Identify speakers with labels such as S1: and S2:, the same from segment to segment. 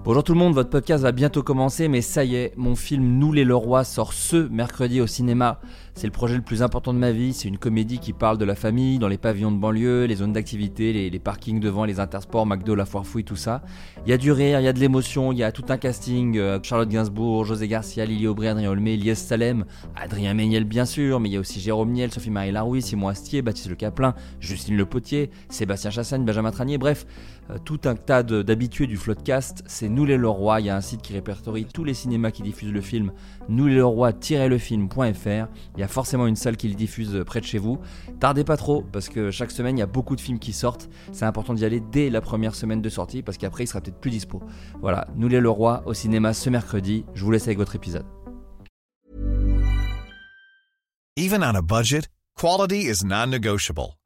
S1: Bonjour tout le monde, votre podcast va bientôt commencer, mais ça y est, mon film Nous les Leroy sort ce mercredi au cinéma. C'est le projet le plus important de ma vie, c'est une comédie qui parle de la famille, dans les pavillons de banlieue, les zones d'activité, les, les parkings devant, les intersports, McDo, la foire fouille, tout ça. Il y a du rire, il y a de l'émotion, il y a tout un casting, euh, Charlotte Gainsbourg, José Garcia, Lily Aubry, Adrien Olmé, Lies Salem, Adrien Méniel bien sûr, mais il y a aussi Jérôme Niel, Sophie-Marie Larouille, Simon Astier, Baptiste Le Caplin, Justine Le Potier, Sébastien Chassagne, Benjamin Tranier, bref, euh, tout un tas de- d'habitués du Floodcast, c'est Nous les Leroy, il y a un site qui répertorie tous les cinémas qui diffusent le film, nousleroy-lefilm.fr, il y a forcément une salle qui le diffuse euh, près de chez vous. Tardez pas trop, parce que chaque semaine, il y a beaucoup de films qui sortent, c'est important d'y aller dès la première semaine de sortie, parce qu'après, il sera peut-être plus dispo. Voilà, Nous les Leroy au cinéma ce mercredi, je vous laisse avec votre épisode.
S2: Even on a budget, quality is non-negotiable.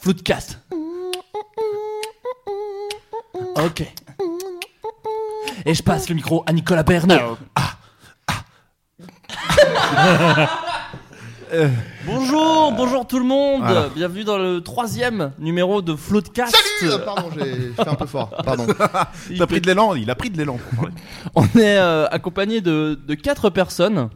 S3: Floodcast. Ok. Et je passe le micro à Nicolas Bernard.
S1: Ah,
S3: Ah.
S1: Ah. Bonjour, bonjour tout le monde, bienvenue dans le troisième numéro de Floodcast.
S4: Ah, pardon, j'ai fait un peu fort. Pardon.
S5: T'as pris de l'élan, il a pris de l'élan.
S1: On est euh, accompagné de, de quatre personnes,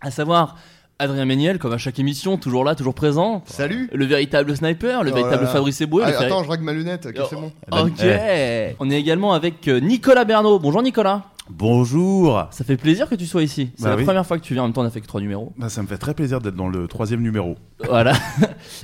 S1: à savoir Adrien Méniel, comme à chaque émission, toujours là, toujours présent.
S4: Salut.
S1: Le véritable sniper, le
S4: Oh
S1: véritable
S4: là là.
S1: Fabrice Eboué.
S4: Ah,
S1: le
S4: attends, je règle ma lunette. ok, c'est bon.
S5: Eh ben,
S1: fer- Ok. On est également avec euh, Nicolas Bernot. Bonjour Nicolas.
S5: Bonjour.
S1: Ça fait plaisir que tu sois ici. C'est
S5: Bah
S1: la
S5: oui.
S1: première fois que tu viens. En même temps, on a fait que trois numéros.
S5: Bah, ça me fait très plaisir d'être dans le troisième numéro.
S1: Voilà.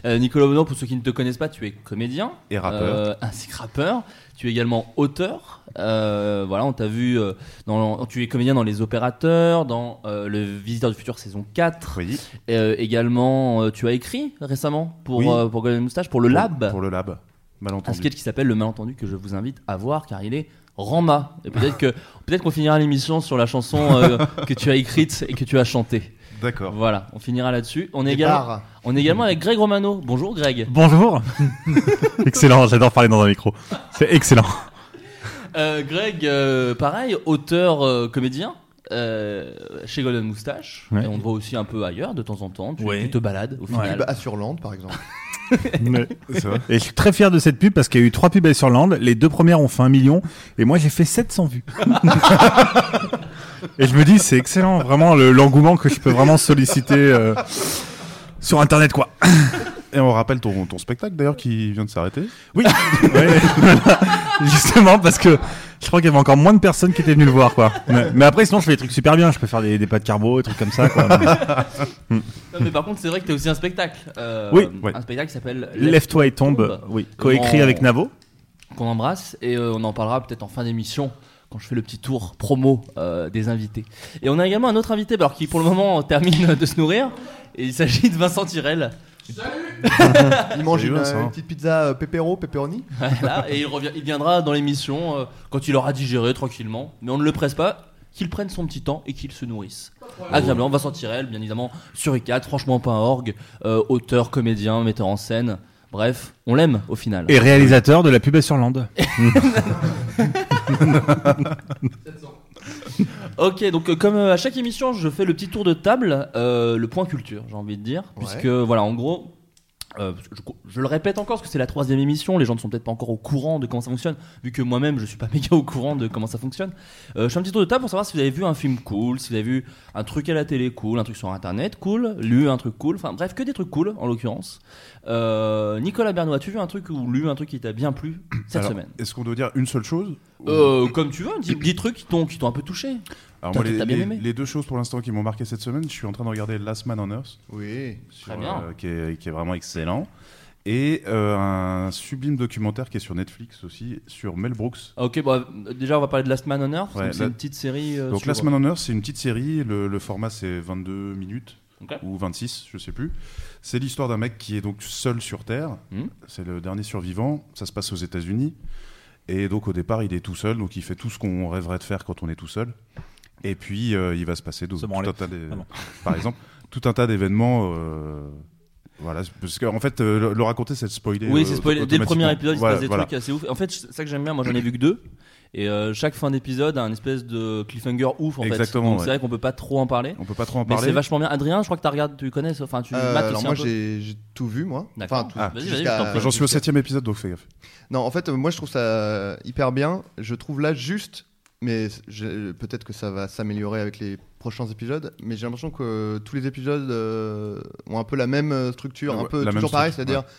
S1: Euh, Nicolas Bernot, pour ceux qui ne te connaissent pas, tu es comédien.
S5: Et rappeur.
S1: Euh, ainsi que rappeur. Tu es également auteur. Euh, voilà, on t'a vu. euh, dans, tu es comédien dans Les Opérateurs, dans euh, Le Visiteur du Futur saison 4.
S5: Oui.
S1: Et, euh, également, euh, tu as écrit récemment pour,
S5: Oui.
S1: euh, pour Golden Moustache, pour le Lab,
S5: Pour le lab.
S1: un
S5: Malentendu.
S1: sketch qui s'appelle Le Malentendu que je vous invite à voir car il est rama. Et peut-être que peut-être qu'on finira l'émission sur la chanson euh, que tu as écrite et que tu as chantée.
S5: D'accord.
S1: Voilà, on finira là-dessus. On, est
S4: Et
S1: également-
S4: barre.
S1: on est également avec Greg Romano. Bonjour Greg.
S6: Bonjour Excellent, j'adore parler dans un micro. C'est excellent.
S1: Euh, Greg, euh, pareil, auteur euh, comédien. euh, chez Golden Moustache,
S6: Ouais.
S1: et on te voit aussi un peu ailleurs de temps en temps. Tu,
S6: Ouais.
S1: tu te balades au
S4: Bah,
S1: final.
S4: à Surland, par exemple.
S5: Ça va
S6: Et je suis très fier de cette pub parce qu'il y a eu trois pubs sur Land. Les deux premières ont fait un million et moi j'ai fait 700 vues. et je me dis, c'est excellent, vraiment le- l'engouement que je peux vraiment solliciter euh, sur Internet quoi.
S5: Et on rappelle ton, ton spectacle d'ailleurs qui vient de s'arrêter.
S6: Oui, Ouais. justement parce que je crois qu'il y avait encore moins de personnes qui étaient venues le voir quoi. Mais, mais après, sinon je fais des trucs super bien. Je peux faire des, des pas de carbo, des trucs comme ça quoi.
S1: Non, mais par contre, c'est vrai que t'as aussi un spectacle. Euh,
S6: Oui, ouais.
S1: Un spectacle qui s'appelle Left,
S6: Lève-toi et tombe, oui, coécrit avec Navo.
S1: qu'on embrasse et euh, on en parlera peut-être en fin d'émission quand je fais le petit tour promo euh, des invités. Et on a également un autre invité, alors qui pour le moment termine de se nourrir. Et il s'agit de Vincent Tirel.
S4: Il mange
S5: C'est
S4: une,
S5: bien,
S4: euh,
S5: ça.
S4: une petite pizza euh, pepperoni, pepperoni.
S1: Voilà, et il, revient, il viendra dans l'émission euh, quand il aura digéré tranquillement. Mais on ne le presse pas, qu'il prenne son petit temps et qu'il se nourrisse. Agréablement, Vincent Tirel, bien évidemment, sur ICAT, franchement pas un orgue, euh, auteur, comédien, metteur en scène. Bref, on l'aime au final.
S6: Et réalisateur de la pub à Surland.
S1: Ok, donc euh, comme euh, à chaque émission, je fais le petit tour de table, euh, le point culture, j'ai envie de dire,
S4: Ouais.
S1: puisque voilà, en gros, euh, je, je le répète encore, parce que c'est la troisième émission, les gens ne sont peut-être pas encore au courant de comment ça fonctionne, vu que moi-même je suis pas méga au courant de comment ça fonctionne. Euh, je fais un petit tour de table pour savoir si vous avez vu un film cool, si vous avez vu un truc à la télé cool, un truc sur internet cool, lu un truc cool, enfin bref, que des trucs cool en l'occurrence. Euh, Nicolas Bernois, as-tu vu un truc ou lu un truc qui t'a bien plu cette
S5: Alors,
S1: semaine
S5: Est-ce qu'on doit dire une seule chose
S1: Euh, Comme tu veux, dis, dis trucs qui t'ont qui t'ont un peu touché. Putain,
S5: Alors moi, les,
S1: t'as bien
S5: les-
S1: aimé.
S5: les deux choses pour l'instant qui m'ont marqué
S4: Euh,
S5: cette semaine, je suis en train de regarder Last Man on Earth,
S4: Oui.
S5: sur, euh,
S1: bien.
S5: qui, est, qui est vraiment excellent. Et euh, un sublime documentaire qui est sur Netflix aussi, sur Mel Brooks.
S1: Ah, Ok, bah, euh, déjà on va parler de Last Man on Earth.
S5: Ouais,
S1: donc c'est
S5: la-
S1: une petite série. euh,
S5: Donc
S1: sur-
S5: Last Man on Earth, c'est une petite série, le, le format c'est 22 minutes
S1: Ok.
S5: ou 26, je sais plus. C'est l'histoire d'un mec qui est donc seul sur Terre,
S1: Mhm.
S5: c'est le dernier survivant, ça se passe aux États-Unis. Et donc au départ, il est tout seul, donc il fait tout ce qu'on rêverait de faire quand on est tout seul. Et puis euh, il va se passer donc,
S6: Se
S5: tout
S6: branler.
S5: un tas d'é-
S6: Ah bon.
S5: par exemple, tout un tas d'événements euh, voilà, parce qu'en fait, euh, le, le raconter, c'est de spoiler.
S1: Oui,
S5: euh,
S1: c'est spoilé. Dès le premier
S5: automatiquement.
S1: épisode, il se
S5: Voilà,
S1: passe des
S5: voilà.
S1: trucs assez ouf. En fait, c'est ça que j'aime bien, moi j'en ai vu que deux. Et euh, chaque fin d'épisode a un espèce de cliffhanger ouf en fait.
S5: Exactement,
S1: Donc
S5: ouais.
S1: c'est vrai qu'on peut pas trop en parler.
S5: On peut pas trop en
S1: Mais
S5: parler.
S1: c'est vachement bien. Adrien, je crois que tu regardes, tu connais, ça enfin tu
S4: Euh,
S1: mates aussi
S4: alors
S1: un
S4: moi
S1: peu.
S4: j'ai j'ai tout vu moi.
S1: D'accord.
S4: tout-
S5: Ah.
S1: Vas-y, vas-y,
S4: jusqu'à-
S1: je t'en prie.
S5: J'en suis au septième épisode, donc fais gaffe.
S4: Non, en fait, euh, moi je trouve ça euh, hyper bien. Je trouve là juste, mais je- peut-être que ça va s'améliorer avec les prochains épisodes. Mais j'ai l'impression que euh, tous les épisodes euh, ont un peu la même euh, structure,
S5: Ouais,
S4: un peu
S5: la même
S4: toujours pareil,
S5: structure,
S4: c'est-à-dire.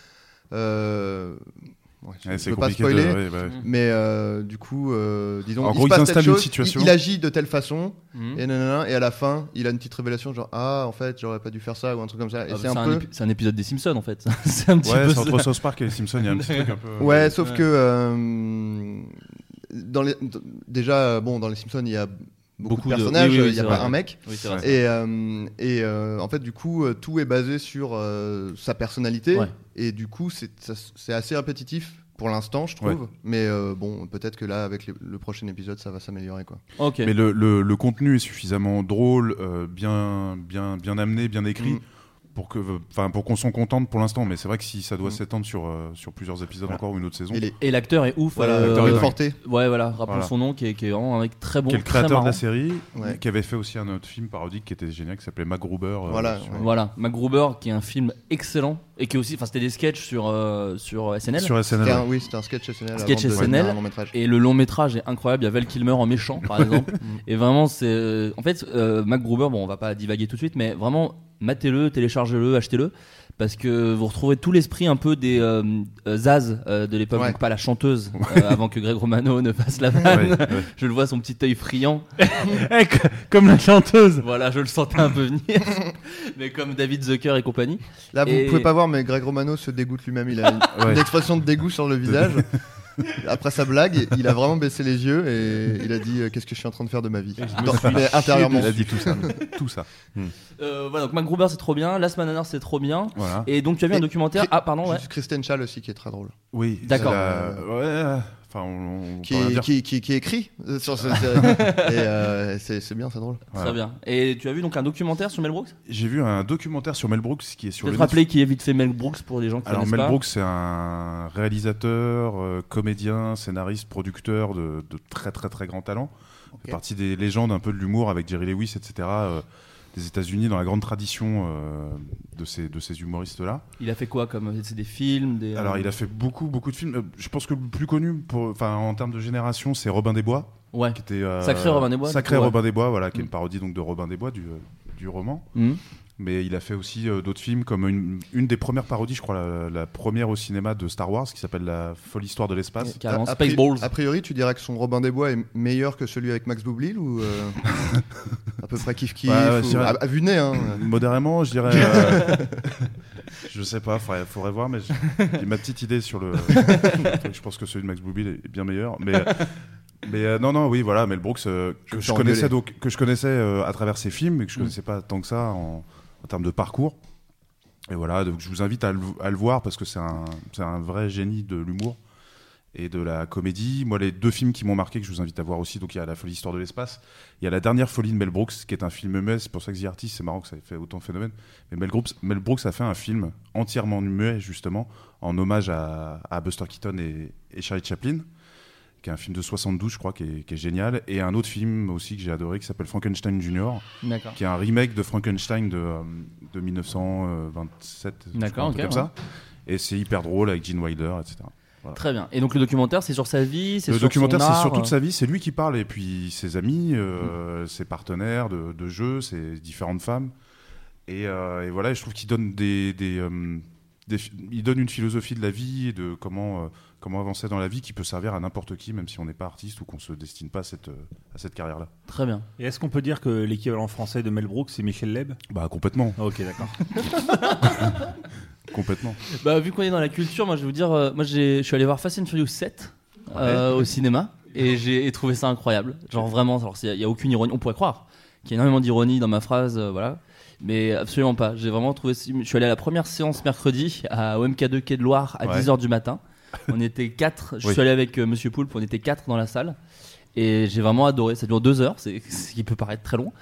S4: euh, ouais, je
S5: Ouais,
S4: ne
S5: c'est
S4: veux pas
S5: compliqué de-
S4: spoiler,
S5: ouais, bah ouais.
S4: mais euh, du coup, euh, disons,
S5: En
S4: il
S5: gros,
S4: se
S5: ils
S4: passe
S5: installent
S4: telle
S5: une
S4: chose,
S5: situation. Hmm.
S4: Il, il agit de telle façon,
S1: Mhm.
S4: et, nanana, et à la fin, il a une petite révélation, genre ah, en fait, j'aurais pas dû faire ça ou un truc comme ça. Et
S1: Ah,
S4: c'est
S1: bah,
S4: un
S1: c'est
S4: peu.
S1: un épi- c'est un épisode des Simpsons en fait. c'est un petit
S5: Ouais,
S1: peu.
S5: c'est
S1: ça.
S5: entre South Park et les Simpsons, il y a un petit truc un peu.
S4: Ouais, sauf
S1: Ouais.
S4: que euh, dans les, d- déjà, euh, bon, dans les Simpsons, il y a beaucoup,
S1: Beaucoup de-
S4: de personnages,
S1: oui,
S4: il
S1: oui, oui,
S4: n'y a
S1: c'est
S4: pas
S1: vrai.
S4: un mec.
S1: Oui, c'est vrai.
S4: Et, euh, et euh, en fait, du coup, euh, tout est basé sur euh, sa personnalité.
S1: Ouais.
S4: Et du coup, c'est ça- c'est assez répétitif pour l'instant, je trouve. Mais euh, bon, peut-être que là, avec les- le prochain épisode, ça va s'améliorer, quoi.
S1: Ok.
S5: Mais le, le- le contenu est suffisamment drôle, euh, bien, bien, bien amené, bien écrit.
S4: Mm.
S5: Pour que, enfin, pour qu'on s'en contente pour l'instant, mais c'est vrai que si ça doit
S4: Mm.
S5: s'étendre sur euh, sur plusieurs épisodes
S6: Voilà.
S5: encore ou une autre saison,
S4: Et les,
S1: Et l'acteur est ouf.
S4: voilà,
S1: euh,
S5: l'acteur est
S4: le
S5: dingue.
S4: Forté.
S1: Ouais, voilà, rappelons
S5: Voilà.
S1: son nom qui est, qui est vraiment un mec très bon.
S5: qui est le
S1: très
S5: créateur de
S1: marrant.
S5: la série,
S4: Ouais.
S5: qui avait fait aussi un autre film parodique qui était génial, qui s'appelait MacGruber. euh,
S4: Voilà,
S5: sur,
S4: ouais.
S1: Voilà, MacGruber qui est un film excellent et qui est aussi, enfin c'était des sketchs sur, euh, sur SNL.
S5: sur SNL.
S4: C'était
S5: ouais.
S4: un- oui, c'était un sketch SNL.
S1: Sketch
S4: avant de devenir
S1: SNL.
S4: un long métrage.
S1: Et le long métrage est incroyable, il y a Val Kilmer en méchant par exemple. et vraiment c'est... En fait, euh, MacGruber, bon on va pas divaguer tout de suite, mais vraiment matez-le, téléchargez-le, achetez-le. Parce que vous retrouvez tout l'esprit un peu des euh, euh, Zaz euh, de l'époque,
S4: Ouais.
S1: donc pas la chanteuse, euh, avant que Greg Romano ne fasse la vanne.
S5: Ouais, ouais.
S1: Je le vois son petit œil friand.
S6: Eh, co- comme la chanteuse.
S1: Voilà, je le sentais un peu venir. mais comme David Zucker et compagnie.
S4: Là, vous
S1: Et-
S4: pouvez pas voir, mais Greg Romano se dégoûte lui-même. Il a une,
S5: Ouais.
S4: une expression de dégoût sur le visage. Après sa blague, il a vraiment baissé les yeux et il a dit euh, Qu'est-ce que je suis en train de faire de ma vie Dans- mais intérieurement.
S5: Il a dit tout ça, tout ça.
S1: Euh, voilà, donc MacGruber c'est trop bien, Last Man on Earth, c'est trop bien.
S5: Voilà.
S1: Et donc tu as vu un
S4: Et-
S1: documentaire. Ah, pardon, ouais.
S4: Juste Kristen Schaal aussi qui est très drôle.
S5: Oui.
S1: D'accord.
S5: c'est la- ouais. Enfin, on, on
S4: Qui,
S5: peut rien
S4: est-
S5: dire.
S4: qui, qui, qui écrit euh, sur ce- ce- et euh, c'est c'est bien, c'est drôle.
S5: Voilà.
S1: Très bien. Et tu as vu donc un documentaire sur Mel Brooks
S5: J'ai vu un documentaire sur Mel Brooks qui est
S1: Tu
S5: sur
S1: peux
S5: le
S1: te rappeler qui est vite fait Mel Brooks pour les gens qui
S5: Alors
S1: connaissent
S5: Mel
S1: pas
S5: Brooks, c'est un réalisateur, euh, comédien, scénariste, producteur de, de très très très grand talent. Il fait partie des légendes un peu de l'humour avec Jerry Lewis, etc. euh, des États-Unis dans la grande tradition euh, de ces, de ces humoristes-là.
S1: Il a fait quoi comme C'est des films des, euh,
S5: Alors il a fait beaucoup beaucoup de films. Euh, Je pense que le plus connu pour, enfin, en termes de génération, c'est Robin des Bois.
S1: Ouais.
S5: Qui était, euh,
S1: Sacré Robin des Bois,
S5: Sacré
S1: du coup, ouais.
S5: Robin des Bois, voilà, qui est
S1: Mm.
S5: une parodie donc, de Robin des Bois, du, euh, du roman.
S1: Mhm.
S5: Mais il a fait aussi euh, d'autres films, comme une, une des premières parodies, je crois, la, la première au cinéma de Star Wars, qui s'appelle La folle histoire de l'espace.
S1: Carrément,
S4: A- a pri-
S1: Spaceballs.
S4: A priori, tu dirais que son Robin des Bois est meilleur que celui avec Max Boublil ou euh, à peu près kiff kiff
S5: Ouais, ouais, c'est
S4: ou...
S5: vrai.
S4: à, à vue de nez, hein.
S5: Modérément, je dirais. euh, je sais pas, faudrait, faudrait voir, mais j'ai ma petite idée sur le. je pense que celui de Max Boublil est bien meilleur. Mais, euh, mais euh, non, non, oui, voilà, Mel Brooks, euh, que,
S4: Je
S5: je
S4: t'en
S5: connaissais,
S4: gueulais.
S5: donc, que je connaissais euh, à travers ses films, mais que je
S1: Mm.
S5: connaissais pas tant que ça en, en termes de parcours. Et voilà, donc je vous invite à le, à le voir parce que c'est un, c'est un vrai génie de l'humour et de la comédie. Moi, les deux films qui m'ont marqué, que je vous invite à voir aussi, donc il y a La folie histoire de l'espace, il y a La dernière folie de Mel Brooks, qui est un film muet, c'est pour ça que The Artist, c'est marrant que ça ait fait autant de phénomènes. Mais Mel Brooks, Mel Brooks a fait un film entièrement muet, justement, en hommage à, à Buster Keaton et, et Charlie Chaplin, qui est un film de 72, je crois, qui est, qui est génial. Et un autre film aussi que j'ai adoré, qui s'appelle Frankenstein Junior,
S1: D'accord.
S5: qui est un remake de Frankenstein de, euh, de 1927, je crois,
S1: D'accord,
S5: un truc
S1: ok,
S5: comme ça. Et c'est hyper drôle avec Gene Wilder, etc.
S1: Très bien. Et donc le documentaire, c'est sur sa vie, c'est
S5: Le
S1: sur
S5: documentaire,
S1: son
S5: c'est
S1: art,
S5: sur toute
S6: euh
S5: sa vie. C'est lui qui parle, et puis ses amis,
S6: Mm.
S5: euh, ses partenaires de, de jeu, ses différentes femmes. Et, euh, et voilà, et je trouve qu'il donne des, des, euh, des fi- il donne une philosophie de la vie et de comment, euh, comment avancer dans la vie qui peut servir à n'importe qui, même si on n'est pas artiste ou qu'on se destine pas à cette, euh, à cette carrière-là.
S1: Très bien.
S6: Et est-ce qu'on peut dire que l'équivalent français de Mel Brooks, c'est Michel Leb
S5: Bah complètement.
S6: Ok, d'accord.
S5: complètement.
S1: Bah, vu qu'on est dans la culture, moi je vais vous dire, euh, moi j'ai- je suis allé voir Fast and Furious 7 euh, au cinéma et j'ai trouvé ça incroyable. Genre vraiment, alors il n'y a, aucune ironie, on pourrait croire qu'il y a énormément d'ironie dans ma phrase, euh, voilà. Mais absolument pas. J'ai vraiment trouvé. Je suis allé à la première séance mercredi à OMK2 Quai de Loire à
S5: Ouais.
S1: 10h du matin. On était quatre. Je
S5: Oui.
S1: suis allé avec euh, Monsieur Poulpe. On était quatre dans la salle. Et j'ai vraiment adoré. Ça dure deux heures, c'est ce qui peut paraître très long.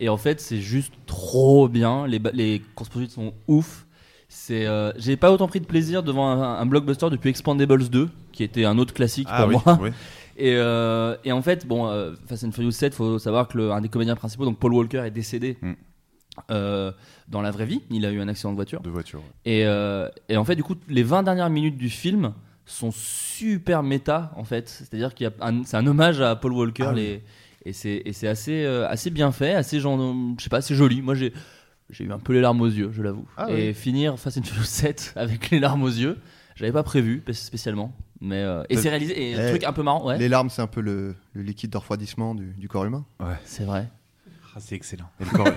S1: Et en fait, c'est juste trop bien. Les, ba- les courses poursuites sont ouf. C'est, euh, j'ai pas autant pris de plaisir devant un, un blockbuster depuis Expandables 2, qui était un autre classique
S5: Ah
S1: pour
S5: oui,
S1: moi.
S5: oui.
S1: Et, euh, et en fait, bon, euh, Fast and Furious 7, faut savoir que le- un des comédiens principaux, donc Paul Walker, est décédé.
S5: Mm.
S1: euh, dans la vraie vie, il a eu un accident de voiture.
S5: de voiture. ouais.
S1: Et, euh, et en fait, du coup, les 20 dernières minutes du film sont super méta, en fait. C'est-à-dire qu'il y a un- c'est un hommage à Paul Walker.
S5: Ah oui.
S1: les- et c'est et c'est assez, euh, assez bien fait, assez, genre, je sais pas, assez joli. Moi, j'ai j'ai eu un peu les larmes aux yeux, je l'avoue.
S4: Ah
S1: et finir Fast and Furious 7 avec les larmes aux yeux, j'avais pas prévu parce- spécialement. Mais, euh, et
S4: T'as-
S1: c'est réalisé, et un
S4: Eh,
S1: truc un peu marrant, ouais.
S4: Les larmes, c'est un peu le, le liquide de refroidissement du, du corps humain.
S1: C'est vrai.
S6: Ah, c'est excellent.
S5: Et le corps-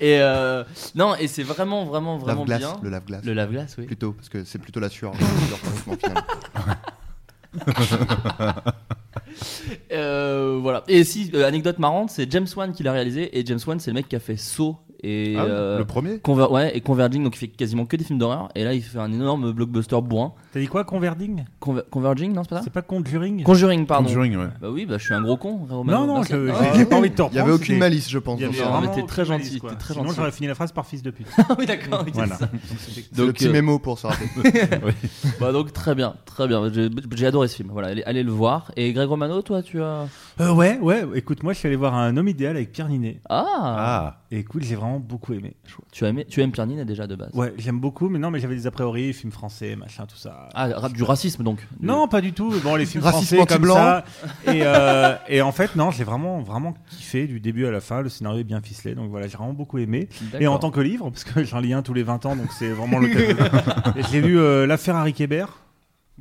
S1: Et euh, non, et c'est vraiment, vraiment, vraiment
S4: Lave-glace,
S1: bien.
S4: le lave-glace.
S1: Le lave-glace, oui.
S4: Plutôt, parce que c'est plutôt la sueur. le liquide de refroidissement, finalement.
S1: Euh, voilà. Et si, euh, anecdote marrante, c'est James Wan qui l'a réalisé. Et James Wan, c'est le mec qui a fait Saw et,
S5: Ah oui,
S1: euh,
S5: le premier
S1: Conver- ouais, et Converging, donc il fait quasiment que des films d'horreur. Et là, il fait un énorme blockbuster bourrin.
S6: T'as dit quoi, Converding
S1: Conver- Converging, non, c'est pas ça
S6: C'est pas Conjuring
S1: Conjuring, pardon.
S5: Conjuring, ouais.
S1: Bah oui, bah, je suis un gros con. Romain.
S6: Non, non,
S1: Merci.
S6: je-
S1: Ah,
S6: j'ai j'ai pas envie de t'en
S4: Il n'y avait aucune malice, je pense.
S6: Il y
S4: dans
S6: avait
S4: ça.
S1: Non,
S6: vraiment
S1: mais t'es très
S6: aucune malice,
S1: gentil,
S6: quoi.
S1: t'es très
S6: Sinon,
S1: gentil.
S6: j'aurais fini la phrase par fils de pute.
S1: Ah, oui, d'accord. ok,
S6: Voilà.
S1: c'est ça.
S4: C'est le
S1: Donc,
S4: petit
S1: euh,
S4: mémo pour se rappeler.
S1: bah, donc très bien, très bien. J'ai j'ai adoré ce film. Voilà, allez, allez le voir. Et Greg Romano, toi, tu as.
S6: Euh, ouais, ouais, écoute, moi je suis allé voir un homme idéal avec Pierre Ninet.
S1: Ah,
S5: Ah,
S6: Et écoute, j'ai vraiment beaucoup aimé.
S1: Tu, as aimé, tu aimes Pierre Ninet déjà de base.
S6: Ouais, j'aime beaucoup, mais non, mais j'avais des a priori, films français, machin, tout ça.
S1: Ah, ra- du racisme donc. Du-
S6: Non, pas du tout. Bon, les films
S4: Racisme
S6: français comme
S4: anti-blanc.
S6: ça. Et, euh, et en fait, non, j'ai vraiment, vraiment kiffé du début à la fin. Le scénario est bien ficelé, donc voilà, j'ai vraiment beaucoup aimé. Et en
S1: D'accord.
S6: tant que livre, parce que j'en lis un tous les 20 ans, donc c'est vraiment l'occasion. Et J'ai lu euh, L'affaire Harry Kébert.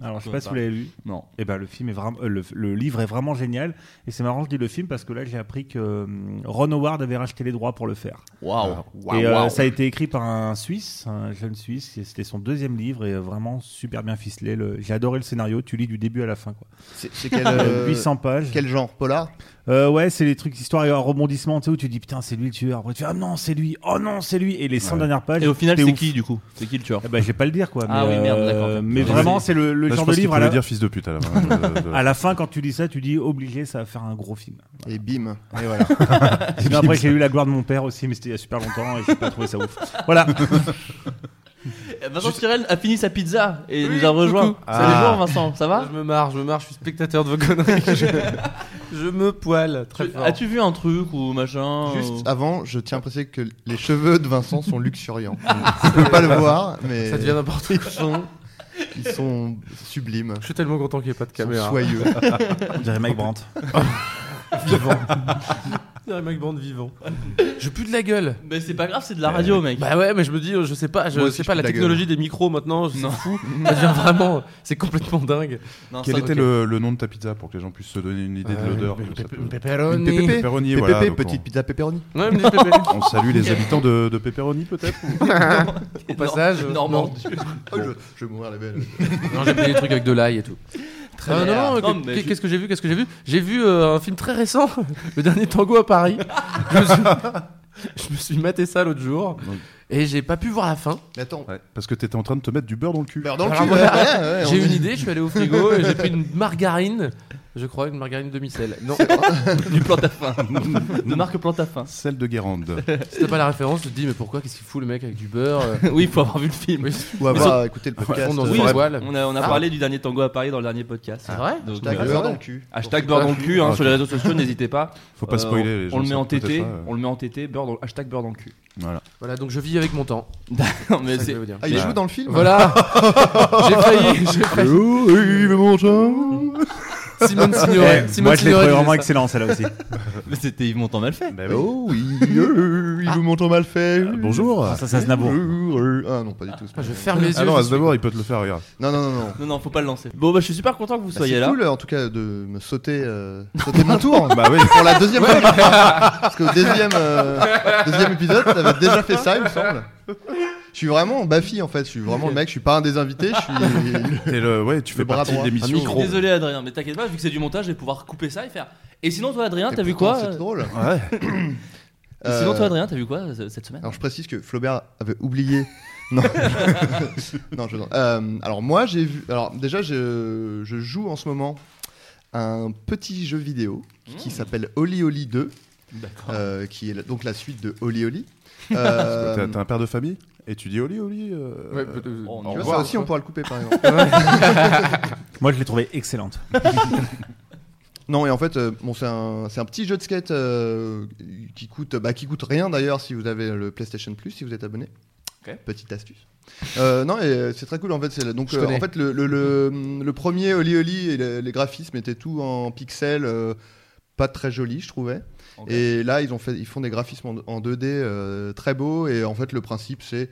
S6: Alors, je sais pas si vous l'avez lu.
S1: Non.
S6: Et ben, le film est vraiment, euh, le, le livre est vraiment génial. Et c'est marrant, je dis le film parce que là, j'ai appris que euh, Ron Howard avait racheté les droits pour le faire.
S1: Waouh. Waouh,
S6: et euh,
S1: waouh.
S6: ça a été écrit par un Suisse, un jeune Suisse, et c'était son deuxième livre et euh, vraiment super bien ficelé. Le- J'ai adoré le scénario, tu lis du début à la fin. Quoi.
S4: C'est c'est quel,
S6: Euh,
S4: euh,
S6: 800 pages.
S4: quel genre Polar
S6: Euh, ouais, c'est les trucs, histoire et un rebondissement, tu sais, où tu dis putain, c'est lui le tueur. Après tu fais ah non, c'est lui, oh non, c'est lui. Et les 100 dernières pages.
S1: Et au final,
S6: t'es
S1: c'est
S6: ouf.
S1: qui du coup C'est qui le tueur
S6: Eh ben, Je vais pas le dire quoi.
S1: Ah
S6: mais,
S1: oui, merde,
S6: euh,
S1: d'accord.
S6: Mais
S1: Désolé.
S6: vraiment, c'est le, le
S5: Là, je
S6: genre
S5: pense
S6: de
S5: qu'il
S6: livre. À
S5: pouvait
S6: la,
S5: dire fils de pute à la fin. de- de-
S6: à la fin, quand tu dis ça, tu dis obligé, ça va faire un gros film.
S4: Et bim.
S6: Et voilà. Sinon, après, j'ai lu La gloire de mon père aussi, mais c'était il y a super longtemps et j'ai pas trouvé ça ouf. Voilà.
S1: Eh, Vincent Tirel a fini sa pizza et nous a rejoint. Salut
S5: Ah.
S1: bonjour Vincent, ça va
S7: Je me marre, je me marre, je suis spectateur de vos conneries. je, je me poile très
S1: Tu-
S7: fort.
S1: As-tu vu un truc ou machin ou-
S4: Juste avant, je tiens à préciser que les cheveux de Vincent sont luxuriants. On peut pas le voir, mais
S7: Ça devient n'importe quoi.
S4: ils sont, ils sont sublimes.
S7: Je suis tellement content qu'il n'y ait pas de
S4: Ils sont
S7: caméra.
S4: soyeux.
S6: On dirait Mike Brandt.
S7: C'est un mec bande vivant. Je pue de la gueule.
S1: Mais c'est pas grave, c'est de la radio, mec.
S7: Bah ouais, mais je me dis, je sais pas, je
S4: Moi aussi,
S7: sais
S4: je
S7: pas
S4: pue
S7: la
S4: de la
S7: technologie des micros maintenant, c'est
S1: Non.
S7: fou. Ça devient vraiment, c'est complètement dingue.
S1: Non,
S5: Quel
S1: ça-
S5: était
S1: ok.
S5: le, le nom de ta pizza pour que les gens puissent se donner une idée de l'odeur que ça peut-
S4: Une
S7: Pepperoni.
S4: PPP,
S5: Pepperoni,
S4: PPP,
S5: voilà, donc
S4: petite pizza pepperoni.
S7: Ouais, une pépé.
S5: On salue les habitants de, de Pepperoni peut-être ou-
S7: Au passage. euh,
S1: Non,
S7: non,
S1: non.
S4: Oh, je, je vais mourir les belles.
S7: Non, j'ai pris des trucs avec de l'ail et tout. Euh,
S1: bien.
S7: non, non,
S1: Non,
S7: que-
S1: mais
S7: qu'est-
S1: je-
S7: qu'est-ce que j'ai vu Qu'est-ce que j'ai vu J'ai vu euh, un film très récent, Le Dernier Tango à Paris. je, me suis... je me suis maté ça l'autre jour
S5: Oui.
S7: et j'ai pas pu voir la fin.
S4: Mais attends,
S5: Ouais, Parce que t'étais en train de te mettre du beurre dans le cul.
S4: beurre dans le
S7: Alors
S4: cul.
S7: voilà,
S4: ouais, ouais, ouais,
S7: j'ai
S4: on-
S7: eu une idée, je suis allé au frigo et j'ai pris une margarine, je crois, une margarine demi-sel. Non,
S1: du plantafin. de marque plantafin.
S5: Celle de Guérande.
S7: c'était pas la référence, je te dis, mais pourquoi Qu'est-ce qu'il fout le mec avec du beurre euh,
S1: Oui, il faut avoir vu le film.
S7: oui,
S4: Ou avoir écouté le podcast.
S7: fond dans
S4: euh,
S7: une
S1: oui,
S7: voile.
S1: On a, on a
S7: Ah.
S1: parlé du dernier tango à Paris dans le dernier podcast.
S7: C'est vrai
S1: Donc,
S4: Hashtag
S1: euh,
S4: beurre dans le cul.
S1: Hashtag beurre dans le cul hein,
S5: Ah,
S1: sur les réseaux sociaux, n'hésitez pas.
S5: Faut pas
S1: Euh,
S5: spoiler les gens.
S1: on, le met
S5: savent
S1: en
S5: peut-être
S1: TT,
S5: pas, euh.
S1: on le met en TT, beurre dans- hashtag beurre dans le cul.
S5: Voilà.
S7: Voilà, donc je vis avec mon temps.
S1: Non, mais
S7: C'est ça que je
S1: c'est.
S7: vais vous dire.
S4: Ah, il
S5: Mais-
S4: joue dans le film
S7: Voilà, j'ai failli. j'ai failli- Simone Signoret.
S6: Eh,
S7: Simone
S6: moi, je l'ai trouvé
S7: Signoret
S6: vraiment
S7: disait ça.
S6: excellent, celle-là aussi.
S1: Mais c'était Yves Montand mal fait.
S5: Bah oui.
S4: Oh oui, euh, il vous montre mal fait.
S5: Bonjour.
S6: Ah, ça, ça se naboure.
S4: Euh, euh, Ah non, pas du tout. c'est pas
S7: Je
S4: vrai.
S7: ferme les yeux.
S5: Ah non,
S7: je
S5: As
S7: suis-
S5: d'abord, il peut te le faire, regarde.
S4: Non, non, non, non.
S1: Non, non, faut pas le lancer. Bon, bah, je suis super content que vous
S4: Bah,
S1: soyez
S4: c'est
S1: là.
S4: cool en tout cas de me sauter, euh, sauter mon tour
S5: Bah oui.
S4: pour la deuxième fois. Parce que au deuxième, euh, deuxième épisode, t'avais déjà fait ça, il me semble. Je suis vraiment Bafi en fait. Je suis vraiment le mec. Je suis pas un des invités. Je suis.
S5: T'es le- ouais, tu
S4: Le
S5: fais
S4: bras
S5: partie de
S4: droit.
S5: l'émission.
S4: Un micro.
S5: Ouais.
S1: Désolé Adrien, mais t'inquiète pas, vu que c'est du montage, je vais pouvoir couper ça et faire. Et sinon toi Adrien, t'as vu quoi
S4: C'est drôle.
S1: Et Sinon
S4: Euh,
S1: toi Adrien, t'as vu quoi euh, cette semaine
S4: Alors je précise que Flaubert avait oublié. Non, non je... euh, Alors moi j'ai vu. Alors déjà je... je joue en ce moment un petit jeu vidéo qui s'appelle Oli Oli 2,
S1: D'accord.
S4: euh, qui est la- donc la suite de Oli Oli.
S5: T'as
S4: Euh,
S5: t'as un père de famille et tu dis Oli, Oli. euh,
S7: Ouais, peut- euh,
S1: on
S5: au
S4: tu vois,
S5: revoir.
S4: ça aussi on pourra le couper par exemple.
S6: Moi, je l'ai trouvé excellente.
S4: non et en fait euh, bon c'est un c'est un petit jeu de skate euh, qui coûte bah, qui coûte rien d'ailleurs si vous avez le PlayStation Plus si vous êtes abonné.
S1: Ok.
S4: Petite astuce. Euh, non, et euh, c'est très cool en fait. c'est le- donc,
S7: Je
S4: euh,
S7: connais.
S4: en fait, le, le- le- le premier Oli Oli et le- les graphismes étaient tout en pixels, euh, pas très jolis, je trouvais.
S1: Ok.
S4: Et là, ils, ont fait, ils font des graphismes en, en 2D euh, très beaux. Et en fait, le principe, c'est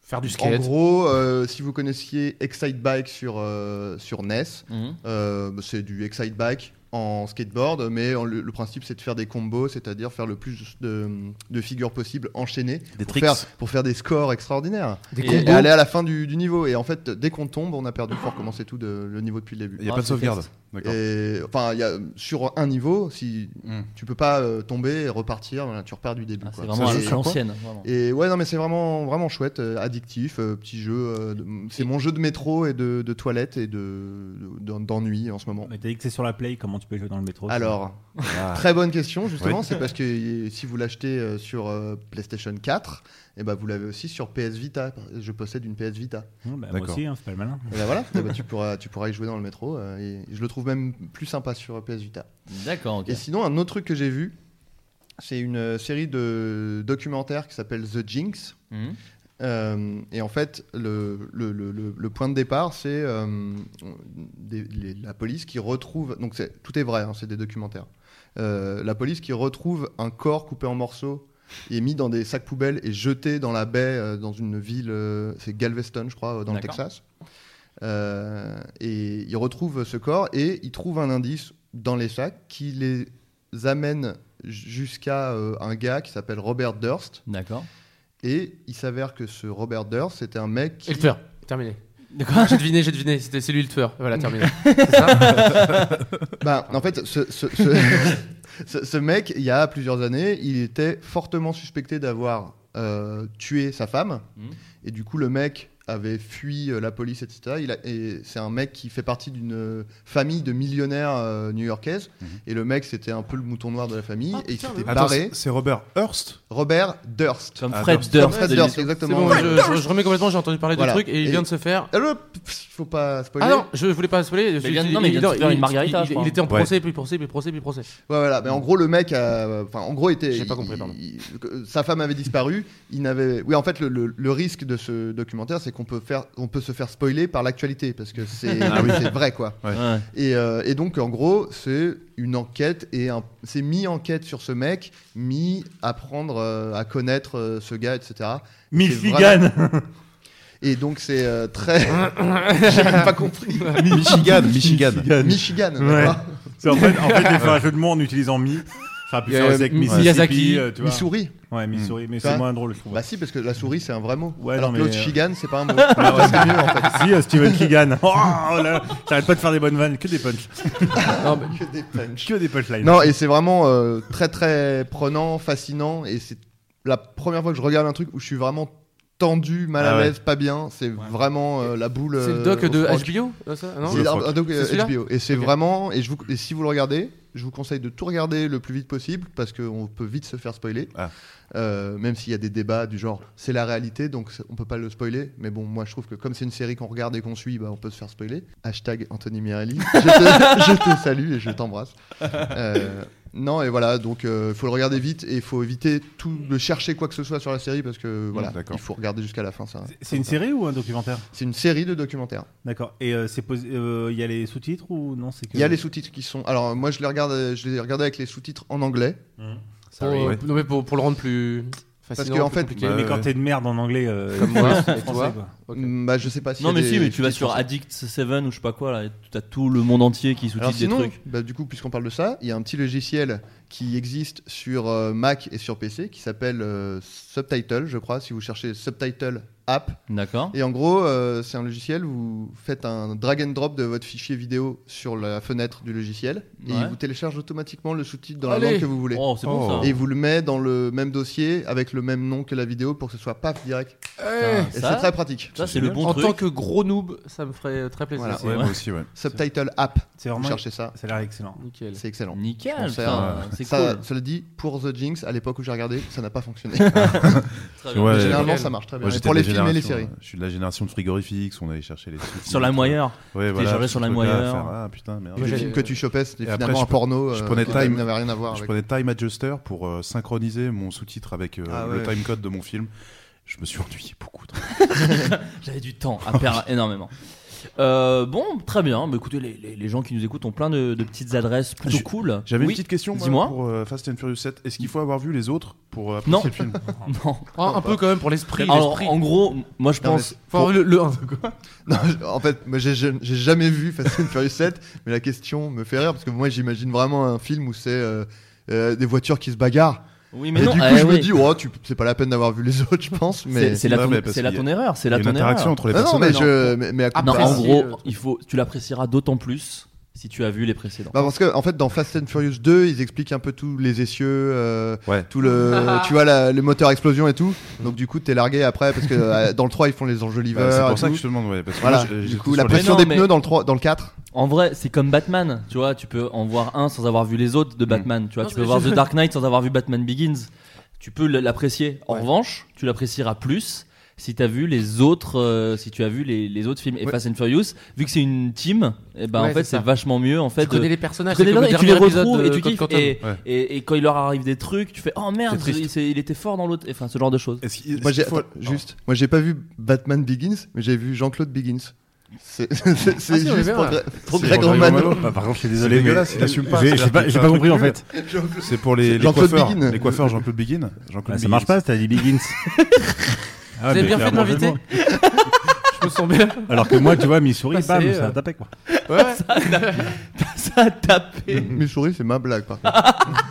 S7: Faire du
S4: en
S7: skate.
S4: gros, euh, si vous connaissiez Excite Bike sur, euh, sur NES,
S1: Mhm.
S4: euh, c'est du Excite Bike en skateboard, mais en- le, le principe c'est de faire des combos, c'est-à-dire faire le plus de, de figures possibles enchaînées
S6: Des
S4: pour
S6: tricks.
S4: faire, pour faire des scores extraordinaires
S7: Des
S4: et,
S7: combos.
S4: et aller à la fin du, du niveau. Et en fait, dès qu'on tombe, on a perdu. Faut recommencer tout de- le niveau depuis le
S5: Il
S4: début.
S5: n'y a
S1: Ah,
S5: pas de
S1: c'est
S5: sauvegarde. D'accord.
S4: Et enfin, il y a, sur un niveau, si
S5: Mm.
S4: tu peux pas euh, tomber, et repartir, voilà, tu repars du début.
S1: Ah,
S4: quoi.
S1: c'est vraiment
S4: Ça,
S1: à
S4: c'est-
S1: l'ancienne. vraiment.
S4: Et ouais, non, mais c'est vraiment, vraiment chouette, euh, addictif, euh, petit jeu. euh, de- c'est mon jeu de métro et de, de toilette et de de- d'ennui en ce moment.
S6: Mais t'as dit que c'est sur la Play, comment tu peux jouer dans le métro
S4: Alors,
S5: Ah.
S4: très bonne question justement,
S5: Oui.
S4: c'est parce que y- si vous l'achetez euh, sur euh, PlayStation 4, et ben vous l'avez aussi sur PS Vita. Je possède une PS Vita.
S6: Hum, bah, Moi
S5: D'accord.
S6: aussi, hein, c'est pas le malin.
S4: Et ben voilà, eh ben tu, pourras, tu pourras y jouer dans le métro. euh, et je le trouve même plus sympa sur PS Vita.
S1: D'accord, ok.
S4: Et sinon, un autre truc que j'ai vu, c'est une euh, série de documentaires qui s'appelle The Jinx.
S1: Mhm.
S4: Euh, et en fait, le, le- le- le- le point de départ, c'est euh, des- les- la police qui retrouve. Donc, c'est- tout est vrai, hein, c'est des documentaires. Euh, la police qui retrouve un corps coupé en morceaux et mis dans des sacs poubelles et jeté dans la baie, euh, dans une ville, euh, c'est Galveston, je crois, euh, dans le
S1: D'accord.
S4: Texas. Euh, et ils retrouvent ce corps et ils trouvent un indice dans les sacs qui les amène jusqu'à euh, un gars qui s'appelle Robert Durst.
S1: D'accord.
S4: Et il s'avère que ce Robert Durst, c'était un mec qui...
S7: Et le tueur. Terminé.
S1: De quoi
S7: J'ai deviné, j'ai deviné. C'était c'est lui le tueur. Voilà, terminé. C'est ça
S4: Bah, en fait, ce, ce- ce- ce- ce mec, il y a plusieurs années, il était fortement suspecté d'avoir euh, tué sa femme.
S7: Hmm.
S1: Mhm.
S4: Et du coup, le mec avait fui euh, la police, etc. Il a- et c'est un mec qui fait partie d'une famille de millionnaires euh, new-yorkaises.
S7: Hmm.
S5: Mhm.
S4: Et le mec, c'était un peu le mouton noir de la famille.
S7: Ah,
S4: et il
S7: putain,
S4: s'était
S7: mais
S5: Attends,
S4: barré.
S5: c'est c'est Robert Hearst.
S4: Robert Durst.
S1: Comme
S5: Ah,
S1: Fred
S5: Durst.
S1: Durst.
S4: Fred
S1: de l'émission.
S4: Durst,
S7: C'est
S4: exactement.
S7: bon, je, je- je remets complètement. J'ai entendu parler
S4: Voilà.
S7: du truc et il
S4: Et-
S7: vient de se faire.
S4: Allô, pff, faut pas spoiler.
S7: Ah non, je voulais pas spoiler.
S1: il vient de- non, mais il vient de se faire une margarita,
S7: il-
S1: je
S7: il-
S1: crois.
S7: il était en
S5: Ouais.
S7: procès, puis procès, puis procès, puis procès.
S4: Ouais, voilà, mais en gros, le mec, a- enfin, en gros, était.
S7: J'ai pas
S4: il-
S7: compris, pardon.
S4: il- que- sa femme avait disparu. Il n'avait. Oui, en fait, le, le- le risque de ce documentaire, c'est qu'on peut faire, on peut se faire spoiler par l'actualité parce que c'est
S6: Ah
S4: c'est vrai, quoi.
S1: Ouais.
S4: Et, euh, et donc, en gros, c'est une enquête et un- c'est mi-enquête sur ce mec, mi-apprendre euh, à connaître euh, ce gars, etc.
S6: Michigan
S4: Et donc, c'est euh, très. J'ai même pas compris.
S5: Michigan, Michigan.
S4: Michigan,
S6: Ouais.
S4: d'accord.
S6: C'est En fait, en fait, j'ai fait un jeu de mots en utilisant Mi. Ça pu
S7: Il y a
S6: faire aussi avec
S7: Mi-
S6: Mississippi,
S7: Miyazaki,
S6: euh, tu vois.
S4: Missouri.
S6: Ouais, Missouri, mais
S4: Ça
S6: c'est moins drôle, je trouve.
S4: Bah, si, parce que la souris, c'est un vrai mot.
S6: Ouais,
S4: Alors
S6: non,
S4: que l'autre,
S6: mais, euh,
S4: Chigan, c'est pas un mot.
S6: Ah ouais.
S4: C'est mieux, en fait.
S6: Si, euh, Steven Keegan. Oh, oh là, j'arrête pas de faire des bonnes vannes, que des punch,
S7: Non, mais-
S4: que des punchs.
S6: que des punchlines.
S4: Non, et c'est vraiment euh, très très prenant, fascinant. Et c'est la première fois que je regarde un truc où je suis vraiment tendu, mal
S5: Ah
S4: à
S5: ouais.
S4: l'aise, pas bien. C'est vraiment euh, la boule.
S7: C'est le
S4: euh,
S7: doc
S4: au
S7: de
S4: froc.
S7: HBO euh, ça Non
S4: C'est un- un doc, euh,
S7: C'est celui-là
S4: HBO. Et c'est
S7: Ok.
S4: vraiment. Et, je vous, et si vous le regardez, je vous conseille de tout regarder le plus vite possible parce qu'on peut vite se faire spoiler.
S5: Ah.
S4: Euh, même s'il y a des débats du genre c'est la réalité donc c'est- on peut pas le spoiler mais bon moi je trouve que comme c'est une série qu'on regarde et qu'on suit bah on peut se faire spoiler hashtag Anthony Mirelli je te, je te salue et je t'embrasse Euh, non et voilà donc euh, faut le regarder vite et faut éviter tout de chercher quoi que ce soit sur la série parce que voilà
S5: d'accord.
S4: il faut regarder jusqu'à la fin ça
S6: C'est- C'est une série ou un documentaire
S4: c'est une série de documentaires
S6: D'accord. Et euh, c'est posé- euh, il y a les sous-titres ou non c'est que...
S4: Il y a les sous-titres qui sont. Alors moi je les regarde, euh, je les regarde avec les sous-titres en anglais
S7: Pour,
S5: Sorry.
S7: euh,
S5: Ouais.
S7: Non, mais pour, pour le rendre plus fascinant,
S4: que, en
S7: plus
S4: fait,
S7: compliqué.
S5: bah,
S6: Mais
S5: Ouais,
S6: quand
S5: ouais.
S6: t'es de merde en anglais, euh,
S7: Comme moi,
S6: français,
S7: tu vois.
S6: quoi.
S7: Ok.
S4: Mm, Bah je sais pas si.
S1: Non
S4: y a
S1: mais
S4: des
S1: si, mais tu vas
S4: sous-titres
S1: sur
S4: français.
S1: Addict 7 ou je sais pas quoi là, et t'as tout le monde entier qui
S4: Alors
S1: sous-titre des
S4: sinon,
S1: trucs.
S4: bah, du coup puisqu'on parle de ça, il y a un petit logiciel qui existe sur euh, Mac et sur PC qui s'appelle euh, Subtitle, je crois. Si vous cherchez Subtitle app.
S1: D'accord.
S4: Et en gros, euh, c'est un logiciel, vous faites un drag and drop de votre fichier vidéo sur la fenêtre du logiciel et
S1: Ouais.
S4: il vous télécharge automatiquement le sous-titre dans
S7: Allez.
S4: la langue que vous voulez.
S1: Oh, c'est bon
S5: Oh.
S1: ça.
S4: Et il vous le met dans le même dossier avec le même nom que la vidéo pour que ce soit paf direct.
S1: Putain,
S4: Et c'est
S1: ça,
S4: très pratique.
S1: ça, c'est le bon
S7: Eh, en tant
S1: truc.
S7: que gros noob, ça me ferait très plaisir.
S6: Ah,
S4: Voilà.
S5: Ouais,
S1: Ouais.
S5: moi aussi, ouais.
S4: Subtitle app,
S1: Ah,
S6: C'est
S4: vous
S6: vraiment.
S4: cherchez ça,
S6: Ça a l'air excellent.
S7: Nickel.
S4: c'est excellent.
S1: Nickel,
S4: Je pense
S1: putain, c'est
S4: Ça,
S1: cool.
S4: cela dit, pour The Jinx, à l'époque où j'ai regardé, ça n'a pas fonctionné.
S1: Très
S5: Tu
S1: bien.
S5: vois,
S4: Mais
S5: euh,
S4: Généralement,
S7: nickel.
S4: ça marche très bien.
S5: moi,
S4: Mais
S5: j'étais
S4: pour
S5: de
S4: les
S5: la
S4: films et les séries.
S5: génération- euh, Je suis de la génération de frigorifiques, on allait chercher les sous-titres.
S1: Sur la moyenne.
S5: Ouais,
S1: T'es
S5: voilà.
S1: chargé
S5: ce
S1: sur la
S5: truc-là à
S1: moyenne.
S5: faire, Ah putain, merde.
S4: Les
S7: j'ai-
S4: films que tu chopais, c'était
S5: Et après,
S4: finalement
S5: je
S4: un porno.
S5: je
S4: euh,
S5: prenais
S4: qui
S5: Time.
S4: n'avait rien à voir
S5: Je
S4: avec.
S5: prenais Time Adjuster pour euh, synchroniser mon sous-titre avec euh,
S4: Ah
S5: le
S4: ouais.
S5: timecode de mon film. Je me suis ennuyé beaucoup.
S1: J'avais du temps à perdre énormément. Euh, bon, très bien. Mais écoutez, les, les- les gens qui nous écoutent ont plein de, de petites adresses plutôt
S5: J'ai-
S1: cool.
S5: J'avais
S1: Oui.
S5: une petite question moi,
S1: dis-moi.
S5: pour euh, Fast and Furious 7. Est-ce qu'il faut avoir vu les autres pour euh,
S1: Non.
S5: apprécier le film
S1: Non.
S7: Ah, Un, un peu quand même pour l'esprit.
S1: Alors, en gros, moi je
S4: Non, mais
S1: pense.
S4: c'est-
S7: Faut avoir le, le un, quoi.
S4: Non, je- en fait, moi, j'ai j'ai- j'ai jamais vu Fast and Furious 7, mais la question me fait rire parce que moi j'imagine vraiment un film où c'est euh, euh, des voitures qui se bagarrent.
S1: Oui,
S4: et
S1: mais non.
S4: du coup,
S1: eh
S4: je me
S1: oui.
S4: dis, oh, tu- c'est pas la peine d'avoir vu les autres, je pense.
S1: C'est-
S4: Mais
S1: c'est la
S5: Ouais,
S1: ton-
S5: mais parce
S1: c'est la
S5: qu'il y a-
S1: ton erreur. C'est
S5: Il y
S1: la
S5: a une
S1: ton
S5: interaction
S1: erreur.
S5: entre les
S4: Ah non, non,
S5: personnages.
S4: mais, je, mais, mais à coup
S1: Non, en
S4: près.
S7: Apprécier,
S1: gros,
S7: euh,
S1: il faut, tu l'apprécieras d'autant plus si tu as vu les précédents.
S4: Bah, parce que en fait, dans Fast and Furious 2, ils expliquent un peu tous les essieux, euh,
S5: Ouais.
S4: tout le, tu vois, la- le moteur explosion et tout. Donc du coup, t'es largué après parce que euh, dans le 3, ils font les
S5: Bah,
S4: enjoliveurs.
S5: c'est
S4: et
S5: pour ça
S4: tout.
S5: que je te demande. Ouais, parce que
S4: Voilà.
S5: moi, j'ai-
S4: Du
S5: j'étais
S4: coup,
S5: sur
S4: la
S5: les-
S4: pression
S1: Mais non,
S4: des
S1: mais-
S4: pneus dans le 3, dans le 4.
S1: En vrai, c'est comme Batman. Tu vois, tu peux en voir un sans avoir vu les autres
S7: Mm.
S1: de Batman. Tu vois,
S7: Non,
S1: tu
S7: c'est-
S1: peux voir
S7: je-
S1: The Dark Knight sans avoir vu Batman Begins. Tu peux l- l'apprécier. En
S4: Ouais.
S1: revanche, tu l'apprécieras plus si tu as vu les autres, euh, si tu as vu les, les autres films. Et
S4: Ouais.
S1: Fast and Furious, vu que c'est une team, eh ben
S7: Ouais,
S1: en fait,
S7: c'est ça.
S1: c'est vachement mieux. En fait,
S7: Tu connais
S1: de-
S7: les personnages.
S1: tu connais
S7: c'est
S1: les- et
S7: comme
S1: tu
S7: le
S1: les
S7: dernier épisode
S1: retrouves et
S7: de
S1: tu eh,
S7: Code
S1: kiffes.
S7: Quantum.
S1: Et,
S5: Ouais.
S1: et- et quand il leur arrive des trucs, tu fais oh merde,
S5: C'est triste.
S1: il, s'est- il était fort dans l'autre. Enfin, ce genre de choses.
S5: Est-ce qu'il-
S4: Moi
S5: est-ce
S4: j'ai
S5: qu'il faut-
S4: attends, juste, moi j'ai pas vu Batman Begins, mais j'ai vu Jean-Claude Begins. C'est c'est- c'est
S7: on est
S4: juste
S7: bien,
S4: pour,
S7: ouais.
S4: Greg- pour
S5: C'est
S4: Greg
S5: Jean-Claude
S4: Romano.
S5: Romano.
S6: Bah, par contre, je suis
S5: C'est
S6: désolé, mais
S5: dégueulasse, il assume pas,
S6: j'ai-
S5: c'est-à-dire
S6: j'ai pas,
S5: que
S6: j'ai
S5: t'as
S6: pas
S5: un
S6: compris en
S5: truc nul.
S6: fait.
S5: C'est pour les, les
S4: Jean-Claude
S5: coiffeurs.
S4: Begin.
S5: Les coiffeurs Jean-Claude Begin. Jean-Claude
S6: Bah, ça
S5: Begin.
S6: marche pas, t'as dit Begins. Ah ouais,
S7: Vous avez
S6: mais
S7: bien fait de
S6: clairement, j'ai
S7: m'inviter. Je me sens bien.
S6: le droit. Alors que moi, tu vois, Missouri,
S7: Passé,
S6: bam,
S7: euh,
S6: ça a tapé quoi.
S7: Ouais.
S1: Ça a tapé.
S4: Mes souris, c'est ma blague par contre.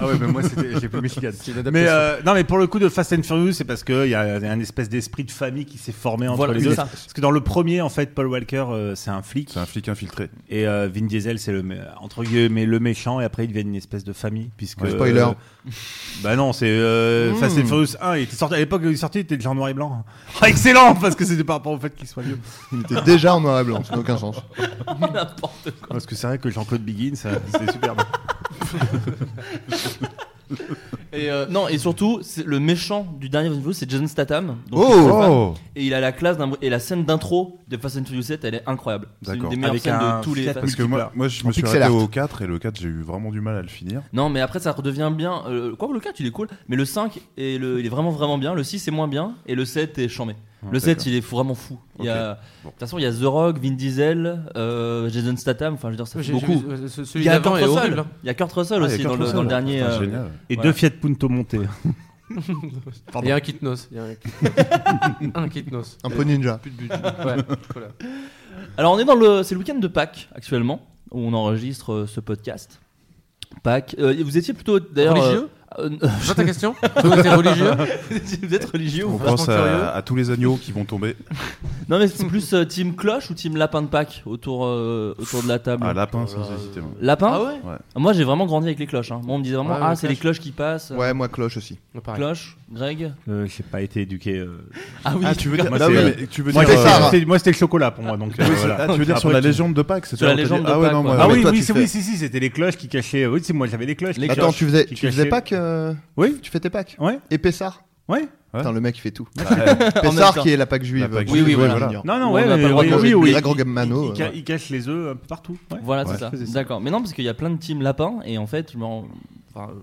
S6: Ah ouais, mais moi, c'était- j'ai plus Michigan.
S7: C'est une adaptation.
S6: Mais euh, non, mais pour le coup de Fast and Furious, c'est parce qu'il y a un espèce d'esprit de famille qui s'est formé entre
S1: Voilà,
S6: les
S1: c'est
S6: deux.
S1: ça.
S6: Parce que dans le premier, en fait, Paul Walker, euh, c'est un flic.
S5: C'est un flic infiltré.
S1: Ah,
S6: Et euh, Vin Diesel, c'est le mé- entre guillemets le méchant, et après ils deviennent une espèce de famille. Puisque,
S4: Ouais, spoiler.
S6: euh, bah non, c'est euh,
S4: Mm.
S6: Fast and Furious 1. Il était sorti, à l'époque où il est sorti, il était déjà en noir et blanc. Ah, excellent Parce que c'était par rapport au fait qu'il soit vieux.
S4: Il était déjà en noir et blanc, ça n'a aucun sens.
S1: N'importe quoi.
S6: Parce que c'est vrai que Jean-Claude Biguin, ça- c'est super bien.
S1: Et euh, non, et surtout, c'est le méchant du dernier Fast and Furious, c'est Jason Statham. Donc,
S4: Oh
S1: c'est fan.
S5: Oh
S1: Et il a la classe d'un- et la scène d'intro de Fast and Furious 7, elle est incroyable. C'est une
S5: D'accord.
S1: des meilleures
S6: Avec
S1: scènes
S6: un
S1: de tous les.
S6: Fiat
S1: Fast-
S5: Parce que moi,
S6: Multiplayer.
S5: moi, je
S4: En
S5: me suis
S4: pixel
S5: arrêté
S4: art.
S5: au 4 et le 4, j'ai eu vraiment du mal à le finir.
S1: Non, mais après ça redevient bien. Euh, quoi que le 4 il est cool, mais le 5 et le, il est vraiment vraiment bien. Le 6 est moins bien et le 7 est chambé.
S5: Ah,
S1: Le 7 il est fou- vraiment fou. Il y a- De toute façon, il y a The Rock, Vin Diesel, euh, Jason Statham. Enfin, je veux dire, ça fait
S7: J'ai-
S1: beaucoup.
S7: j'ai vu- euh, ce-
S1: Il
S7: Celui
S1: y a Kurt
S7: d'avant est
S1: Russell.
S7: horrible.
S1: Il y a Kurt Russell
S5: Ah,
S1: aussi
S5: il y a
S1: dans
S5: Kurt
S1: le,
S5: Russell.
S1: dans le dernier.
S5: Putain,
S1: euh,
S5: Génial.
S6: Et
S1: Voilà.
S6: deux Fiat Punto montés.
S7: Il y a un Kitnos. Il y a un un Kitnos.
S4: Un peu ninja.
S7: Plus de budget. euh, Ouais. voilà.
S1: Alors on est dans le c'est le week-end de Pâques actuellement où on enregistre euh, ce podcast. Pâques. Euh, vous étiez plutôt d'ailleurs
S7: Religieux
S1: euh, euh,
S7: C'est ça ta question Toi, t'es religieux
S1: vous êtes religieux ou
S5: On
S1: pas
S5: pense
S7: curieux.
S5: à, à tous les agneaux qui vont tomber.
S1: Non mais c'est plus euh, team cloche ou team lapin de Pâques autour euh, autour de la
S6: Ah,
S1: table.
S5: À lapin, sans hésiter. moi.
S1: Lapin
S7: Ah ouais
S1: Moi j'ai vraiment grandi avec les cloches. Hein. Moi on me disait vraiment
S7: Ouais,
S1: ah
S7: ouais,
S1: c'est les
S7: cloche.
S1: cloches qui passent.
S4: Ouais, moi cloche aussi.
S7: Non, pareil.
S1: Cloche, Greg.
S6: Euh, J'ai pas été éduqué. euh,
S1: Ah oui.
S5: Ah, tu veux dire,
S6: Moi,
S5: bah
S6: c'est-
S5: oui, mais tu veux
S6: Moi,
S5: dire,
S6: c'était-
S5: euh,
S4: Sarah.
S6: c'était- moi, c'était le chocolat pour moi. Donc, euh,
S5: oui,
S6: voilà.
S5: c'est- ah, tu veux dire sur
S6: Après,
S5: la
S6: tu-
S5: légende de Pâques c'est
S1: Sur
S5: ça,
S1: la
S5: on t'a dit-
S1: légende de
S5: Ah ouais,
S1: Pâques,
S5: non, moi,
S1: ouais.
S6: Ah
S4: mais
S6: oui,
S4: toi,
S6: oui,
S4: tu
S6: si,
S4: fais-
S6: oui, si, si, c'était les cloches qui cachaient. euh, Oui, si, moi j'avais les cloches.
S1: Les
S6: Attends,
S4: Attends,
S1: cloches.
S4: tu faisais,
S6: Qui
S4: tu faisais
S6: cachait-
S4: Pâques euh,
S6: Oui.
S4: Tu fais tes Pâques
S6: Ouais.
S4: Et Pessard
S6: Ouais.
S5: Ouais.
S4: Putain, le mec, il fait tout.
S1: même
S4: Pessard
S1: temps.
S4: qui est la Pâque juive.
S5: La Pâque
S4: euh,
S1: Oui, oui,
S4: je
S1: voilà.
S4: l'ignore.
S6: Non, non,
S1: On
S6: ouais,
S1: n'a pas le droit
S6: oui,
S1: de manger
S6: oui,
S1: de
S6: oui.
S4: Greg Rogamano,
S6: il, il ca-
S4: euh,
S6: il cache les œufs un peu partout. ouais.
S1: Voilà
S6: Ouais.
S1: c'est ça.
S6: Je faisais ça.
S1: D'accord. Mais non parce qu'il y a plein de team lapin et en fait je m'en- enfin, euh,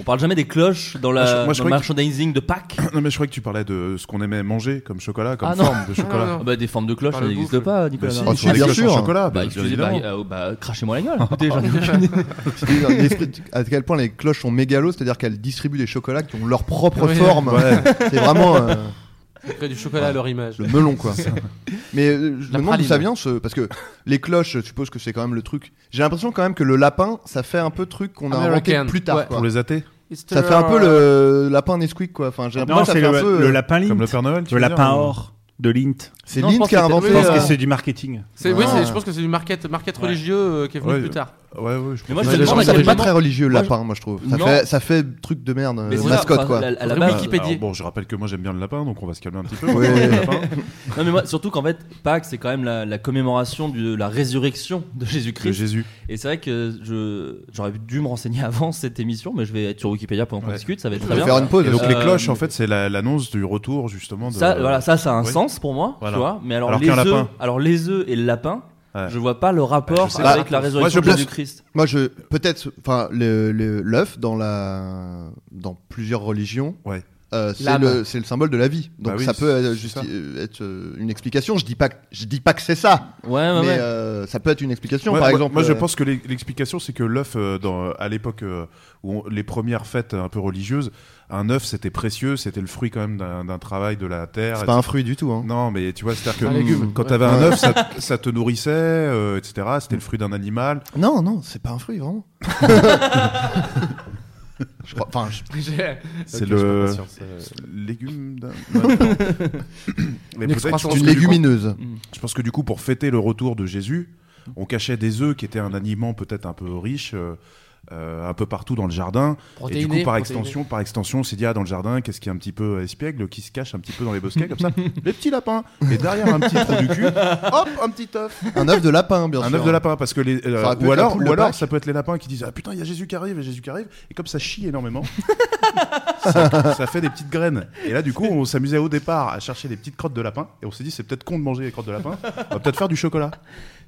S1: on parle jamais des cloches dans
S5: Moi, je-
S1: la
S5: moi, je
S1: dans le
S5: croyais
S1: merchandising de Pâques.
S5: Non, mais je croyais que tu parlais de ce qu'on aimait manger comme chocolat, comme
S1: Ah, non.
S5: forme de chocolat.
S7: Non,
S1: Ah bah, des formes de cloches
S7: Par
S1: ça
S7: le
S1: n'existe
S7: bouffe.
S1: pas
S5: Bah,
S1: Nicolas.
S5: si,
S1: Darwin.
S4: Ah,
S5: sur les
S4: bien
S5: cloches
S4: sûr.
S5: en chocolat.
S1: Bah
S5: bien
S1: excusez, bah,
S5: évidemment.
S1: euh, bah, crachez-moi la gueule. Écoutez, j'en ai aucune idée.
S4: Et dans l'esprit- à quel point les cloches sont mégalos, c'est-à-dire qu'elles distribuent des chocolats qui ont leur propre
S7: Ouais.
S4: forme.
S5: Ouais.
S4: C'est vraiment euh,
S7: Après, du chocolat à leur image.
S4: le melon, quoi. Mais euh, je me
S7: La
S4: demande d'où
S7: praline.
S4: ça vient, ce... parce que les cloches, je suppose que c'est quand même le truc. J'ai l'impression quand même que le lapin, ça fait un peu truc qu'on a inventé
S7: American.
S4: plus tard.
S7: Ouais. Euh.
S4: quoi.
S5: Pour les athées
S4: Ça fait un peu le lapin Nesquik quoi. Enfin, j'ai l'impression que
S6: Non,
S4: ça
S6: c'est
S4: fait un
S6: le,
S4: peu. euh,
S6: le lapin
S5: Comme le
S6: Lint.
S5: Père Noël tu
S6: Le
S5: veux dire,
S6: lapin
S5: ou-
S6: or de Lint.
S4: C'est
S7: Non, je
S4: Lynn
S7: pense
S4: qui a
S7: que
S4: inventé.
S7: c'était-
S6: Je pense
S7: euh,
S6: que c'est du marketing.
S7: C'est- Oui,
S4: Ah.
S7: c'est- je pense que c'est du market, market
S6: Ouais.
S7: religieux euh, qui est venu
S5: Ouais.
S7: plus tard.
S5: Ouais, ouais,
S1: Mais
S5: je
S1: moi,
S5: comprends.
S1: je te
S4: les gens
S1: demande à
S4: ça
S1: quel
S4: fait pas
S1: moment-
S4: très religieux le
S1: Moi, je-
S4: lapin, moi je trouve. Ça
S1: Non.
S4: fait, ça fait truc de merde, euh,
S1: c'est
S4: mascotte
S1: ça,
S4: quoi.
S1: enfin, à la- à la
S7: Faudrait
S1: base,
S5: Ah,
S7: Wikipédia.
S5: alors bon, je rappelle que moi j'aime bien le lapin, donc on va se calmer un petit peu.
S4: Ouais.
S5: Le lapin.
S1: Non mais moi surtout qu'en fait Pâques c'est quand même la, la commémoration de la résurrection de
S5: Le
S1: Jésus-Christ
S5: Jésus.
S1: et c'est vrai que je j'aurais dû me renseigner avant cette émission mais je vais être sur Wikipédia pendant qu'on
S5: Ouais.
S1: discute ça va être
S4: On
S1: très
S4: va
S1: bien.
S4: faire une pause.
S5: Et donc
S1: Euh,
S5: les cloches, en fait, c'est la- l'annonce du retour justement de.
S1: Ça voilà ça ça a un
S5: euh, Oui.
S1: sens pour moi
S5: Voilà.
S1: tu vois mais alors,
S5: Alors
S1: les
S5: qu'un
S1: œufs
S5: lapin.
S1: alors les œufs et le lapin
S5: Ouais.
S1: je vois pas le rapport
S5: je sais
S4: pas.
S1: avec la résurrection
S5: je
S1: de
S5: pense-
S1: Jésus-Christ.
S4: Moi je peut-être enfin le- le- l'œuf dans la dans plusieurs religions.
S5: Ouais.
S4: euh, c'est
S7: L'âme.
S4: le c'est le symbole de la vie. Donc
S5: Bah oui,
S4: ça peut euh,
S5: c'est
S4: justi-
S5: ça.
S4: euh, être euh, une explication, je dis pas que- je dis pas que c'est ça,
S1: Ouais ouais
S4: mais
S1: Ah, bah ouais.
S4: euh, ça peut être une explication
S5: Ouais,
S4: par
S5: moi-
S4: exemple.
S5: Moi, je
S4: euh,
S5: pense que l'e- l'explication, c'est que l'œuf, euh, dans- à l'époque euh, où on- les premières fêtes un peu religieuses, un œuf, c'était précieux, c'était le fruit quand même d'un d'un travail de la terre.
S4: c'est pas un fruit du tout hein.
S5: Non, mais tu vois, c'est-à-dire
S7: Un
S5: que
S7: légume.
S5: quand
S7: Ouais.
S5: t'avais un œuf, ça, ça te nourrissait, euh, etc. C'était le fruit d'un animal.
S4: Non, non, c'est pas un fruit, vraiment. je crois, enfin, je-
S7: J'ai-
S5: C'est
S7: Ok, je suis pas
S5: le
S7: patient, c'est-
S5: légume d'un. Ouais, non. mais
S7: Une
S5: peut-être,
S7: excroissance.
S5: je pense
S4: c'est une
S5: que du coup-
S4: légumineuse.
S5: Je pense que du coup, pour fêter le retour de Jésus, on cachait des œufs qui étaient un aliment peut-être un peu riche, euh, euh, un peu partout dans le jardin. Et du
S7: protéiné,
S5: coup, par
S7: protéiné.
S5: extension, par extension, on s'est dit, ah, dans le jardin, qu'est-ce qui est un petit peu espiègle, qui se cache un petit peu dans les bosquets, comme ça Les petits lapins Et derrière un petit trou du cul, hop, un petit œuf
S4: Un œuf de lapin, bien
S5: Un
S4: sûr.
S5: œuf de lapin, parce que les. euh,
S4: hein. Ça aurait pu
S5: ou
S4: être la
S5: alors,
S4: poule
S5: ou
S4: de
S5: alors
S4: Pâques.
S5: ça peut être les lapins qui disent, ah putain, il y a Jésus qui arrive, il y a Jésus qui arrive, et comme ça chie énormément, ça, ça fait des petites graines. Et là, du coup, on s'amusait au départ à chercher des petites crottes de lapin, et on s'est dit, c'est peut-être con de manger les crottes de lapin, on va peut-être faire du chocolat.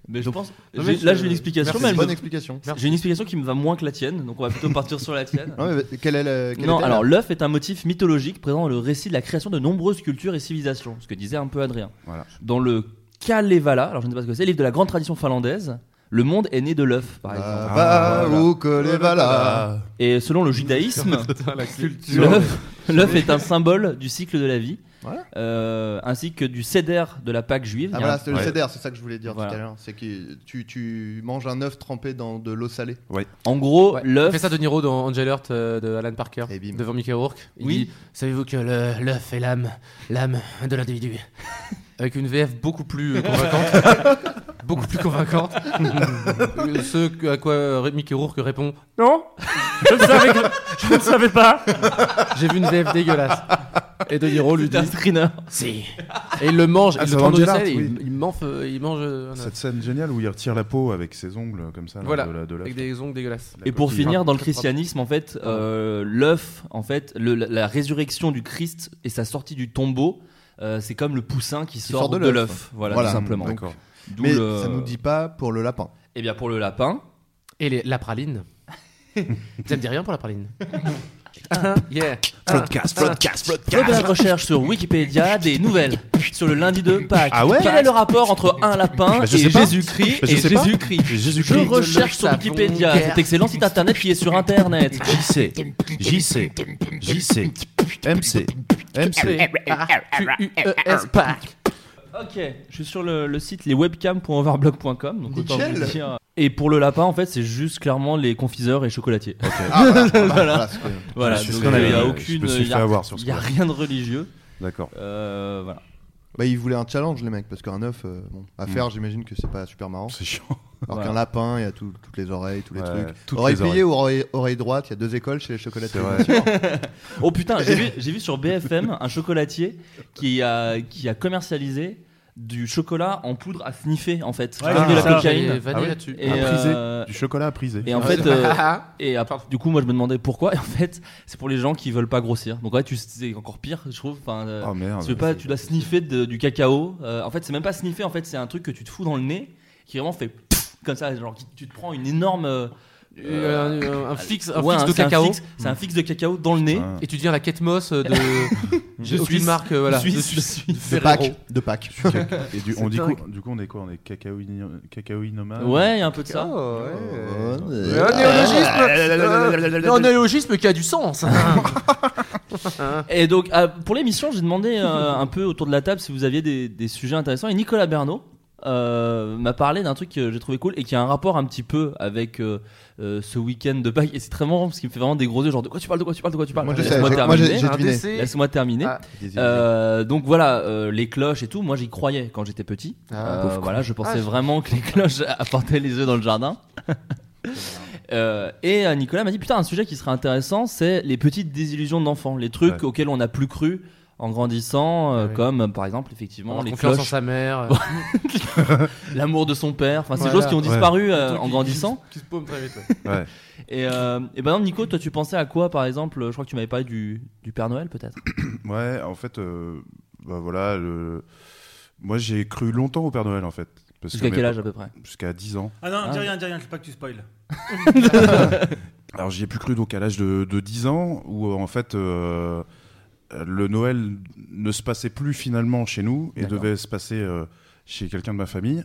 S1: Mais je pense
S7: Non,
S1: j'ai-
S7: mais
S1: là
S7: je-
S1: j'ai une explication mais
S4: Merci, c'est
S1: elle
S4: une
S1: me-
S4: bonne explication.
S1: j'ai une explication qui me va moins que la tienne donc on va plutôt partir sur la tienne.
S4: Ouais, mais euh, quelle est la- quelle
S1: Non,
S4: était la-
S1: alors l'œuf est un motif mythologique présent dans le récit de la création de nombreuses cultures et civilisations, ce que disait un peu Adrien.
S5: Voilà.
S1: Dans le Kalevala, alors je ne sais pas ce que c'est, livre de la grande tradition finlandaise, le monde est né de l'œuf, par exemple.
S4: Ah,
S5: Ah,
S4: bah,
S5: voilà.
S4: ou que les voilà.
S1: Et selon le judaïsme,
S7: La culture.
S1: l'œuf l'œuf est un symbole du cycle de la vie,
S4: Voilà.
S1: euh, ainsi que du céder de la Pâque juive.
S4: Ah
S1: Il y a
S4: voilà, c'est le
S5: Ouais.
S4: céder, c'est ça que je voulais dire
S1: Voilà.
S4: tout à l'heure. C'est que tu, tu manges un œuf trempé dans de l'eau salée.
S1: un- En gros,
S7: Ouais.
S1: l'œuf.
S7: Fait ça De Niro dans Angel Heart euh, de Alan Parker
S4: Et bim.
S7: devant Mickey Rourke. Il
S1: Oui.
S7: dit Savez-vous que le- l'œuf est l'âme, l'âme de l'individu Avec une VF beaucoup plus euh, convaincante. beaucoup plus convaincante. Euh, Ce que- à quoi euh, Mickey Rourke répond Non Je ne savais, que- je ne savais pas J'ai vu une VF dégueulasse. Et De Niro lui
S1: c'est
S7: dit
S1: un screener.
S7: Si Et il le mange,
S5: Ah,
S7: il
S5: c'est
S7: le prend dans
S5: Angel
S7: le sel
S5: Heart,
S7: et
S5: oui.
S7: il, il manf- euh, il mange euh, un œuf
S5: Cette scène géniale où il retire la peau avec ses ongles comme ça. là,
S7: Voilà,
S5: de la- de la-
S7: avec des ongles dégueulasses.
S5: de la
S1: Et pour
S5: coquille.
S1: finir, dans le christianisme, en fait, euh, l'œuf, en fait, le- la- la résurrection du Christ et sa sortie du tombeau, euh, c'est comme le poussin qui sort,
S4: sort
S1: de
S4: de
S1: l'œuf. Voilà,
S4: Voilà.
S1: tout simplement.
S5: D'accord.
S1: D'où
S4: Mais
S1: le-
S4: ça nous dit pas pour le lapin.
S1: Eh bien, pour le lapin,
S7: Et les- la praline Ça me dit rien pour la praline Ah, Yeah
S5: Podcast, podcast,
S1: Faites de
S5: podcast.
S1: la recherche sur Wikipédia des nouvelles sur le lundi de Pâques.
S5: Ah ouais
S1: Quel est le rapport entre un lapin
S5: Bah,
S1: et
S5: je sais pas.
S1: Jésus-christ
S5: Bah, je
S1: et
S5: sais pas.
S1: Jésus-Christ Je
S5: Jésus-Christ.
S1: recherche sur
S7: Le
S1: Wikipédia
S7: savon
S1: cet excellent site internet qui est sur internet.
S5: JC, JC, JC, MC, MC.
S7: Ah, Q-U-E-S E Pâques
S1: Ok, je suis sur le, le site leswebcams.overblog.com. Donc autant
S4: Nickel.
S1: vous dire. Et pour le lapin, en fait, c'est juste clairement les confiseurs et chocolatiers.
S4: Ah, voilà, voilà,
S1: Voilà.
S4: voilà, c'est que-
S1: Voilà,
S5: Je suis
S1: donc
S5: sûr
S1: il n'y a
S5: que-
S1: aucune.
S5: Je me suis
S1: il y
S5: fait
S1: a-
S5: avoir sur
S1: il
S5: ce
S1: n'y a
S5: coup.
S1: rien de religieux.
S5: D'accord.
S1: Euh, voilà.
S4: Bah, ils voulaient un challenge, les mecs, parce qu'un œuf, euh, bon, à
S5: Mm.
S4: faire, j'imagine que c'est pas super marrant.
S5: C'est chiant.
S4: Alors
S1: Voilà.
S4: qu'un lapin, il y a tout- toutes les oreilles, tous les
S5: Ouais,
S4: trucs.
S5: toutes
S4: oreille
S5: les
S4: pliée ou oreille, oreille droite, il y a deux écoles chez les chocolatiers.
S5: C'est vrai.
S4: bien sûr.
S1: Oh putain, j'ai vu, j'ai vu sur BFM un chocolatier qui a, qui a commercialisé du chocolat en poudre à sniffer en fait,
S6: Ouais,
S1: comme
S5: j'ai
S1: de
S5: vu ça.
S1: la cocaïne.
S7: vanille
S5: Ah oui.
S7: là-dessus.
S1: Et,
S5: À priser.
S1: euh,
S5: Du chocolat à priser.
S7: Ah,
S1: et en fait, euh, et à- du coup, moi je me demandais pourquoi. Et en fait, c'est pour les gens qui veulent pas grossir. Donc ouais, tu c'est encore pire, je trouve. Enfin, euh,
S5: Oh
S4: Ah,
S5: merde.
S1: tu veux pas, tu dois sniffer de- du cacao. Euh, en fait, c'est même pas sniffer. En fait, c'est un truc que tu te fous dans le nez qui vraiment fait pfff comme ça. Genre, qui- tu te prends une énorme. euh,
S7: Euh, un- un- un fixe, un
S1: ouais,
S7: fixe
S1: un-
S7: de
S1: c'est un
S7: cacao.
S1: fixe- C'est un fixe de cacao dans le nez.
S5: Ah.
S7: Et tu deviens la Kate Moss de. J'ai aucune
S1: Suisse.
S7: marque, euh, voilà.
S1: Suisse,
S7: de
S1: de
S7: Suisse.
S1: Suisse.
S4: De
S7: Ferrero.
S4: Pâques. De Pâques.
S5: Et du, on dit
S7: dingue.
S5: quoi- du coup, on est quoi On est cacaoïnomane
S4: hein.
S1: Ouais, y a un peu de ça.
S7: Oh,
S5: Euh,
S7: ouais.
S4: Ouais.
S1: Ah,
S7: Un néologisme euh, Un néologisme qui a du sens hein.
S1: Et donc, ah, euh, pour l'émission, j'ai demandé euh, un peu autour de la table si vous aviez des, des sujets intéressants. Et Nicolas Bernot euh, m'a parlé d'un truc que j'ai trouvé cool et qui a un rapport un petit peu avec euh, euh, ce week-end de Pâques. Et c'est très marrant parce qu'il me fait vraiment des gros yeux, genre de quoi tu parles, de quoi tu parles, de quoi tu parles. Euh,
S4: Moi, je sais,
S1: Laisse-moi
S4: j'ai- moi,
S1: terminer.
S4: j'ai- j'ai
S7: Un
S4: deviné.
S7: décès.
S1: Laisse-moi terminer.
S7: Ah.
S1: Euh, donc voilà, euh, les cloches et tout, moi j'y croyais quand j'étais petit.
S7: Ah,
S1: Euh,
S7: pauvre
S1: voilà, je pensais
S7: Ah, je-
S1: vraiment que les cloches apportaient les œufs dans le jardin. Euh, et euh, Nicolas m'a dit putain un sujet qui serait intéressant c'est les petites désillusions d'enfants les trucs
S5: Ouais.
S1: auxquels on n'a plus cru en grandissant euh,
S7: Ouais.
S1: comme euh, par exemple effectivement
S7: Ah Avoir
S1: les
S7: confiance en
S1: cloches
S7: sa mère.
S1: l'amour de son père enfin ces
S7: Voilà.
S1: choses qui ont
S5: Ouais.
S1: disparu euh,
S7: Truc
S1: en
S7: qui-
S1: grandissant
S7: Qui se paume très vite. ouais.
S5: Ouais.
S1: et, euh, et ben non, Nico toi tu pensais à quoi par exemple je crois que tu m'avais parlé du, du Père Noël peut-être
S5: Ouais, en fait, euh, bah voilà, le- moi j'ai cru longtemps au Père Noël en fait. Parce
S1: jusqu'à
S5: que
S1: quel
S5: mes-
S1: âge à peu près
S5: Jusqu'à 10 ans.
S8: Ah non,
S1: Ah.
S8: dis rien, dis rien, je veux pas que tu spoil.
S5: Alors j'y ai plus cru donc à l'âge de, de 10 ans où euh, en fait euh, le Noël ne se passait plus finalement chez nous et
S1: D'accord.
S5: devait se passer euh, chez quelqu'un de ma famille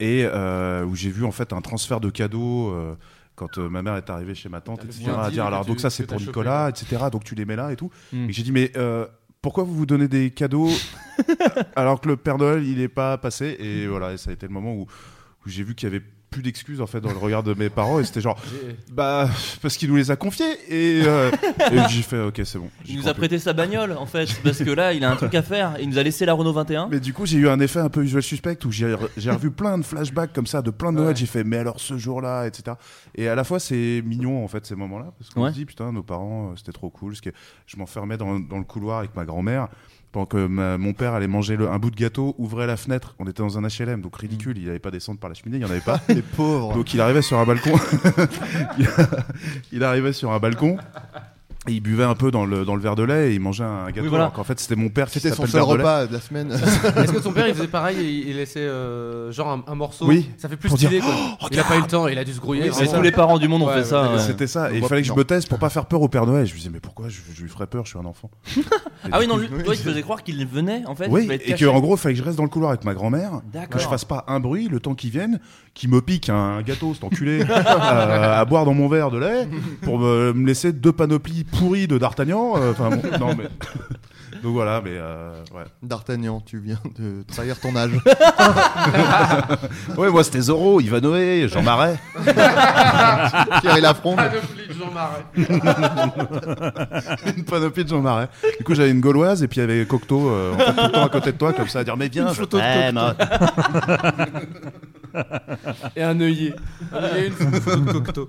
S5: et euh, où j'ai vu en fait un transfert de cadeaux euh, quand euh, ma mère est arrivée chez ma tante
S7: Ah, le
S5: etc.
S7: vieux
S5: à
S7: deal
S5: dire
S7: que
S5: alors
S7: tu-
S5: donc ça
S7: que
S5: c'est
S7: t'as
S5: pour
S7: chopé,
S5: Nicolas etc. Donc tu les mets là et tout
S1: Hmm.
S5: et j'ai dit mais euh, pourquoi vous vous donnez des cadeaux alors que le Père Noël il est pas passé et voilà et ça a été le moment où, où j'ai vu qu'il y avait plus d'excuses en fait dans le regard de mes parents et c'était genre
S7: J'ai-
S5: bah, parce qu'il nous les a confiés et, euh, et j'ai fait ok, c'est bon. j'y
S1: il nous
S5: crois
S1: a prêté sa bagnole en fait parce que là il a un truc à faire il nous a laissé la Renault 21
S5: plus. Mais du coup, j'ai eu un effet un peu usual suspect où j'ai re- j'ai revu plein de flashbacks comme ça de plein de Noël.
S7: Ouais.
S5: J'ai fait, mais alors ce jour-là, etc. Et à la fois, c'est mignon en fait ces moments-là parce qu'on
S1: Ouais.
S5: se dit putain, nos parents, euh, c'était trop cool. Parce que je m'enfermais dans, dans le couloir avec ma grand-mère pendant que ma- mon père allait manger le- un bout de gâteau, ouvrait la fenêtre. On était dans un HLM, donc ridicule.
S1: Mm.
S5: Il n'allait pas descendre par la cheminée, il n'y en avait pas.
S4: Les pauvres.
S5: Donc il arrivait sur un balcon. il, il arrivait sur un balcon. Et il buvait un peu dans le, dans le verre de lait et il mangeait un gâteau.
S1: Oui, voilà.
S5: Alors qu'en fait, c'était mon père qui
S4: C'était son
S5: s'appelle
S4: seul
S5: verre de lait.
S4: repas de la semaine.
S7: Est-ce que ton père il faisait pareil et il- il laissait euh, genre un, un morceau
S5: Oui.
S7: Ça fait plus
S5: Pour dire,
S7: stylé quoi. il a pas eu le temps, il a dû se grouiller.
S1: oh, C'est
S7: vraiment.
S1: tous les parents du monde ont
S7: Ouais,
S1: fait
S7: ouais,
S1: ça
S5: Et
S1: ouais.
S5: C'était ça. Et il
S4: Moi,
S5: fallait que je
S4: non.
S5: me taise pour pas faire peur au Père Noël. Je me disais, mais pourquoi je, je lui ferais peur Je suis un enfant. Et
S1: Ah oui,
S5: du
S1: non,
S5: coup,
S1: lui, toi, il te faisait croire qu'il venait, en fait. il
S5: Oui,
S1: fallait te
S5: et
S1: cacher.
S5: que en gros, il fallait que je reste dans le couloir avec ma grand-mère.
S1: D'accord.
S5: que je fasse pas un bruit le temps qu'ils viennent, qu'ils me piquent un gâteau, cet enculé, euh, à boire dans mon verre de lait, pour me, me laisser deux panoplies pourries de D'Artagnan. euh, Enfin bon, non mais. Donc voilà, mais euh, ouais.
S4: D'Artagnan, tu viens de trahir ton âge.
S5: Ouais, moi c'était Zoro, Ivanhoé, Jean Marais.
S4: Pierre et la fronde.
S5: Ah,
S7: Panoplie de Jean Marais.
S5: une panoplie de Jean Marais. Du coup, j'avais une gauloise et puis il y avait Cocteau euh, en fait, tout le temps à côté de toi, comme ça, à dire Mais viens, je t'aime.
S7: Et un œillet. Un œillet, une photo de Cocteau.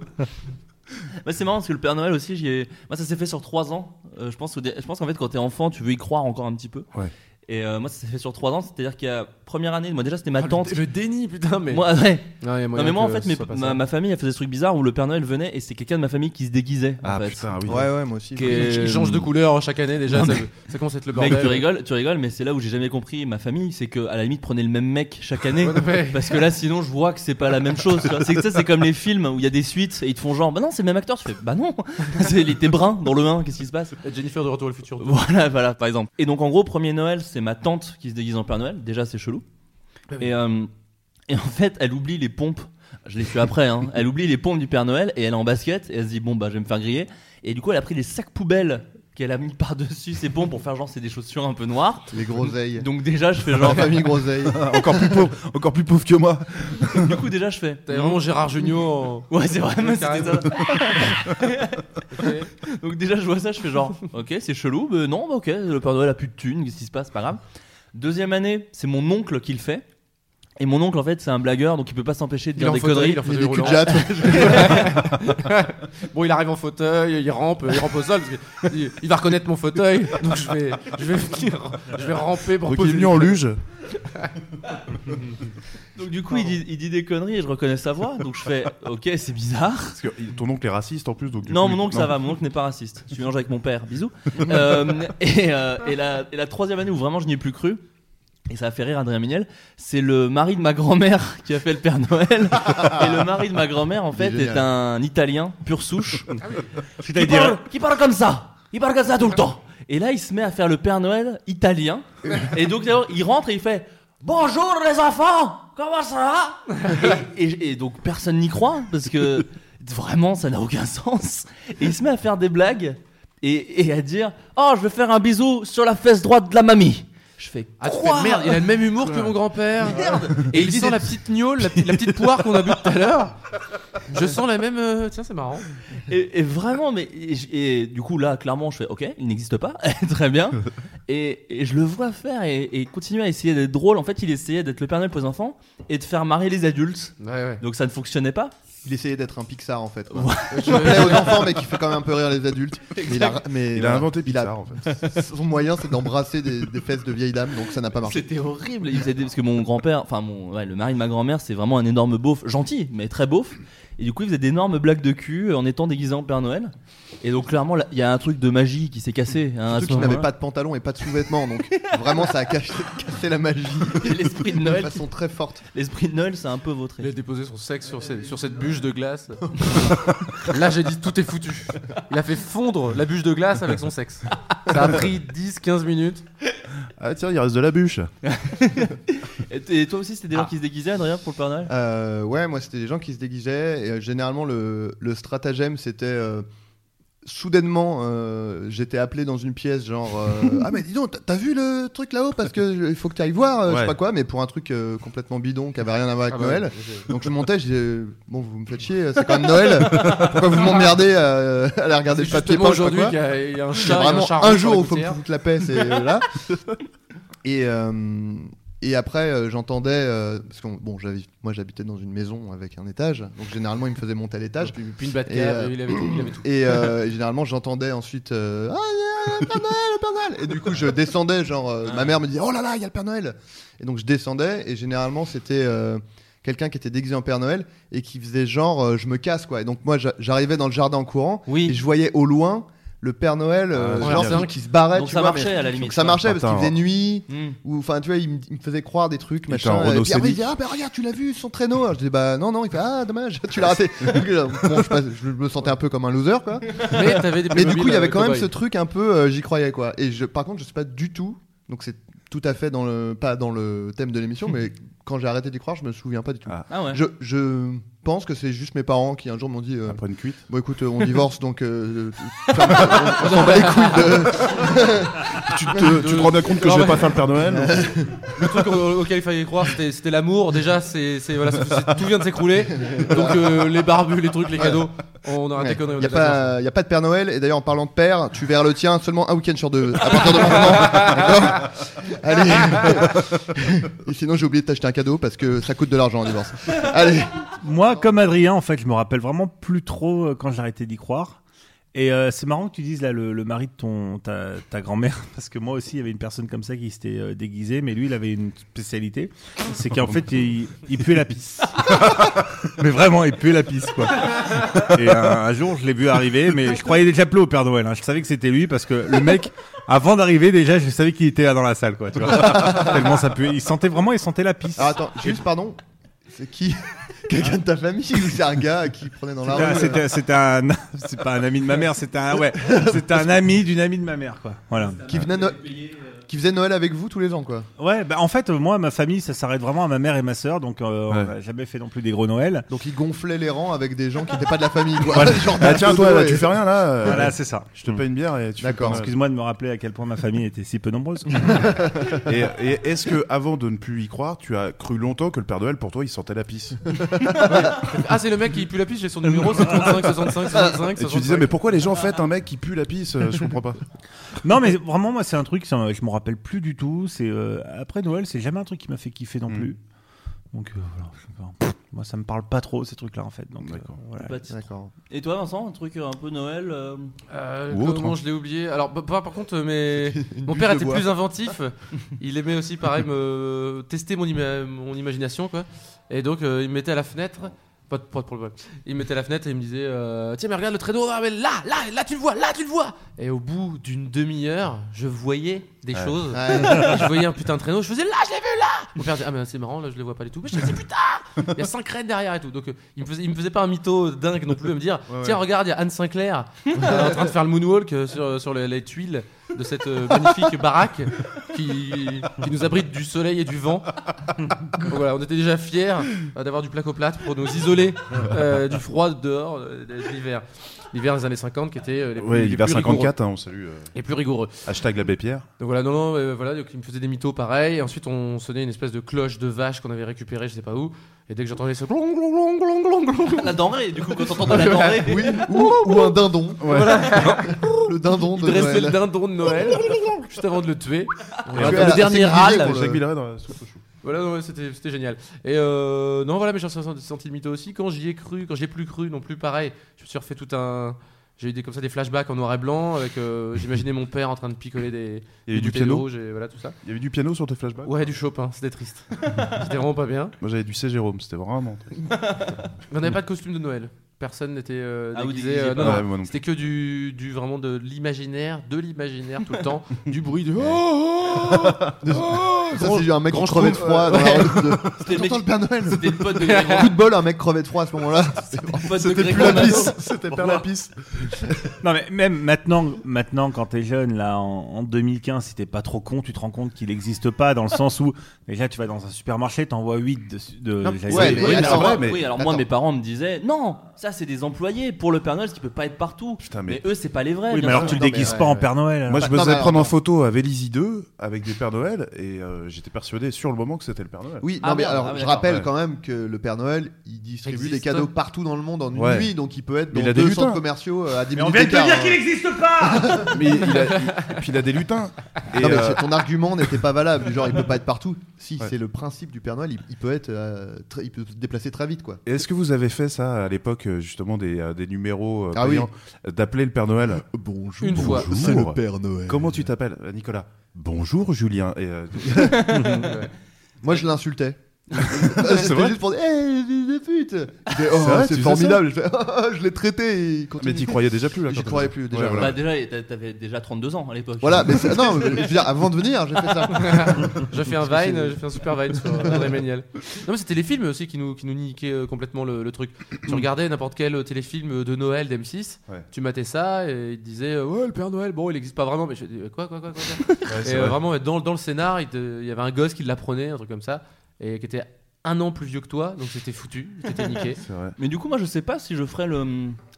S1: Bah, c'est marrant parce que le Père Noël aussi, j'y ai- moi, ça s'est fait sur 3 ans. Euh, je pense, au dé- je pense qu'en fait, quand t'es enfant, tu veux y croire encore un petit peu.
S5: Ouais.
S1: Et euh, moi, ça s'est fait sur 3 ans, c'est-à-dire qu'il y a première année, moi déjà, c'était ma
S7: Ah, le
S1: tante.
S7: dé- Le déni, putain, mais.
S1: Moi, ouais.
S7: Non, il y a
S1: Non,
S7: moyen
S1: mais moi, en
S7: que
S1: fait,
S7: ce
S1: mes-
S7: soit pas
S1: ma,
S7: ça.
S1: ma famille, elle faisait ce truc bizarre où le Père Noël venait et c'est quelqu'un de ma famille qui se déguisait. en
S5: Ah
S1: fait.
S5: putain, oui.
S4: Ouais, ouais, moi aussi.
S1: Qui est-
S7: Il change de couleur chaque année déjà,
S1: Non,
S7: ça, ça commence à être le
S1: Mec,
S7: bordel.
S1: tu rigoles, tu rigoles, mais c'est là où j'ai jamais compris ma famille, c'est que à la limite prenez le même mec chaque année,
S7: Ouais.
S1: parce que là sinon je vois que c'est pas la même chose. tu vois. C'est que ça, c'est comme les films où il y a des suites et ils te font genre bah non c'est le même acteur, tu fais bah non, c'est il était brun dans le 1, qu'est-ce qui se passe
S7: Jennifer de Retour vers le futur.
S1: Voilà, voilà par exemple. Et donc en gros premier Noël c'est ma tante qui se déguise en Père Noël, déjà c'est chelou.
S7: Ah oui.
S1: Et euh, et en fait elle oublie les pompes. Je l'ai su après, hein. elle oublie les pompes du Père Noël et elle est en basket et elle se dit bon bah je vais me faire griller. Et du coup elle a pris les sacs poubelles qu'elle a mis par-dessus ses pompes pour faire genre c'est des chaussures un peu noires.
S4: Les groseilles.
S1: Donc déjà je fais genre.
S4: La famille groseille.
S5: encore plus pauvre, encore plus pauvre que moi.
S1: du coup déjà je fais.
S7: T'avais vraiment Gérard Jugnot en.
S1: Ouais c'est vrai. mais c'était
S7: Carrément.
S1: ça. Donc déjà je vois ça je fais genre ok c'est chelou mais non bah ok le Père Noël a plus de thunes qu'est-ce qui se passe pas grave. Deuxième année c'est mon oncle qui le fait. Et mon oncle en fait c'est un blagueur donc il peut pas s'empêcher de
S7: Il est
S1: dire
S7: en
S1: des
S7: fauteuil,
S1: conneries.
S7: il est en
S4: Il y a
S7: fauteuil
S4: des
S5: Oh
S4: culs de
S7: roulant.
S4: jatte.
S7: Bon, il arrive en fauteuil, il rampe, il rampe au sol parce que il- il va reconnaître mon fauteuil, donc je vais, je vais venir, je vais ramper pour
S5: Donc il est
S7: poser.
S5: venu en luge.
S1: Donc du coup il dit, il dit des conneries et je reconnais sa voix donc je fais ok c'est bizarre.
S5: Parce que il- ton oncle est raciste en plus. Donc du
S1: Non
S5: coup,
S1: mon
S5: il-
S1: oncle ça va mon oncle n'est pas raciste. Je suis mélange avec mon père bisous. Euh, et, euh, et la, et la troisième année où vraiment je n'y ai plus cru. Et ça a fait rire Adrien Méniel, c'est le mari de ma grand-mère qui a fait le Père Noël. et le mari de ma grand-mère, en fait,
S4: Il est
S1: est
S4: génial.
S1: un Italien, pure souche, Ah qui, parle, qui parle comme ça. Il parle comme ça tout le temps. Et là, il se met à faire le Père Noël italien. et donc, d'ailleurs, il rentre et il fait Bonjour les enfants Comment ça va et, et- et donc, personne n'y croit, parce que vraiment, ça n'a aucun sens. Et il se met à faire des blagues et, et à dire Oh, je vais faire un bisou sur la fesse droite de la mamie. Je fais
S7: Ah, tu
S1: quoi
S7: fais, merde, il a le même humour que mon grand-père. Et il
S1: dit
S7: sent
S1: des-
S7: la petite gnôle, la, petite- la petite poire qu'on a bu tout à l'heure. Je sens la même. euh, Tiens, c'est marrant.
S1: et, et vraiment, mais et j- et du coup là, clairement, je fais ok, il n'existe pas, très bien. Et, et je le vois faire et, et continuer à essayer d'être drôle. En fait, il essayait d'être le Père Noël pour les enfants et de faire marrer les adultes.
S7: Ouais, ouais.
S1: Donc ça ne fonctionnait pas.
S4: Il essayait d'être un Pixar en fait. quoi. Qui plaît aux enfants mais qui fait quand même un peu rire les adultes. Mais il a,
S5: Il
S4: mais
S5: a
S4: voilà.
S5: inventé
S4: Il a-
S5: Pixar en fait.
S4: Son moyen c'est d'embrasser des, des fesses de vieilles dames donc ça n'a pas marché.
S1: C'était horrible. Il faisait des- parce que mon grand-père, enfin mon, ouais, le mari de ma grand-mère, c'est vraiment un énorme beauf, gentil, mais très beauf. Et du coup, il faisait d'énormes blagues de cul en étant déguisé en Père Noël. Et donc clairement, là, il y a un truc de magie qui s'est cassé. hein, à
S4: Surtout
S1: ce
S4: qu'il n'avait
S1: moment-là.
S4: pas de pantalon et pas de sous-vêtements donc vraiment ça a caché- cassé la magie
S1: l'esprit de
S4: de
S1: Noël.
S4: façon très forte.
S1: L'esprit de Noël, c'est un peu vautré.
S7: Il a déposé son sexe sur, ces- sur cette bûche de glace. Là, j'ai dit tout est foutu. Il a fait fondre la bûche de glace avec son sexe. Ça a pris 10-15 minutes.
S5: Ah tiens, il reste de la bûche.
S1: Et t- Et toi aussi, c'était des
S4: Ah.
S1: gens qui se déguisaient, Adrien, pour le Père Noël
S4: Euh, ouais, moi c'était des gens qui se déguisaient et euh, généralement le, le stratagème c'était euh, soudainement euh, j'étais appelé dans une pièce genre euh, ah mais dis donc t'as- t'as vu le truc là-haut parce que je- il faut que tu ailles voir euh, je sais
S5: Ouais.
S4: pas quoi mais pour un truc euh, complètement bidon qui avait rien à voir avec
S7: Ah bah,
S4: Noël.
S7: j'ai-
S4: Donc je montais, je disais bon vous me faites chier, euh, c'est quand même Noël. Pourquoi vous m'emmerdez euh, à aller regarder
S7: C'est
S4: le papier
S7: justement
S4: peint, je sais pas
S7: aujourd'hui
S4: quoi
S7: qu'il y, a- il y a un
S4: il y a
S7: chat.
S4: vraiment
S7: et un,
S4: un jour où il faut que
S7: il
S4: tu foutes la paix, c'est euh, là. Et, euh, et après, euh, j'entendais. euh, parce que bon, j'habi- moi, j'habitais dans une maison avec un étage. Donc, généralement, il me faisait monter à l'étage.
S7: Puis une batte
S4: Et, euh,
S7: il avait tout. Il avait tout.
S4: Et, euh, et généralement, j'entendais ensuite. euh, ah, il y a le Père Noël, le Père Noël Et du coup, je descendais. Genre, euh, ma mère me dit Oh là là, il y a le Père Noël Et donc, je descendais. Et généralement, c'était. euh, Quelqu'un qui était déguisé en Père Noël et qui faisait genre euh, je me casse quoi. Et donc moi j'a- j'arrivais dans le jardin en courant
S1: Oui.
S4: et je voyais au loin le Père Noël euh,
S5: Ah,
S4: genre,
S7: génial.
S4: qui, qui se barrait.
S1: Donc
S4: tu
S1: ça
S4: vois,
S1: marchait,
S4: mais-
S1: à la limite,
S4: donc ça
S1: quoi.
S4: marchait parce qu'il
S5: Attends.
S4: faisait nuit.
S1: Hmm.
S4: Ou enfin, tu vois, il me, il me faisait croire des trucs,
S5: était en
S4: machin. Et
S5: Renault
S4: puis après, il
S5: Scénic.
S4: disait, ah bah regarde, tu l'as vu, son traîneau. Alors, Je dis, bah non, non. Il fait, ah dommage, tu l'as raté. Donc, euh, bon, je, passe- je me sentais un peu comme un loser, quoi.
S5: Ah,
S7: Mais t'avais des
S4: Mais du coup, il y avait quand même ce
S7: Playmobil,
S4: truc un peu, euh, j'y croyais, quoi. Et je, par contre, je sais pas du tout. Donc c'est tout à fait dans le, pas dans le thème de l'émission, mais quand j'ai arrêté d'y croire, je me souviens pas du tout.
S5: Ah.
S1: Ah ouais.
S4: Je, je pense que c'est juste mes parents qui un jour m'ont dit. euh,
S5: Après une cuite.
S4: Bon écoute, euh, on divorce donc euh, euh, ferme- on s'en bat les couilles de-
S5: tu, te, tu te rends bien compte que
S7: Non,
S5: je vais
S7: mais-
S5: pas faire le Père Noël
S7: Le truc au- auquel il fallait croire, c'était c'était l'amour. Déjà, c'est c'est- voilà, c'est- c'est- tout vient de s'écrouler. Donc euh, les barbus, les trucs, les cadeaux, on aura des
S4: Il
S7: conneries. on
S4: n'y a,
S7: est d'accord.
S4: pas- y a pas de Père Noël et d'ailleurs en parlant de père, tu verras le tien seulement un week-end sur deux. À partir de maintenant, d'accord Allez. Et sinon j'ai oublié de t'acheter un cadeau parce que ça coûte de l'argent un divorce. Allez.
S6: Moi, comme Adrien, en fait, je me rappelle vraiment plus trop euh, quand j'ai arrêté d'y croire. Et euh, c'est marrant que tu dises là le, le mari de ton ta, ta grand-mère parce que moi aussi il y avait une personne comme ça qui s'était euh, déguisée mais lui il avait une spécialité c'est qu'en fait il, il puait la pisse mais vraiment il puait la pisse quoi et un, un jour je l'ai vu arriver mais je croyais déjà plus au Père Noël hein. je savais que c'était lui parce que le mec avant d'arriver déjà je savais qu'il était là dans la salle quoi tu vois tellement ça puait il sentait vraiment il sentait la pisse
S4: Alors attends, juste pardon. C'est qui Quelqu'un de ta famille ou c'est un gars qui prenait dans la
S6: Ah,
S4: rue euh,
S6: c'était c'était un c'est pas un ami de ma mère c'était un ouais c'était un ami d'une amie de ma mère quoi voilà
S4: qui venait No- qui faisait Noël avec vous tous les ans quoi.
S6: ouais bah en fait euh, moi ma famille ça s'arrête vraiment à ma mère et ma sœur donc euh, on
S5: Ouais.
S6: n'a jamais fait non plus des gros Noël
S4: Donc il gonflait les rangs avec des gens qui n'étaient pas de la famille quoi.
S6: Voilà.
S4: Genre
S5: Ah tiens, toi,
S4: Dodo
S5: là,
S4: et-
S5: tu fais rien là. euh,
S6: voilà c'est ça
S5: Je te paye une bière et tu. fais
S4: D'accord.
S5: pas mal.
S6: excuse-moi de me rappeler à quel point ma famille était si peu nombreuse
S5: Et, et est-ce que avant de ne plus y croire, tu as cru longtemps que le Père Noël pour toi il sentait la pisse
S7: Ah, c'est le mec qui pue la piste, j'ai son numéro, c'est 35, 65,
S4: Ah,
S7: 65.
S5: Et tu disais mais pourquoi les gens fêtent un mec qui pue la pisse Euh, Je comprends pas.
S6: non mais vraiment moi c'est un truc ça, je me rappelle plus du tout c'est euh, après Noël c'est jamais un truc qui m'a fait kiffer non
S5: Mm.
S6: plus donc euh, voilà je sais pas. moi ça me parle pas trop ces trucs là en fait donc euh,
S5: D'accord.
S6: voilà.
S1: Pas de-
S4: D'accord.
S1: Et toi, Vincent, un truc euh, un peu Noël euh,
S7: Euh,
S5: Ou autre,
S7: comment
S5: hein.
S7: je l'ai oublié Alors, bah, bah, par contre, mais
S4: Une
S7: mon
S4: bûche
S7: père
S4: de
S7: était
S4: bois.
S7: plus inventif. Il aimait aussi, pareil, me euh, tester mon, ima- mon imagination, quoi. Et donc, euh, il me mettait à la fenêtre. Pas de, pas de problème. Il me mettait à la fenêtre et il me disait euh, Tiens, mais regarde le traîneau, ah, mais là, là, là, tu le vois, là, tu le vois Et au bout d'une demi-heure, je voyais des choses.
S4: Ouais.
S7: je voyais un putain de traîneau, je faisais là, je l'ai vu là Mon père dit Ah, mais c'est marrant, là, je le vois pas du tout. Mais je disais Putain Il y a 5 rennes derrière et tout. Donc, euh, il me, faisait, il me faisait pas un mytho dingue non plus à me dire Tiens, regarde, il y a Anne Sinclair euh, en train de faire le moonwalk euh, sur, sur les, les tuiles de cette euh, magnifique baraque qui, qui nous abrite du soleil et du vent. Donc voilà, on était déjà fiers euh, d'avoir du placoplate pour nous isoler euh, du froid dehors euh, de l'hiver. l'hiver des années 50 qui était euh, les plus,
S5: Ouais,
S7: les
S5: l'hiver
S7: plus rigoureux.
S5: 54, hein, on salue. euh,
S7: Les plus rigoureux.
S5: hashtag l'abbé Pierre.
S7: Donc voilà, non, non, euh, voilà, donc il me faisait des mythos pareil. Et ensuite, on sonnait une espèce de cloche de vache qu'on avait récupérée, je sais pas où. Et dès que j'entendais ce glong, glong, glong, glong, glong, glong, glong,
S1: La denrée, du coup, quand on entend la denrée.
S4: Bah, Oui, ou, ou un dindon. le dindon
S7: il
S4: de
S7: dressait le
S4: Noël.
S7: dindon de Noël juste avant de le tuer.
S4: Tu
S7: Et
S4: as-
S7: le
S4: c'est
S7: dernier
S4: grillé,
S7: râle.
S4: quoi,
S5: Ah, Jacques
S4: le-
S5: Villeray dans la soupe au chou.
S7: Voilà, non, ouais, c'était c'était génial. Et euh, non, voilà, mais j'en suis senti le mytho aussi. Quand j'y ai cru, quand j'ai plus cru non plus, pareil, je me suis refait tout un. J'ai eu des, comme ça des flashbacks en noir et blanc. avec euh, J'imaginais mon père en train de picoler des.
S5: Il y
S7: des
S5: avait du
S7: bouteilles de
S5: piano.
S7: rouge et voilà tout ça.
S5: Il y avait du piano sur tes flashbacks
S7: Ouais, du Chopin, c'était triste. c'était vraiment pas bien.
S5: Moi j'avais du C. Jérôme, c'était vraiment.
S7: Mais on
S5: Mm.
S7: n'avait pas de costume de Noël. Personne n'était euh,
S1: Ah, vous
S7: déguisé.
S1: déguisiez
S7: euh,
S1: pas.
S7: non,
S5: Ouais,
S7: non.
S5: moi non
S7: C'était que du, du vraiment de l'imaginaire, de l'imaginaire tout le temps, du bruit de. Oh, oh, oh.
S4: Ça, c'est un mec qui
S7: Grand
S4: crevait de
S7: Schtroumpf,
S4: froid. dans la rue de-
S1: C'était le mec.
S4: T'entends le Père Noël
S1: C'était le pote de Grégoire.
S4: Coup de bol, un mec crevait de froid à ce moment-là.
S1: le pote de
S4: C'était plus
S1: Grégoire
S4: la
S1: Nadeau.
S4: pisse. C'était Père la pisse.
S6: Non mais même maintenant, maintenant quand t'es jeune, là en, en 2015, si t'es pas trop con, tu te rends compte qu'il n'existe pas dans le sens où déjà tu vas dans un supermarché, t'envoies 8 de, de-
S4: Non,
S6: j'allais
S4: ouais,
S6: dire-
S4: mais
S1: Oui,
S4: attends,
S1: alors,
S5: ouais,
S1: moi-
S5: mais-
S1: oui, alors moi,
S4: attends.
S1: mes parents me disaient non, ça c'est des employés pour le Père Noël, ce qui peut pas être partout.
S5: Putain,
S1: mais...
S5: Ah, mais-
S1: eux, c'est pas les vrais.
S6: Oui,
S1: bien
S6: mais alors
S1: sûr.
S6: tu le
S4: Non, mais
S6: déguises
S4: ouais,
S6: pas en
S4: ouais.
S6: Père Noël. alors.
S5: Moi, je me
S4: non, mais
S5: faisais
S4: alors,
S5: prendre en
S4: attends.
S5: photo à Vélizy 2 avec des Pères Noël et euh, j'étais persuadé sur le moment que c'était le Père Noël.
S4: Oui,
S1: Ah,
S4: non, mais
S1: merde,
S4: alors,
S1: ah, oui,
S4: je
S1: d'accord,
S4: rappelle
S5: ouais.
S4: quand même que le Père Noël, il distribue des
S7: Existe.
S4: cadeaux partout dans le monde en une
S5: Ouais.
S4: nuit, donc il peut être
S5: Mais
S4: dans
S5: il a des
S4: deux
S5: lutins.
S4: centres commerciaux euh, à 10
S6: Mais on
S4: minutes
S6: vient de te
S4: d'écart,
S6: dire
S4: hein.
S6: qu'il n'existe pas
S5: Mais il a, il- puis il a des lutins. Et,
S4: Non, mais
S5: euh,
S4: c'est- ton argument n'était pas valable. Du genre, il peut pas être partout. Si,
S5: Ouais.
S4: c'est le principe du Père Noël, il, il peut être, euh, très- il peut se déplacer très vite, quoi.
S5: et Est-ce que vous avez fait ça à l'époque, euh, justement, des, euh, des numéros euh,
S4: Ah oui.
S5: payants, euh, d'appeler le Père Noël
S4: Bonjour.
S7: Une fois.
S5: Bonjour.
S4: C'est le Père Noël.
S5: Comment tu t'appelles, euh, Nicolas Bonjour, Julien. Et, euh,
S4: Moi, je l'insultais.
S5: C'est
S4: C'était
S5: vrai
S4: juste pour dire, Eh, fils de pute Il fait, Oh,
S5: C'est vrai, tu
S4: C'est
S5: fais
S4: formidable. Je, fais, Ah, je l'ai traité. et il
S5: mais
S4: continue.
S5: t'y croyais déjà plus là.
S4: J'y
S5: quand t'as
S4: croyais
S5: fait
S4: plus,
S5: ça.
S4: déjà,
S5: Ouais,
S1: Bah,
S5: voilà.
S1: déjà, t'a- t'avais déjà 32 ans à l'époque.
S4: Voilà, mais c'est- non, mais je veux dire, avant de venir, j'ai fait ça.
S7: J'ai fait un Vine, j'ai fait un super Vine sur euh, André Méniel. Non, mais c'était les films aussi qui nous, qui nous niquaient euh, complètement le, le truc. Tu regardais n'importe quel euh, téléfilm de Noël d'M6,
S5: Mm. Ouais.
S7: tu matais ça et ils te disaient euh, Ouais, le Père Noël, bon, il existe pas vraiment, mais je dis euh, Quoi, quoi, quoi, quoi, quoi
S5: Ouais,
S7: Et
S5: c'est
S7: euh,
S5: vrai.
S7: vraiment, dans, dans le scénar, il, te- il y avait un gosse qui l'apprenait, un truc comme ça, et qui était un an plus vieux que toi, donc c'était foutu, t'étais niqué.
S5: C'est vrai.
S1: Mais du coup, moi, je sais pas si je ferais le.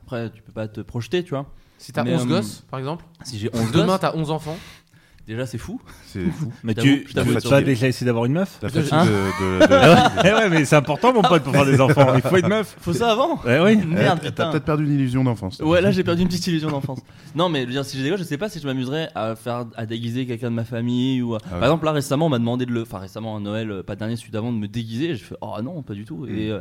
S1: Après, tu peux pas te projeter, tu vois.
S7: Si t'as
S1: Mais,
S7: 11
S1: euh,
S7: gosses, par exemple,
S1: Si j'ai 11
S7: demain
S1: gosses,
S7: t'as 11 enfants,
S1: déjà c'est fou.
S5: C'est fou.
S6: Mais
S1: Je t'avoue,
S6: tu
S1: je
S6: tu
S1: t'avoue,
S6: veux
S5: sur
S6: pas
S5: les-
S6: déjà essayer d'avoir une meuf
S5: La fatigue
S1: Hein
S5: de. de- de-
S6: Eh ouais, mais c'est important mon pote pour faire des enfants, il faut une meuf.
S1: Faut ça avant.
S6: Ouais, oui.
S1: Merde,
S5: Eh, T'as
S1: putain.
S5: peut-être perdu une illusion d'enfance.
S1: Ouais, là j'ai perdu une petite illusion d'enfance. Non, mais je veux dire, si j'ai des gosses, je sais pas si je m'amuserais à faire à déguiser quelqu'un de ma famille ou. à-
S5: ouais.
S1: Par exemple, là récemment, on m'a demandé de le. Enfin, récemment à Noël, euh, pas dernier, celui d'avant, de me déguiser. Et je fais oh non, pas du tout. Et. euh,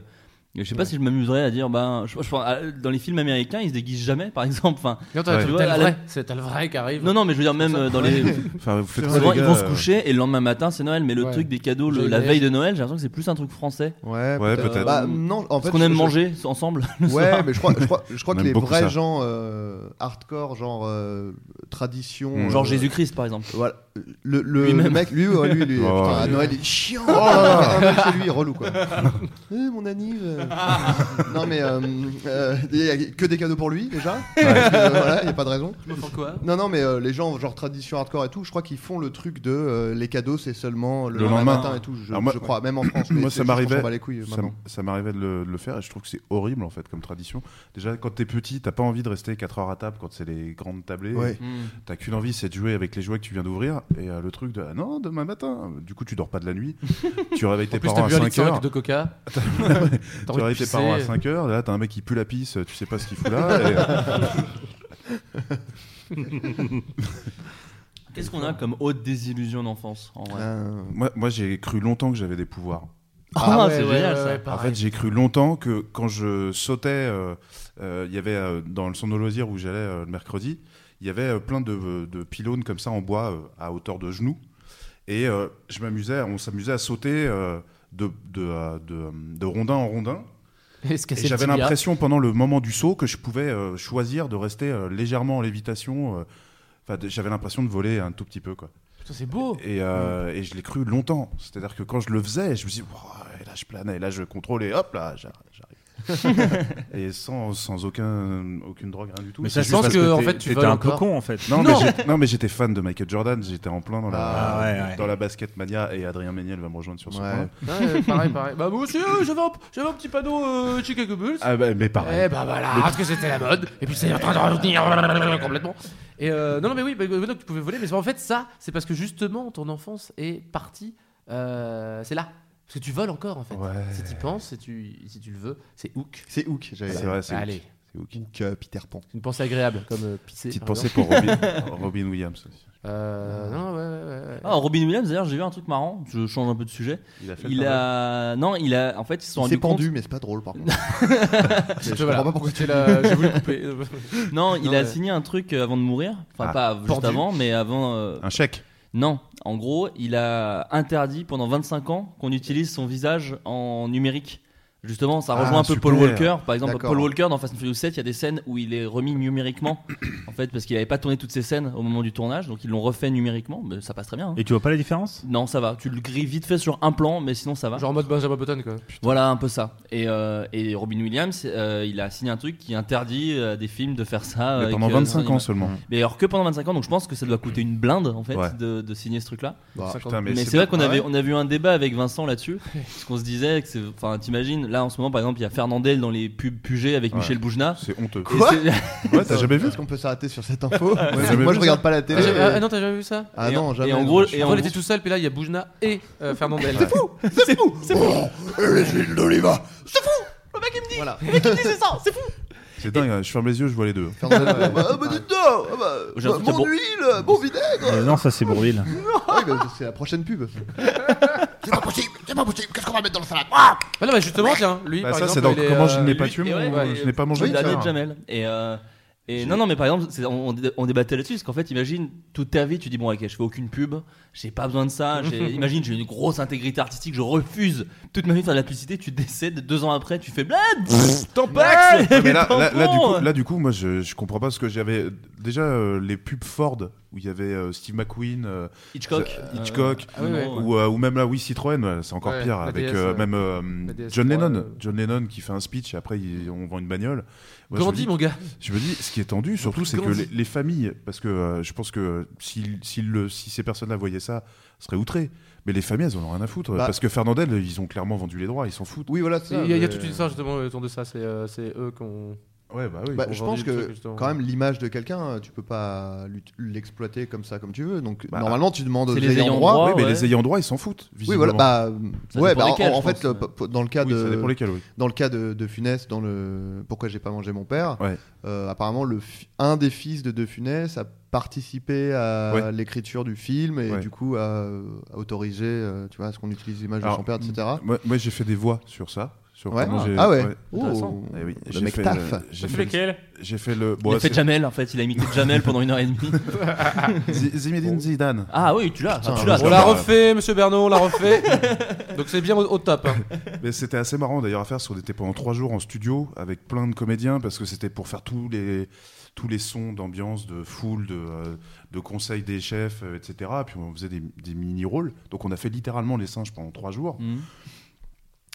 S1: et je sais pas si je m'amuserais à dire, ben, je, je pense, à- dans les films américains, ils se déguisent jamais, par exemple. Enfin,
S7: non, t'as
S5: Ouais.
S7: t'as
S1: Tu vois,
S7: le
S1: à la-
S7: vrai, c'est- t'as le vrai qui arrive.
S1: non, non, mais je veux dire, même euh, dans les.
S5: Enfin, vous faites
S4: C'est
S5: quoi,
S1: souvent,
S5: les
S1: ils
S5: gars,
S1: vont se
S5: euh,
S1: coucher et le lendemain matin, c'est Noël. Mais le
S7: Ouais.
S1: truc des cadeaux le-
S7: Joli
S1: la
S7: neige.
S1: veille de Noël, j'ai l'impression que c'est plus un truc français.
S4: Ouais,
S5: Ouais,
S1: peut-être.
S5: peut-être.
S4: Bah, non, en fait.
S1: Parce qu'on aime
S4: je-
S1: manger ensemble. le
S4: Ouais,
S1: soir.
S4: mais je crois, je crois, je crois
S5: On
S4: que
S5: aime
S4: les
S5: beaucoup
S4: vrais
S5: ça.
S4: gens euh, hardcore, genre euh, tradition.
S5: Mmh.
S4: euh,
S1: Genre Jésus-Christ, par exemple.
S4: Voilà. Le, le,
S1: Lui-même.
S4: le mec, lui, ouais, lui, lui,
S5: Oh,
S4: putain, à
S5: ouais.
S4: Noël, il est chiant. Oh là là, chez lui, relou quoi. Eh, mon anniv. euh. non mais euh, euh, il y a que des cadeaux pour lui déjà. Parce que, euh, voilà, il y a pas de raison.
S7: Pourquoi
S4: Non non mais euh, les gens genre tradition hardcore et tout, je crois qu'ils font le truc de euh, les cadeaux c'est seulement le,
S5: Le
S4: lendemain,
S5: lendemain.
S4: matin et tout. Je,
S5: Alors moi-
S4: je crois même en France. mais
S5: Moi, ça
S4: c'est- je pense qu'on
S5: m'arrivait.
S4: bat les couilles
S5: Ça,
S4: maintenant.
S5: ça m'arrivait de le, de le faire et je trouve que c'est horrible en fait comme tradition. Déjà, quand t'es petit, t'as pas envie de rester 4 heures à table quand c'est les grandes tablées.
S4: Ouais.
S5: T'as qu'une envie, c'est de jouer avec les jouets que tu viens d'ouvrir. Et euh, le truc de ah non, demain matin. Du coup, tu dors pas de la nuit. tu réveilles tes
S7: En plus,
S5: parents
S7: t'as
S5: à
S7: bu un litre
S5: 5 heures.
S7: cinq de coca. T'as
S5: Tu
S7: envie de
S5: réveilles tes
S7: pisser.
S5: parents à 5 heures. Là, t'as un mec qui pue la pisse. Tu sais pas ce qu'il fout là. et, euh,
S1: Qu'est-ce qu'on a comme haute désillusion d'enfance en vrai
S4: Euh,
S5: moi, moi j'ai cru longtemps que j'avais des pouvoirs.
S1: Ah,
S7: ouais,
S1: c'est
S7: ouais,
S1: génial,
S7: ouais,
S1: ça.
S7: ouais,
S5: En
S7: pareil.
S5: fait, j'ai cru longtemps que quand je sautais, euh, euh, il y avait euh, dans le centre de loisirs où j'allais euh, le mercredi, il y avait euh, plein de, de pylônes comme ça en bois euh, à hauteur de genoux. Et euh, je m'amusais, on s'amusait à sauter euh, de, de, euh, de, euh, de rondin en rondin.
S7: Et se
S5: Et
S7: casser le
S5: j'avais
S7: tibia.
S5: l'impression pendant le moment du saut que je pouvais euh, choisir de rester euh, légèrement en lévitation. euh, Enfin, de- j'avais l'impression de voler un tout petit peu, quoi.
S7: Putain, C'est beau.
S5: Et, euh, et je l'ai cru longtemps. C'est-à-dire que quand je le faisais, je me dis, Wow, et là je planais, et là je contrôlais, hop là, j'arrive. j'arrive. et sans, sans aucun, aucune drogue, rien du tout.
S6: Mais
S5: C'est
S6: ça,
S5: juste
S6: je pense
S5: parce
S7: que, en
S5: t'es-
S7: fait, tu
S6: T'étais
S7: voles
S6: un peu
S7: encore.
S6: con en fait.
S5: Non, mais
S7: Non.
S5: j'étais- non, mais j'étais fan de Michael Jordan, j'étais en plein dans la,
S6: Ah, ouais, ouais.
S5: dans la basket mania et Adrien Méniel va me rejoindre sur ce point.
S4: Ouais.
S7: Ouais, pareil, pareil. Bah, moi aussi, euh, j'avais un, j'avais un petit panneau euh, Chicago Bulls.
S5: Ah bah, mais pareil.
S7: Eh bah voilà, parce que c'était la mode. Et puis ça y est en train de revenir complètement. Et euh, non, non, mais oui, bah, donc tu pouvais voler. Mais en fait, ça, c'est parce que justement, ton enfance est partie. euh, c'est là. Parce que tu voles encore, en fait.
S5: Ouais.
S7: Si tu penses, si tu, si tu le veux, c'est hook.
S4: C'est Hook, j'avais
S5: C'est vrai, c'est
S7: Allez,
S4: Hook, euh, Peter Pan.
S7: c'est une pensée agréable, comme euh, pisser.
S5: Petite
S7: par
S5: pensée
S7: exemple.
S5: pour Robin, Robin Williams aussi.
S7: Euh, non, ouais, ouais, ouais, ouais.
S1: Ah, Robin Williams, d'ailleurs, j'ai vu un truc marrant. Je change un peu de sujet.
S5: Il a fait
S1: Il a. Non, il a. En fait, ils se sont
S4: C'est
S1: rendus compte.
S4: pendu, mais c'est pas drôle par contre. je comprends
S7: Voilà.
S4: pas pourquoi tu
S7: C'était la- J'ai voulu couper.
S1: Non, il
S7: Non,
S1: a
S7: ouais.
S1: signé un truc euh, avant de mourir. Enfin,
S5: Ah,
S1: pas av- juste
S7: pendu.
S1: avant, mais avant. euh,
S5: Un chèque.
S1: Non, en gros, il a interdit pendant 25 ans qu'on utilise son visage en numérique. Justement, ça rejoint
S5: Ah,
S1: un peu Paul
S5: super.
S1: Walker. Par exemple,
S4: D'accord.
S1: Paul Walker dans Fast and Furious 7, il y a des scènes où il est remis numériquement, en fait, parce qu'il n'avait pas tourné toutes ses scènes au moment du tournage, donc ils l'ont refait numériquement. Mais ça passe très bien. hein.
S6: Et tu vois pas la différence
S1: Non, ça va. Tu le grilles vite fait sur un plan, mais sinon ça va.
S7: Genre en mode Benjamin Button, quoi.
S1: Voilà un peu ça. Et, euh, et Robin Williams, euh, il a signé un truc qui interdit euh, à des films de faire ça.
S5: Mais
S1: euh,
S5: pendant
S1: que-
S5: 25 ans seulement.
S1: Mais alors que pendant 25 ans, donc je pense que ça doit coûter une blinde en fait
S5: Ouais.
S1: de, de signer ce truc-là.
S4: Bah,
S5: Putain,
S1: Mais, c'est
S5: pas-
S1: vrai qu'on
S5: Ah
S1: avait,
S5: ouais
S1: on a eu un débat avec Vincent là-dessus, parce qu'on se disait que c'est, enfin t'imagines, là en ce moment par exemple il y a Fernandel dans les pubs Puget avec
S5: Ouais.
S1: Michel Boujna.
S5: C'est honteux.
S1: Et
S4: Quoi
S1: c'est-
S5: Ouais, t'as jamais vu
S4: Est-ce qu'on peut s'arrêter sur cette info Moi,
S5: jamais
S4: moi,
S5: vu ça
S4: je regarde pas la
S7: Ah,
S4: télé.
S7: j'ai- ah,
S4: Ah,
S7: non, t'as jamais vu ça
S1: et en-
S4: non, jamais.
S1: et en gros,
S4: je-
S1: et
S7: Avant,
S1: en
S7: elle était
S1: gros-
S7: tout seul, puis là, il y a Boujna et euh, Fernandel. C'est fou
S1: c'est fou, c'est fou.
S5: Oh.
S4: Et les huiles d'oliva
S1: Le mec il me dit,
S4: Voilà.
S1: c'est ça, c'est fou.
S5: C'est dingue, hein, je ferme les yeux, je vois les deux.
S4: Fernandel, ah bah, ah bah, dites donc, ah bah,
S1: J'ai l'impression
S4: bah,
S1: que
S4: Mon
S1: bon-
S4: huile, bon vinaigre
S6: Euh, Non, ça c'est Bourville.
S4: Ah oui, bah, C'est la prochaine pub.
S8: C'est pas possible, c'est pas possible, qu'est-ce qu'on va mettre dans le
S9: Ah,
S8: salade
S7: Bah non, bah justement, tiens, lui,
S5: Bah,
S7: par
S5: ça, c'est
S7: exemple,
S5: dans
S7: il est,
S5: comment je
S7: euh,
S5: n'ai pas
S7: lui-
S5: tué
S1: et
S5: mon.
S1: ouais,
S5: je n'ai pas mangé
S1: Oui,
S5: de
S1: la
S5: ça.
S1: note Jamel. Et, euh, et non, non, mais par exemple, c'est- on, on- on débattait là-dessus, parce qu'en fait, imagine, toute ta vie, tu dis, bon, ok, je fais aucune pub, j'ai pas besoin de ça, j'ai- imagine, j'ai une grosse intégrité artistique, je refuse toute ma vie de faire de la publicité, tu décèdes, deux ans après, tu fais, bled, tampax
S5: Ouais, mais là,
S1: tampon
S5: là- là, du
S1: hein.
S5: coup, là, du coup, moi, je, je comprends pas parce que j'avais déjà euh, les pubs Ford où il y avait euh, Steve McQueen, euh,
S1: Hitchcock.
S5: The- Hitchcock,
S7: Ah ouais, ouais.
S1: non,
S5: ou, euh, ou même là, oui, Citroën, ouais, c'est encore
S7: Ouais,
S5: pire,
S7: la
S5: avec
S7: DS,
S5: euh,
S7: ouais.
S5: même euh,
S7: La DS,
S5: John
S7: ouais,
S5: Lennon.
S7: ouais.
S5: John Lennon qui fait un speech et après il- on vend une bagnole. Moi, je me
S7: Gandhi,
S5: dis-
S7: mon gars.
S5: Je me dis, ce qui est tendu, surtout, c'est que
S7: Gandhi.
S5: les, les familles, parce que euh, je pense que si, si, le- si ces personnes-là voyaient ça, seraient outrées. Mais les familles, elles en ont rien à foutre.
S4: Bah.
S5: parce que Fernandel, ils ont clairement vendu les droits, ils s'en foutent.
S4: Oui, voilà, c'est ça.
S7: Il y, a- il y a
S4: mais-
S7: toute une histoire justement autour de ça. C'est euh, c'est eux qui ont.
S5: Ouais, bah oui.
S4: Bah,
S7: Ils
S4: je
S7: ont
S4: pense
S7: vendu le
S4: que
S7: truc, justement.
S4: quand même l'image de quelqu'un, tu peux pas l'ut- l'exploiter comme ça comme tu veux. Donc
S5: Bah,
S4: normalement, tu demandes aux
S1: c'est les
S4: ayants
S1: ayants
S4: droit.
S5: Ah, oui,
S1: droit,
S5: mais
S1: ouais.
S5: les ayants droit, ils s'en foutent.
S4: Oui, voilà.
S5: visiblement.
S4: Bah,
S1: Ça
S4: ouais,
S1: dépend
S4: bah, en,
S1: lesquels,
S4: en
S1: je
S4: fait,
S1: pense,
S4: le-
S1: mais-
S4: p- dans le cas
S5: Oui, ça
S4: de
S5: dépend lesquels, oui.
S4: dans le cas de, de Funès, dans le pourquoi j'ai pas mangé mon père,
S5: Ouais.
S4: euh, apparemment le fi- un des fils de De Funès a participé à
S5: Ouais.
S4: l'écriture du film et
S5: Ouais.
S4: du coup a, a autorisé, euh, tu vois, à ce qu'on utilise l'image de
S5: Alors,
S4: son père, etc.
S5: Moi, moi, j'ai fait des voix sur ça. Sur
S4: Ouais.
S5: comment j'ai-
S4: Ah ouais.
S5: Intéressant.
S4: Oh,
S5: Eh oui,
S4: le
S5: j'ai
S4: mec
S5: fait
S4: taf.
S5: le- J'ai fait, le-
S7: hein.
S5: j'ai fait le.
S1: Il
S5: Bon,
S1: a fait
S5: c'est-
S1: Jamel en fait, il a imité Jamel pendant une heure et demie.
S5: Z- Zinedine Zidane.
S1: Ah oui, tu l'as, ah, tu
S4: Putain,
S1: l'as.
S5: je
S7: On
S5: Ouais,
S7: l'a
S5: bah,
S7: refait, monsieur Bernot, on l'a refait. Donc c'est bien au, au top. hein.
S5: Mais c'était assez marrant d'ailleurs à faire, parce qu'on était pendant trois jours en studio avec plein de comédiens, parce que c'était pour faire tous les, tous les sons d'ambiance, de foule, de, euh, de conseils des chefs, euh, etc. Puis on faisait des, des mini-rôles. Donc on a fait littéralement les singes pendant trois jours.
S1: Mhm.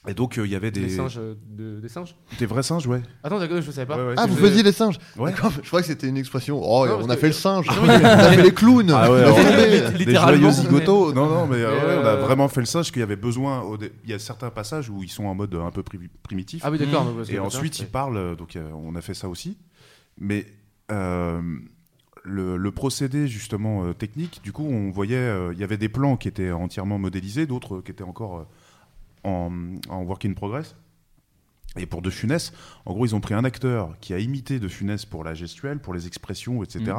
S5: Et donc euh, il y avait des,
S7: Des singes. euh, de- des singes
S5: des vrais singes, ouais.
S7: Attends, d'accord, je savais pas.
S5: Ouais, ouais.
S4: Ah,
S7: Je-
S4: vous faisiez les singes
S5: Ouais.
S4: D'accord, Je crois que c'était une expression. Oh,
S7: Non,
S4: on
S7: parce
S4: a
S7: que-
S4: fait le singe.
S7: Non,
S4: on
S7: mais-
S4: a fait les clowns.
S5: Ah ouais,
S4: Laissez
S5: alors-
S4: tomber.
S5: Des
S7: Littéralement.
S5: joyeux zigotos. Non, non, mais euh, ouais, on a
S7: euh,
S5: vraiment fait le singe, parce qu'il y avait besoin. au dé- Il y a certains passages où ils sont en mode euh, un peu pri- primitif.
S7: Ah oui, d'accord. donc, parce que
S5: Et
S7: putain,
S5: ensuite,
S7: c'est-
S5: il parle, euh, donc euh, on a fait ça aussi, mais euh, le, le procédé justement euh, technique, du coup, on voyait, euh, il y avait des plans qui étaient entièrement modélisés, d'autres euh, qui étaient encore euh, en, en work in progress. Et pour De Funès, en gros, ils ont pris un acteur qui a imité De Funès pour la gestuelle, pour les expressions, etc.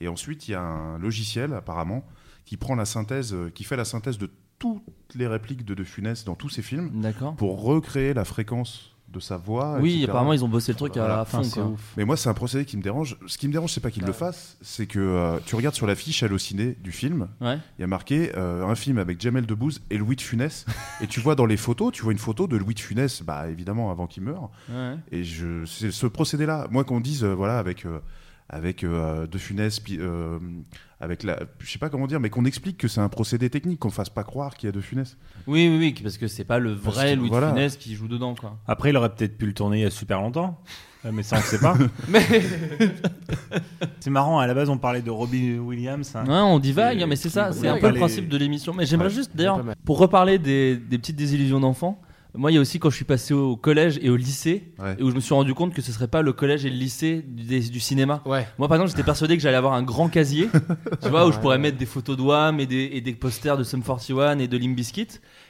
S5: Et ensuite, il y a un logiciel, apparemment, qui prend la synthèse, euh, qui fait la synthèse de toutes les répliques de De Funès dans tous ses films
S1: D'accord.
S5: pour recréer la fréquence de sa voix.
S1: Oui,
S5: etc..
S1: apparemment ils ont bossé le truc à
S5: Voilà.
S1: la fin.
S6: Enfin, c'est
S1: quoi.
S6: ouf.
S5: Mais moi, c'est un procédé qui me dérange. Ce qui me dérange, c'est pas qu'il le fasse, c'est que euh, tu regardes sur la fiche hallucinée du film,
S1: Ouais.
S5: il y a marqué euh, un film avec Jamel Debbouze et Louis de Funès. et tu vois dans les photos, tu vois une photo de Louis de Funès, bah évidemment avant qu'il meure.
S1: Ouais.
S5: Et je, c'est ce procédé-là. Moi, qu'on dise, euh, voilà, avec. euh, avec euh, De Funès, puis, euh, avec la, je sais pas comment dire, mais qu'on explique que c'est un procédé technique, qu'on fasse pas croire qu'il y a De Funès.
S1: Oui, oui, oui, parce que c'est pas le
S5: Parce
S1: vrai
S5: que,
S1: Louis
S5: voilà.
S1: de Funès qui joue dedans, quoi.
S6: Après, il aurait peut-être pu le tourner il y a super longtemps. Euh, Mais ça, on ne sait pas. C'est marrant, à la base, on parlait de Robbie Williams. hein.
S1: Ouais, on divague,
S6: Et-
S1: mais c'est ça,
S6: on
S1: c'est
S6: divague.
S1: un peu le
S6: Les-
S1: principe de l'émission. Mais j'aimerais
S5: Ouais,
S1: juste, d'ailleurs,
S7: pas mal.
S1: pour reparler des, des petites désillusions d'enfants, moi, il y a aussi quand je suis passé au collège et au lycée,
S5: Ouais.
S1: et où je me suis rendu compte que ce serait pas le collège et le lycée du, des- du cinéma.
S7: Ouais.
S1: Moi, par exemple, j'étais persuadé que j'allais avoir un grand casier, tu vois, où je pourrais mettre des photos d'Oam et des, et des posters de Sum 41 et de Limp Bizkit.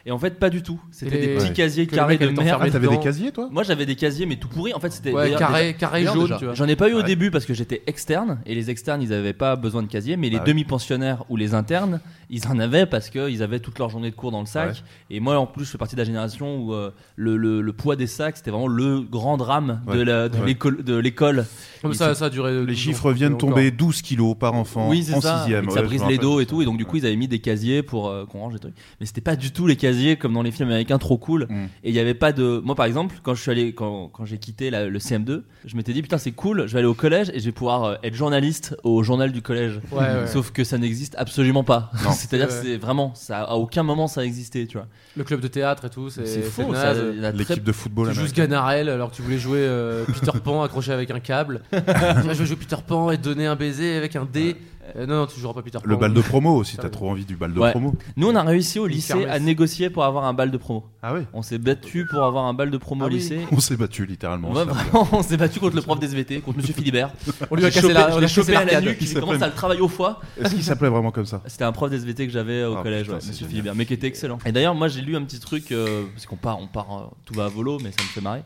S1: Et en fait, pas du tout. C'était
S7: Et
S1: des
S7: les-
S1: petits
S7: ouais.
S1: casiers
S7: que le
S1: carrés
S7: mec
S1: de
S7: avait
S1: merde.
S5: Ah,
S7: enfermé
S5: t'avais
S7: dedans.
S5: des casiers, toi
S1: Moi, j'avais des casiers, mais tout pourris. En fait, c'était
S7: Ouais,
S1: d'ailleurs,
S7: carré, carré
S4: D'ailleurs,
S7: jaune,
S4: déjà.
S7: tu vois.
S1: J'en ai pas eu au
S5: Ouais.
S1: début parce que j'étais externe et les externes ils avaient pas besoin de casier, mais les
S5: Ah ouais.
S1: demi-pensionnaires ou les internes ils en avaient parce qu'ils avaient toute leur journée de cours dans le sac. Et moi en plus je fais partie de la génération où euh, le, le- le poids des sacs c'était vraiment le grand drame de
S5: Ouais.
S1: la- de
S5: Ouais.
S1: l'école. de l'école.
S7: Comme
S1: Ils
S7: ça,
S1: sont-
S7: ça a duré.
S5: Les chiffres viennent tomber 12 kilos par enfant
S1: oui, c'est
S5: en
S1: ça.
S5: sixième.
S1: et que
S5: Ouais,
S1: ça
S5: je
S1: brise
S5: me
S1: les
S5: rappelle
S1: dos
S5: de
S1: et
S5: ça.
S1: tout. Et donc du coup ils avaient mis des casiers pour euh, qu'on range les trucs. Mais c'était pas du tout les casiers comme dans les films américains trop cool.
S5: Mm.
S1: Et il y avait pas de. Moi par exemple quand je suis allé quand, quand j'ai quitté la- le CM2, je m'étais dit putain c'est cool, je vais aller au collège et je vais pouvoir euh, être journaliste au journal du collège.
S7: Ouais, ouais.
S1: Sauf que ça n'existe absolument pas.
S5: Non.
S1: C'est-à-dire, que
S7: Ouais.
S1: c'est vraiment, ça, à aucun moment ça a existé, tu vois.
S7: Le club de théâtre et tout, c'est
S1: C'est
S7: c'est
S1: faux. ça,
S7: naze.
S1: il y en a très-
S5: L'équipe de football.
S7: Tu joues
S5: américaine.
S7: Ganarelle alors que tu voulais jouer euh, Peter Pan accroché avec un câble. Tu vois, je veux jouer Peter Pan et te donner un baiser avec un dé. Euh, non, non, tu joueras pas Peter Pan.
S5: Le bal de promo aussi,
S7: Ça,
S5: t'as
S7: oui.
S5: trop envie du bal de
S1: Ouais.
S5: promo.
S1: Nous, on a réussi au
S7: Une
S1: lycée
S7: kermesse.
S1: à négocier pour avoir un bal de promo.
S5: Ah ouais
S1: On s'est battu pour avoir un bal de promo
S7: Ah
S1: au
S7: oui.
S1: lycée.
S5: On s'est battu littéralement.
S1: Ouais,
S5: ça.
S1: vraiment, on s'est battu contre le prof des SVT, contre Monsieur Philibert.
S7: On lui a
S1: J'ai
S7: cassé la,
S1: chopé- je
S7: on a
S1: l'ai
S7: cassé
S1: chopé à la
S7: l'arcade.
S1: nuque,
S5: Il
S1: il commence
S5: s'appelle-
S1: à le travailler au foie.
S5: Est-ce qu'il s'appelait vraiment comme ça
S1: C'était un prof des SVT que j'avais euh, au
S5: Ah,
S1: collège,
S5: putain,
S1: ouais,
S5: c'est
S1: Monsieur
S5: génial.
S1: Philibert, mais qui était excellent. Et d'ailleurs, moi, j'ai lu un petit truc euh, parce qu'on part, on part, euh, tout va à volo, mais ça me fait marrer.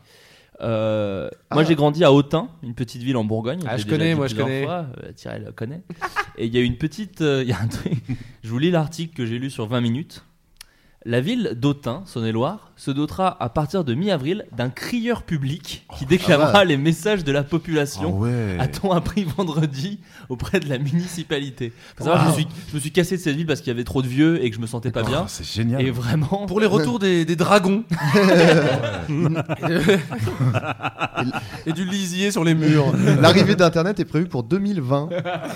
S1: Euh, Moi,
S4: Ah.
S1: j'ai grandi à Autun, une petite ville en Bourgogne.
S7: Ah,
S1: J'ai
S7: je
S1: déjà
S7: connais,
S1: dit
S7: moi, je
S1: plusieurs
S7: connais.
S1: fois, euh, Thierry le connaît. Et il y a une petite, euh, il y a un truc. Je vous lis l'article que j'ai lu sur 20 minutes. La ville d'Autun, Saône-et-Loire, se dotera à partir de mi-avril d'un crieur public qui déclamera les messages de la
S5: Oh, Ah
S1: population
S5: ouais.
S1: a-t-on appris vendredi auprès de la municipalité Faut savoir que je, me suis, je me suis cassé de cette ville parce qu'il y avait trop de vieux et que je me sentais pas bien.
S5: Ah, C'est génial.
S1: Et vraiment.
S7: Pour les retours des, des dragons. et du lisier sur les murs.
S4: L'arrivée d'Internet est prévue pour 2020.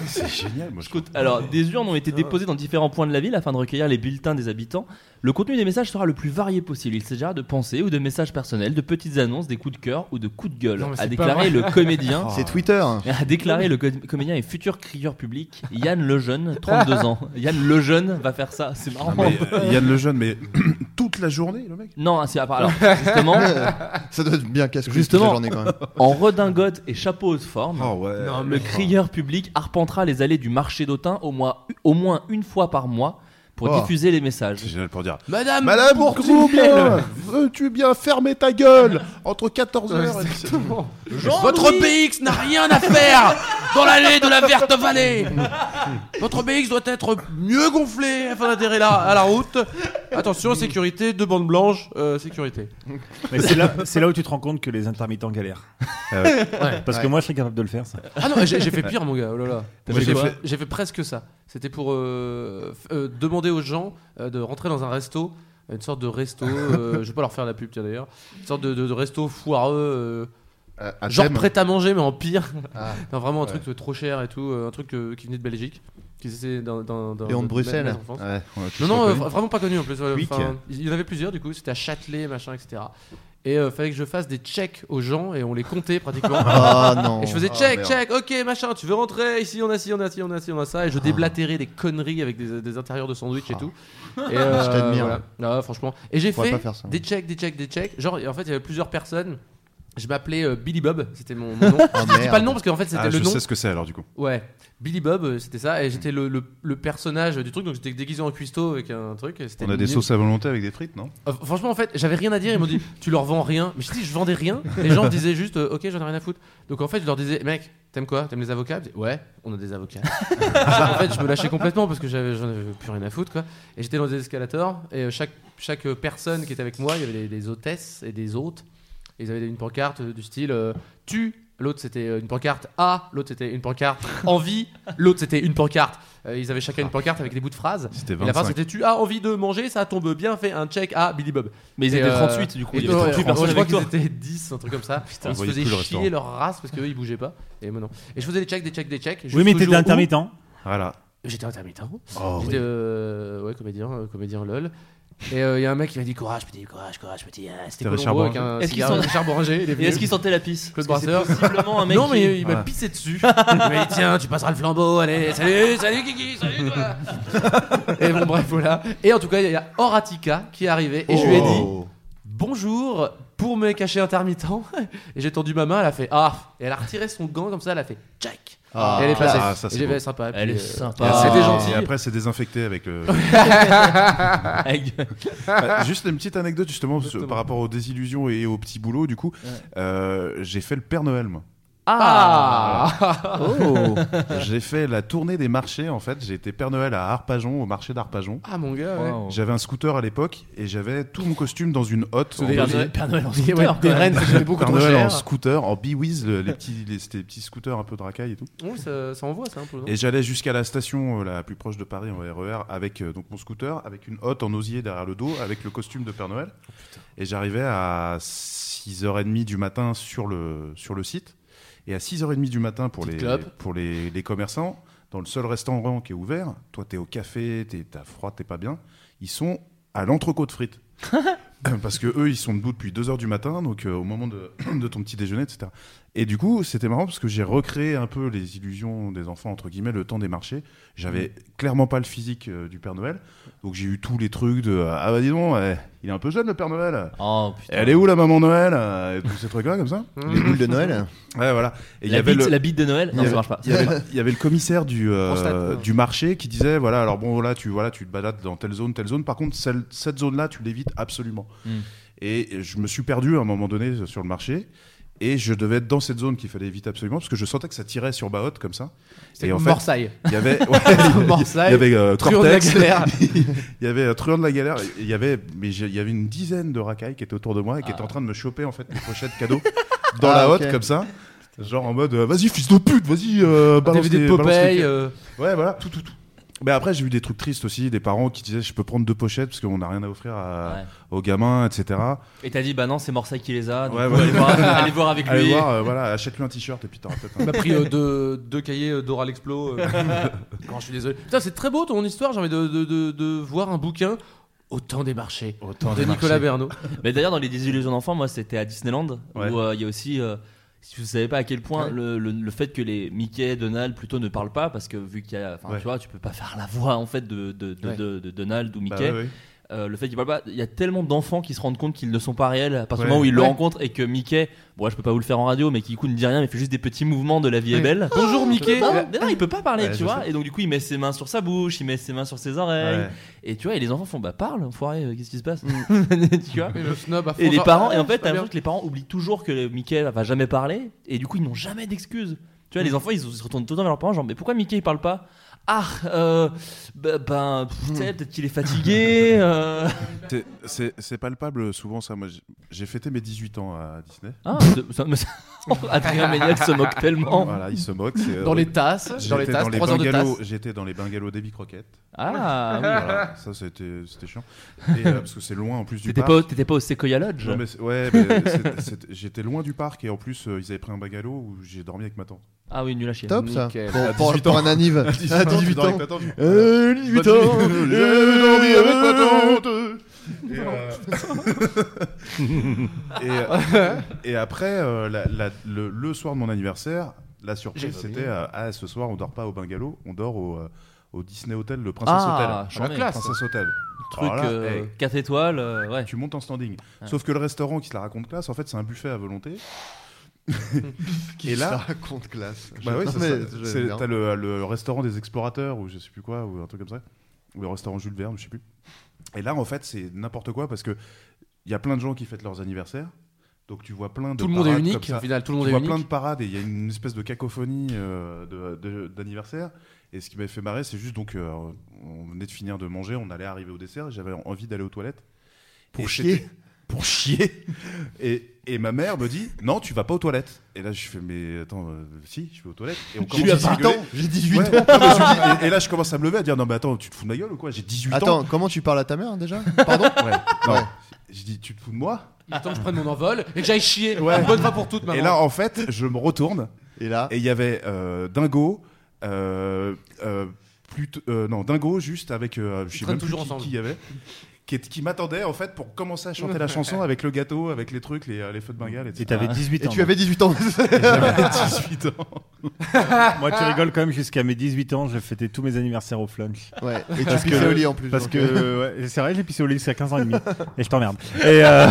S5: C'est génial. Moi, je
S1: Écoute, alors, des urnes ont été déposées dans différents points de la ville afin de recueillir les bulletins des habitants. Le contenu des messages sera le plus varié possible. Il s'agira de pensées ou de messages personnels, de petites annonces, des coups de cœur ou de coups de gueule,
S7: Non, mais
S1: a
S7: c'est pas
S1: déclaré
S7: vrai.
S1: le
S5: Oh. Ah.
S1: comédien.
S4: C'est Twitter.
S1: A déclaré le com- comédien et futur crieur public Yann Lejeune, 32 ans. Yann Lejeune va faire ça, c'est marrant.
S5: Non, mais, euh, Yann Lejeune, mais toute la journée, le mec.
S1: Non, c'est à part. Alors, justement,
S4: Ça doit être bien casse
S1: Justement.
S4: la journée quand même.
S1: En redingote et chapeau haute forme, euh,
S5: Ah ouais.
S7: Non,
S1: le crieur public arpentera les allées du marché d'Autun au, mois- au moins une fois par mois pour
S4: Oh.
S1: diffuser les messages.
S5: C'est génial pour dire.
S7: Madame,
S5: Madame Bourgou, bien Veux-tu bien fermer ta gueule Entre 14h et
S7: votre BX n'a rien à faire dans l'allée de la verte vallée. Votre BX doit être mieux gonflé afin d'atterrir là à la route. Attention, sécurité, deux bandes blanches, euh, sécurité.
S6: Mais c'est là, c'est là où tu te rends compte que les intermittents galèrent. Parce
S4: Ah
S6: que
S4: Ouais.
S6: moi, je serais capable de le faire, ça.
S7: Ah non, j'ai j'ai fait pire, mon gars. Oh là là.
S5: Moi,
S7: J'ai
S5: j'ai
S7: fait,
S5: fait-
S7: j'ai fait presque ça. C'était pour euh, f- euh, demander aux gens euh, de rentrer dans un resto, une sorte de resto. euh, je vais pas leur faire la pub, tiens d'ailleurs. Une sorte de, de- de resto foireux. euh,
S4: Euh, à
S7: Genre
S4: thème.
S7: prêt à manger, mais en pire.
S4: Ah.
S7: non, vraiment un truc euh, trop cher et tout. euh, Un truc euh, qui venait de Belgique. Qui était dans, dans, dans-
S4: Léon de
S7: dans- dans
S4: Bruxelles. Ah.
S7: la France.
S4: Ouais.
S7: Non, non, euh, vra- vraiment pas connu en plus. ouais,
S5: Quick.
S7: enfin, il y en avait plusieurs du coup. C'était à Châtelet, machin, etc. Et euh, fallait que je fasse des checks aux gens et on les comptait pratiquement.
S4: Ah non.
S7: Et je faisais
S5: Ah,
S7: check,
S5: merde.
S7: check, ok, machin, tu veux rentrer Ici, on a ci, on a ci, on a ci, on a
S4: Ah.
S7: ça. Et je déblatérais des conneries avec des, des intérieurs de sandwich et tout. Et euh,
S4: Je t'admire.
S7: voilà. Ouais, franchement. Et j'ai
S4: Faudrait
S7: fait
S4: pas faire ça.
S7: des checks, des checks, des checks. Genre, en fait, il y avait plusieurs personnes. Je m'appelais euh, Billy Bob, c'était mon, mon nom.
S5: Oh,
S4: Ah,
S7: C'est
S4: merde.
S7: pas le nom parce qu'en fait, c'était
S5: Ah,
S7: le
S5: je
S7: nom.
S5: sais ce que c'est alors du coup.
S7: Ouais. Billy Bob, euh, c'était ça. Et j'étais le, le- le personnage du truc. Donc, j'étais déguisé en cuistot avec un truc. et c'était
S5: On a des
S7: nul.
S5: sauces à volonté avec des frites, non
S7: Euh, franchement, en fait, j'avais rien à dire. Ils m'ont dit, tu leur vends rien. Mais je dis, je vendais rien. Les gens disaient juste, euh, ok, j'en ai rien à foutre. Donc en fait, je leur disais, mec, t'aimes quoi T'aimes les avocats Ils disaient, Ouais, on a des avocats. en fait, je me lâchais complètement parce que j'avais, j'en avais plus rien à foutre, quoi. Et j'étais dans des escalators. Et euh, chaque, chaque euh, personne qui était avec moi, il y avait des, des hôtesses et des hôtes. Et ils avaient une pancarte euh, du style, euh, tu L'autre c'était euh, une pancarte A, l'autre c'était une pancarte envie, l'autre c'était une pancarte. Euh, ils avaient chacun une pancarte avec des bouts de phrases.
S5: C'était
S7: Et la
S5: 25.
S7: phrase c'était tu as Ah, envie de manger, ça tombe bien, fais un check à Billy Bob.
S1: Mais ils
S7: Et,
S1: étaient
S7: euh,
S1: 38 du coup,
S7: et
S1: il y
S7: ouais,
S1: avait 38
S7: ouais, je
S1: personnes
S7: crois
S1: avec toi.
S7: qu'ils étaient 10, un truc comme ça.
S5: on
S7: ils se
S5: voyait
S7: faisaient
S5: plus le
S7: chier
S5: restaurant.
S7: leur race parce qu'eux ils bougeaient pas. Et moi non. Et je faisais des checks, des checks, des checks.
S6: Oui, mais
S7: t'étais
S6: t'étais intermittent.
S5: Voilà.
S7: J'étais intermittent.
S6: Oh,
S7: J'étais euh, ouais, comédien, euh, comédien lol. Et euh, il y a un mec qui m'a dit courage petit, courage, courage petit. Ah, C'était
S5: C'était
S7: Colombo avec
S5: Richard
S7: un
S1: Est-ce qu'ils
S7: cigare-
S1: sont-
S7: Richard Boranger. il est
S1: hein. Et
S7: venu.
S1: est-ce qu'ils sentaient la pisse
S7: Claude
S1: Parce que c'est
S7: Brasseur.
S1: Possiblement un mec.
S7: Non,
S1: qui-
S7: mais il m'a
S5: Ah.
S7: pissé dessus. il m'a dit tiens, tu passeras le flambeau, allez, salut, salut Kiki, salut toi. Et bon, bref, voilà. Et en tout cas, il y a Horatica qui est arrivé et je lui ai dit
S5: Oh.
S7: bonjour pour me cacher intermittent. Et j'ai tendu ma main, elle a fait ah, et elle a retiré son gant comme ça, elle a fait check.
S4: Ah.
S7: et elle est passée.
S5: Ah, ça, c'est
S7: Et j'ai
S5: beau.
S7: fait sympa.
S1: Elle
S7: puis,
S1: est
S7: euh,
S1: sympa.
S7: Ah, C'était gentil.
S5: Et après, c'est désinfecté avec le.
S1: Avec-
S5: Ah, Juste une petite anecdote, justement, parce que
S7: Exactement.
S5: par rapport aux désillusions et aux petits boulots, du coup, euh, j'ai fait le Père Noël, moi.
S7: Ah,
S5: J'ai fait la tournée des marchés, en fait. J'ai été Père Noël à Arpajon, au marché d'Arpajon.
S7: ah mon gars. ouais.
S1: Wow.
S5: J'avais un scooter à l'époque et j'avais tout mon costume dans une hotte. en
S1: Père
S5: bi-
S1: Noël- Père Noël en
S7: Et ouais,
S1: scooter,
S7: des
S1: quoi.
S7: rennes, ça coûtait beaucoup
S5: Père
S7: trop
S5: Noël en
S7: cher.
S5: scooter, en Biwiz, le- les petits, les- c'était des petits scooters un peu de racaille et tout.
S7: Oui, ça, ça envoie, ça un peu. hein. non
S5: Et j'allais jusqu'à la station euh, la plus proche de Paris en RER avec euh, donc mon scooter, avec une hotte en osier derrière le dos, avec le costume de Père Noël. et j'arrivais à 6h30 du matin sur le, sur le site. Et à 6h30 du matin pour, les,
S7: Petite clope.
S5: pour les, les commerçants, dans le seul restaurant qui est ouvert, toi t'es au café, t'es- t'as froid, t'es pas bien, ils sont à l'entrecôte frites. Parce que eux, ils sont debout depuis 2h du matin, donc euh, au moment de, de ton petit déjeuner, etc. Et du coup, c'était marrant parce que j'ai recréé un peu les illusions des enfants, entre guillemets, le temps des marchés.
S7: Mm.
S5: J'avais clairement pas le physique euh, du Père Noël. Donc j'ai eu tous les trucs de euh, Ah bah dis donc, euh, il est un peu jeune le Père Noël.
S1: Oh putain.
S5: Elle est où la maman Noël euh, Et tous ces trucs-là comme ça.
S4: Les boules de Noël.
S5: Ouais, voilà. Et il y
S1: La
S5: avait
S1: bite,
S5: le.
S1: la bite de Noël
S5: il y
S1: Non, ça
S5: avait-
S1: marche pas.
S5: Il y, avait, il y avait le commissaire du, euh,
S7: Prostate.
S5: du marché qui disait voilà alors bon là tu voilà tu te balades dans telle zone telle zone par contre celle- cette zone là tu l'évites absolument
S1: Mm.
S5: et je me suis perdu à un moment donné sur le marché et je devais être dans cette zone qu'il fallait éviter absolument parce que je sentais que ça tirait sur ma hotte comme ça
S7: C'était
S5: et en
S7: comme
S5: fait-
S7: Morsaille.
S5: il y avait ouais, il y-
S7: Morsailles,
S5: il y avait euh,
S7: Truand de la
S5: Cortex,
S7: galère.
S5: il y avait un truand de la galère, et il y avait, mais j'ai- il y avait une dizaine de racailles qui étaient autour de moi et qui
S1: Ah.
S5: étaient en train de me choper en fait les pochettes cadeaux dans
S4: Ah,
S5: la
S4: ok.
S5: hotte comme ça. Genre en mode euh, vas-y fils de pute vas-y euh,
S7: Un
S5: balance tes-
S7: DVD de
S5: balance tes
S7: Popeye.
S5: clés.
S7: euh,
S5: ouais voilà tout tout tout mais après j'ai vu des trucs tristes aussi des parents qui disaient je peux prendre deux pochettes parce qu'on n'a rien à offrir à-
S1: Ouais.
S5: aux gamins etc
S1: Et t'as dit, bah non, c'est Morsa qui les a. donc
S5: Ouais,
S1: vous
S5: ouais.
S1: allez voir- Allez voir avec
S5: allez
S1: lui.
S5: voir euh, voilà achète lui un t-shirt et puis t'auras peut-être un-
S7: Il m'a pris euh, deux, deux cahiers euh, d'Oral Explo. euh. Quand je suis désolé. Putain, c'est très beau ton histoire. J'ai envie de, de, de, de voir un bouquin au temps des marchés
S5: autant
S7: de Nicolas Bernot.
S1: Mais d'ailleurs, dans les désillusions d'enfants, moi, c'était à Disneyland
S5: Ouais.
S1: où euh, il y a aussi. euh, si vous savez pas à quel point le, le- le fait que les Mickey, Donald plutôt ne parlent pas, parce que vu qu'il y a, enfin
S5: Ouais.
S1: tu vois, tu peux pas faire la voix en fait de, de, de,
S4: Ouais.
S1: de- de Donald ou
S5: Bah
S1: Mickey,
S5: ouais, ouais.
S1: euh, le fait qu'ils parlent pas, il y a tellement d'enfants qui se rendent compte qu'ils ne sont pas réels à partir du
S5: Ouais.
S1: moment où ils le
S4: Ouais.
S1: rencontrent et que Mickey, bon, ouais, je peux pas vous le faire en radio, mais qui du coup ne dit rien, mais fait juste des petits mouvements de la vie est
S4: Ouais.
S1: belle.
S7: Bonjour Mickey.
S1: Non, mais non, il peut pas parler,
S5: Ouais,
S1: tu
S5: je
S1: vois. Et donc, du coup, il met ses mains sur sa bouche, il met ses mains sur ses oreilles.
S5: Ouais.
S1: Et tu vois, et les enfants font bah parle, enfoiré, euh, qu'est-ce qui se passe
S5: Mm.
S1: Tu vois
S7: Et le snob à fond,
S1: Et les
S7: genre,
S1: parents,
S7: ah,
S1: et en
S7: c'est
S1: fait,
S7: pas
S1: t'as
S7: bien.
S1: l'impression que les parents oublient toujours que Mickey va jamais parler, et du coup, ils n'ont jamais d'excuses. Tu vois, les enfants, ils se retournent tout le temps vers leurs parents, genre, mais pourquoi Mickey il parle pas Ah, euh, bah, ben, pff, tu sais, peut-être qu'il est fatigué. euh.
S5: C'est- C'est c'est palpable souvent ça. Moi, j'ai- j'ai fêté mes 18 ans à Disney.
S1: Ah, de- ça me- Adrien Méniel se moque tellement.
S5: Voilà, ils se moquent. c'est
S7: Dans les
S5: horrible.
S7: tasses, dans les
S5: J'étais
S7: tasses, 3 heures de tasses.
S5: bungalows- J'étais dans les bungalows d'Ebi Croquette.
S1: Ah, oui.
S5: Voilà, ça c'était c'était chiant. Et, euh, parce que c'est loin en plus du
S1: T'étais
S5: parc.
S1: pas, au- t'étais pas au Sequoia Lodge
S5: Non, mais c'est- ouais, mais c'est- c'est- j'étais loin du parc et en plus euh, ils avaient pris un bungalow où j'ai dormi avec ma tante.
S1: Ah oui, nul à chier.
S4: Top ça.
S7: Nickel.
S4: Pour-
S5: À
S4: pour-
S5: 18
S4: Pour
S5: ans.
S4: un anniv. À
S7: Ah,
S4: 18
S5: ans.
S4: ans.
S5: Avec ma tante.
S4: Euh, 18 ans.
S5: J'ai dormi avec ma tante. Et, euh, et, euh, et après, euh, la- la- le, le soir de mon anniversaire, la
S7: J'ai
S5: surprise
S7: vomi.
S5: c'était euh, ah ce soir on dort pas au bungalow, on dort au, euh, au Disney Hotel, le Princess
S1: Ah,
S5: Hotel.
S1: j'en ai.
S7: classe.
S5: Princess Hotel.
S1: Truc
S5: Alors Oh là,
S1: euh,
S5: hey,
S1: 4 étoiles, euh, ouais.
S5: tu montes en standing.
S1: Ouais.
S5: Sauf que le restaurant qui se la raconte classe, en fait c'est un buffet à volonté.
S4: Qui
S5: Et là-
S4: se raconte classe.
S5: Bah oui,
S4: Non,
S5: c'est
S4: mais
S5: ça.
S4: je-
S5: C'est-
S4: bien.
S5: T'as le, le restaurant des explorateurs ou je sais plus quoi, ou un truc comme ça. Ou le restaurant Jules Verne, je sais plus. Et là, en fait, c'est n'importe quoi parce que il y a plein de gens qui fêtent leurs anniversaires. Donc tu vois plein de
S7: Tout le monde est
S5: parades comme
S7: unique.
S5: ça.
S7: Au final, tout le
S5: Tu
S7: monde est
S5: vois plein de
S7: unique.
S5: parades et il y a une espèce de cacophonie euh, de- de- d'anniversaire. Et ce qui m'a fait marrer, c'est juste donc euh, on venait de finir de manger, on allait arriver au dessert et j'avais envie d'aller aux toilettes.
S4: Pour
S5: Et
S4: chier.
S5: c'était- pour chier. Et, et ma mère me dit Non, tu vas pas aux toilettes. Et là, je fais Mais attends, euh, si, je vais aux toilettes. Et on
S4: Tu as
S5: à
S4: 18
S5: s'engueuler.
S4: ans J'ai 18
S5: Ouais,
S4: ans
S5: non, mais je me dis- et, et là, je commence à me lever, à dire Non, mais attends, tu te fous de ma gueule ou quoi J'ai 18 ans.
S4: Attends, comment tu parles à ta mère déjà Pardon
S5: Ouais, non.
S4: Ouais.
S5: Je dis Tu te fous de moi
S7: Il est temps que je prenne mon envol et que j'aille chier.
S5: Ouais.
S7: Une bonne fois pour
S4: Bah
S7: toutes, maman.
S5: Et là, en fait, je me retourne
S4: Et là,
S5: et il y avait euh, Dingo. Euh, euh, plutôt- euh, non, Dingo, juste avec. euh, je sais
S7: traînent
S5: même plus
S7: toujours
S5: qui-
S7: ensemble.
S5: qui il y avait. Qui, est- qui m'attendait en fait pour commencer à chanter la chanson avec le gâteau, avec les trucs, les, euh, les feux de Bengale, etc.
S6: Et t'avais 18
S4: Ah. et
S6: ans.
S4: tu avais 18 ans.
S5: J'avais 18 ans.
S6: Moi, tu rigoles quand même jusqu'à mes 18 ans, j'ai fêté tous mes anniversaires au flunch.
S4: ouais. Et tu
S6: Parce
S4: pissais
S6: que-
S4: au lit en plus.
S6: Parce
S4: donc,
S6: que
S4: euh,
S6: ouais, c'est vrai, j'ai pissé au lit jusqu'à 15 ans et demi. Et je t'emmerde. Et, euh,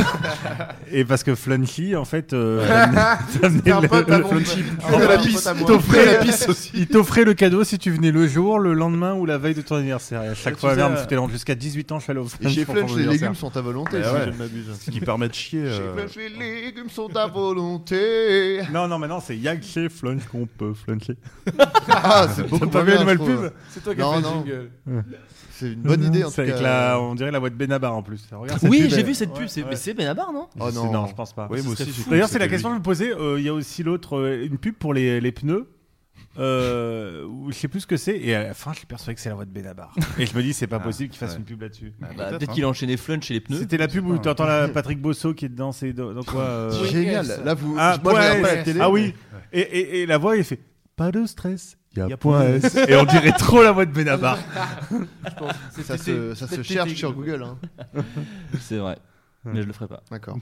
S6: et parce que Flunchy, en fait, euh, t'amenais-
S4: C'est un
S6: t'amenais
S4: pote
S6: le-
S4: à
S6: le-
S4: mon-
S5: Fais de la pisse.
S6: t'offrais-
S5: Fais de la pisse aussi.
S6: il t'offrait le cadeau si tu venais le jour, le lendemain ou la veille de ton anniversaire. Et à chaque
S5: tu
S6: fois, la mère
S5: sais,
S6: me
S5: euh,
S6: foutait l'onde. Jusqu'à 18 ans, je suis allé au
S4: Et
S6: Flunch
S4: chez
S6: pour mon
S4: Flunch, les
S6: anniversaire.
S4: légumes sont à volonté,
S5: Bah
S4: si
S5: ouais.
S4: je ne m'abuse.
S5: Ce qui permet de chier.
S4: Chez
S5: euh,
S4: Flunch, les légumes sont à volonté.
S6: Non, non, maintenant c'est Yag chez Flunch qu'on peut fluncher.
S4: Ah, c'est beaucoup
S6: T'as
S4: moins
S6: pas vu la
S4: bien,
S6: nouvelle
S4: je trouve.
S6: pub
S7: C'est toi qui
S4: Non,
S7: as fait
S4: non.
S7: le jingle.
S4: C'est une bonne idée en tout
S6: C'est avec
S4: cas.
S6: la- on dirait la voix de Benabar en plus. Regarde cette
S1: Oui,
S6: pub,
S1: j'ai
S6: elle-
S1: vu cette pub.
S6: Ouais,
S1: c'est-
S6: ouais.
S1: Mais c'est Benabar, non
S4: Oh
S6: C'est-
S4: non.
S6: non, je pense pas.
S5: Oui, moi
S1: serait
S5: aussi. j'ai
S1: fou.
S5: cru
S6: D'ailleurs,
S5: que
S6: c'est la
S5: c'était
S6: question que
S5: lui.
S6: je me posais. euh, Il y a aussi l'autre, euh, une pub pour les, les pneus. Euh, où je sais plus ce que c'est. Et à la fin, je suis persuadé que c'est la voix de Benabar. Et je me dis, c'est pas
S5: Ah,
S6: possible qu'il fasse
S5: ouais.
S6: une pub là-dessus.
S5: Ah,
S1: Bah,
S5: peut-être,
S1: Peut-être
S5: hein.
S1: qu'il a enchaîné Flunch et les pneus.
S6: C'était la pub où
S5: pas.
S6: tu entends la Patrick Bosso qui est dedans. C'est dans, dans quoi euh,
S4: C'est Génial. Là, vous.
S6: Ah,
S4: moi, je
S6: point
S4: regarde pas
S6: S.
S4: la télé.
S6: Ah oui. Et, et- et la voix, il fait pas de stress. Il y a point S. Bah, Et on dirait trop la voix de Benabar.
S7: Je pense. C'est-
S4: Ça
S7: c'était-
S4: se, ça se
S7: c'était-
S4: cherche sur Google. Hein.
S1: C'est vrai. Mais je le ferai pas.
S4: D'accord.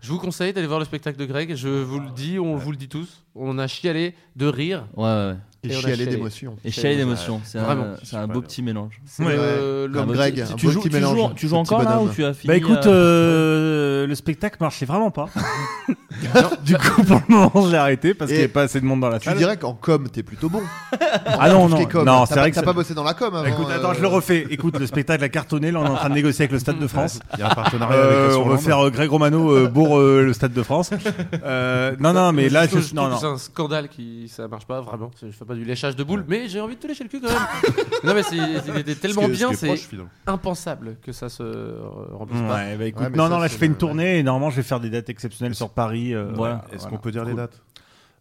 S7: Je vous conseille d'aller voir le spectacle de Greg. Je vous le dis, on vous le dit tous. On a chialé de rire.
S1: Ouais, ouais.
S4: Et
S7: Et on a
S4: chialer
S7: chialé.
S4: d'émotion.
S1: Et chialer d'émotion. C'est un, euh,
S7: Vraiment.
S1: c'est un beau petit mélange.
S7: C'est
S6: Ouais.
S7: euh, le-
S4: Comme
S1: Un beau
S4: Greg,
S1: petit-
S4: un
S1: tu
S4: beau
S1: joues,
S4: petit
S1: tu
S4: mélange,
S1: joues- tu joues
S4: ce petit
S1: encore là ou
S4: bonhomme.
S1: tu as fini
S6: Bah écoute,
S1: euh,
S6: euh, le spectacle marchait vraiment pas. du coup, pour le moment, je l'ai arrêté parce
S4: Et
S6: qu'il n'y avait pas assez de monde dans la
S4: Tu
S6: salle.
S4: dirais qu'en com, t'es plutôt bon.
S6: Ah non, non,
S4: T'es com.
S6: non,
S4: T'as
S6: c'est
S4: pas-
S6: vrai que
S4: t'as
S6: ça-
S4: pas bossé dans la com avant.
S6: Bah, Écoute, attends,
S4: euh,
S6: je le refais. Écoute, le spectacle a cartonné. Là, on est en train de négocier avec le Stade de France.
S5: Il y a un partenariat avec
S6: Euh,
S5: la
S6: on va
S5: Sourlande.
S6: faire euh, Greg Romano euh, bourre euh, le Stade de France. Euh, non, non, mais là,
S7: je trouve-
S6: je,
S7: je
S6: non,
S7: trouve
S6: non.
S7: que C'est un scandale qui ça marche pas vraiment. Je fais pas du léchage de boules, mais j'ai envie de te lécher le cul quand même. non mais c'est il était
S5: Ce qui est-
S7: tellement
S5: ce qui
S7: bien,
S5: est
S7: c'est
S5: proche, finalement.
S7: impensable que ça se euh, remplisse pas.
S6: Ouais, bah écoute,
S4: Ouais, mais
S6: non,
S4: ça,
S6: non, là,
S4: c'est
S6: je fais une
S4: le-
S6: tournée et normalement, je vais faire des dates exceptionnelles sur Paris. euh,
S1: Voilà.
S5: Est-ce
S6: voilà.
S5: qu'on peut dire les
S6: Cool.
S5: dates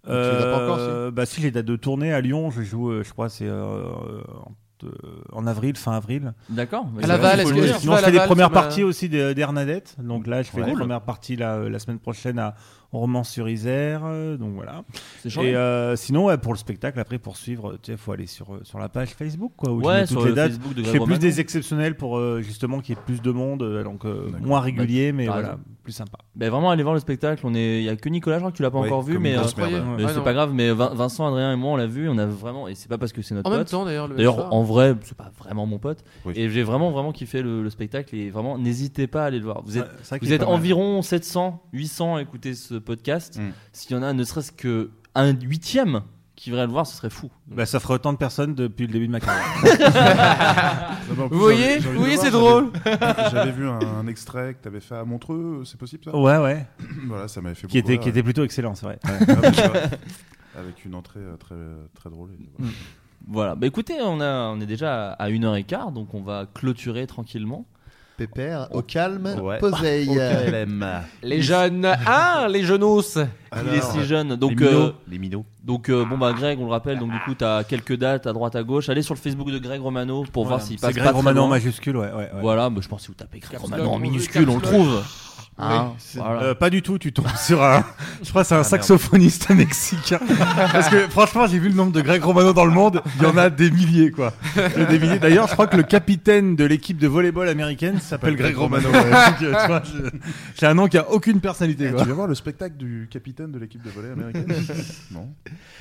S4: les as pas encore,
S6: Euh, Bah si, les dates de tournée à Lyon, je joue, euh, je crois, c'est euh, en, euh, en avril, fin avril.
S1: D'accord.
S7: À Laval, est-ce
S6: Sinon,
S7: que tu vas à
S6: je fais des
S7: Laval,
S6: premières
S7: tu vas-
S6: parties aussi des- d'Hernadette. Donc là, je fais
S1: Ouais.
S6: les
S1: Cool.
S6: premières parties là, euh, la semaine prochaine à Romans-sur-Isère. euh, donc voilà.
S1: C'est
S6: Et
S1: chouette.
S6: euh, sinon, ouais, pour le spectacle, après, pour suivre, tu sais, faut aller sur, euh, sur la page Facebook, quoi, où je mets
S1: Ouais,
S6: toutes
S1: sur
S6: les
S1: le
S6: dates.
S1: Facebook de
S6: Je
S1: Greg
S6: fais plus
S1: Romano.
S6: des exceptionnels pour euh, justement qu'il y ait plus de monde, euh, donc euh, moins régulier, mais
S1: t'as
S6: voilà,
S1: raison.
S6: plus sympa.
S1: Bah, vraiment, allez voir le spectacle. On est... Il y a que Nicolas, je crois que tu l'as pas
S5: Ouais,
S1: encore vu,
S5: comme
S1: mais.
S5: une
S1: euh,
S5: grosse merde.
S7: incroyable.
S1: mais
S7: Ouais,
S1: c'est
S7: Ah non.
S1: pas grave, mais Vin- Vincent, Adrien et moi, on l'a vu, on a vraiment, et c'est pas parce que c'est notre
S7: En même
S1: pote.
S7: temps d'ailleurs. le même
S1: D'ailleurs,
S7: soir.
S1: en vrai, c'est pas vraiment mon pote.
S5: Oui.
S1: Et j'ai vraiment, vraiment kiffé le, le spectacle. Et vraiment, n'hésitez pas à aller le voir. Vous êtes,
S6: Ouais, c'est vrai qu'il
S1: vous
S6: est
S1: êtes
S6: pas mal. Hmm.
S1: environ 700, 800 à écouter ce podcast.
S5: Mm.
S1: S'il y en a ne serait-ce que un huitième qui viendrait le voir, ce serait fou.
S6: Bah, ça ferait autant de personnes depuis le début de ma carrière.
S5: Ah bah,
S7: Vous voyez, vous voyez, c'est drôle.
S5: J'avais vu un, un extrait que t'avais fait à Montreux, c'est possible
S7: Oh.
S5: ça
S6: Ouais, ouais.
S5: Voilà, ça m'avait fait
S6: Qui
S5: beaucoup
S6: était, qui
S5: rire.
S6: était plutôt excellent, c'est vrai.
S5: Ouais, avec, euh, avec une entrée euh, très, très drôle. et voilà.
S1: Voilà. Bah écoutez, on, a, on est déjà à 1h15, donc on va clôturer tranquillement.
S4: Pépère, au calme,
S5: Ouais.
S4: poseille.
S7: Les jeunes, ah, les jeunos.
S5: Alors,
S1: Il est si jeune. Donc, euh, donc euh, bon, bah Greg, on le rappelle, donc du coup, t'as quelques dates à droite à gauche. Allez sur le Facebook de Greg Romano pour voir s'il
S6: C'est
S1: passe
S6: Greg
S1: pas très
S6: Romano en
S1: loin.
S6: majuscule, ouais. ouais, ouais.
S1: Voilà, bah, je pense que si vous tapez Greg
S7: Caps
S1: Romano
S7: lock,
S1: en
S7: oui,
S1: minuscule,
S7: caps
S1: on le
S7: lock.
S1: trouve.
S4: Hein,
S1: Voilà.
S6: Euh, pas du tout, tu tombes sur un. Je crois que c'est un saxophoniste mexicain. Parce que franchement, j'ai vu le nombre de Greg Romano dans le monde, il y en a des milliers quoi. Il y a des milliers. D'ailleurs, je crois que le capitaine de l'équipe de volleyball américaine s'appelle Greg Romano. ouais. Donc, euh, tu vois, je- J'ai un nom qui a aucune personnalité
S5: Eh,
S6: quoi.
S5: tu vas voir le spectacle du capitaine de l'équipe de volley américaine Non.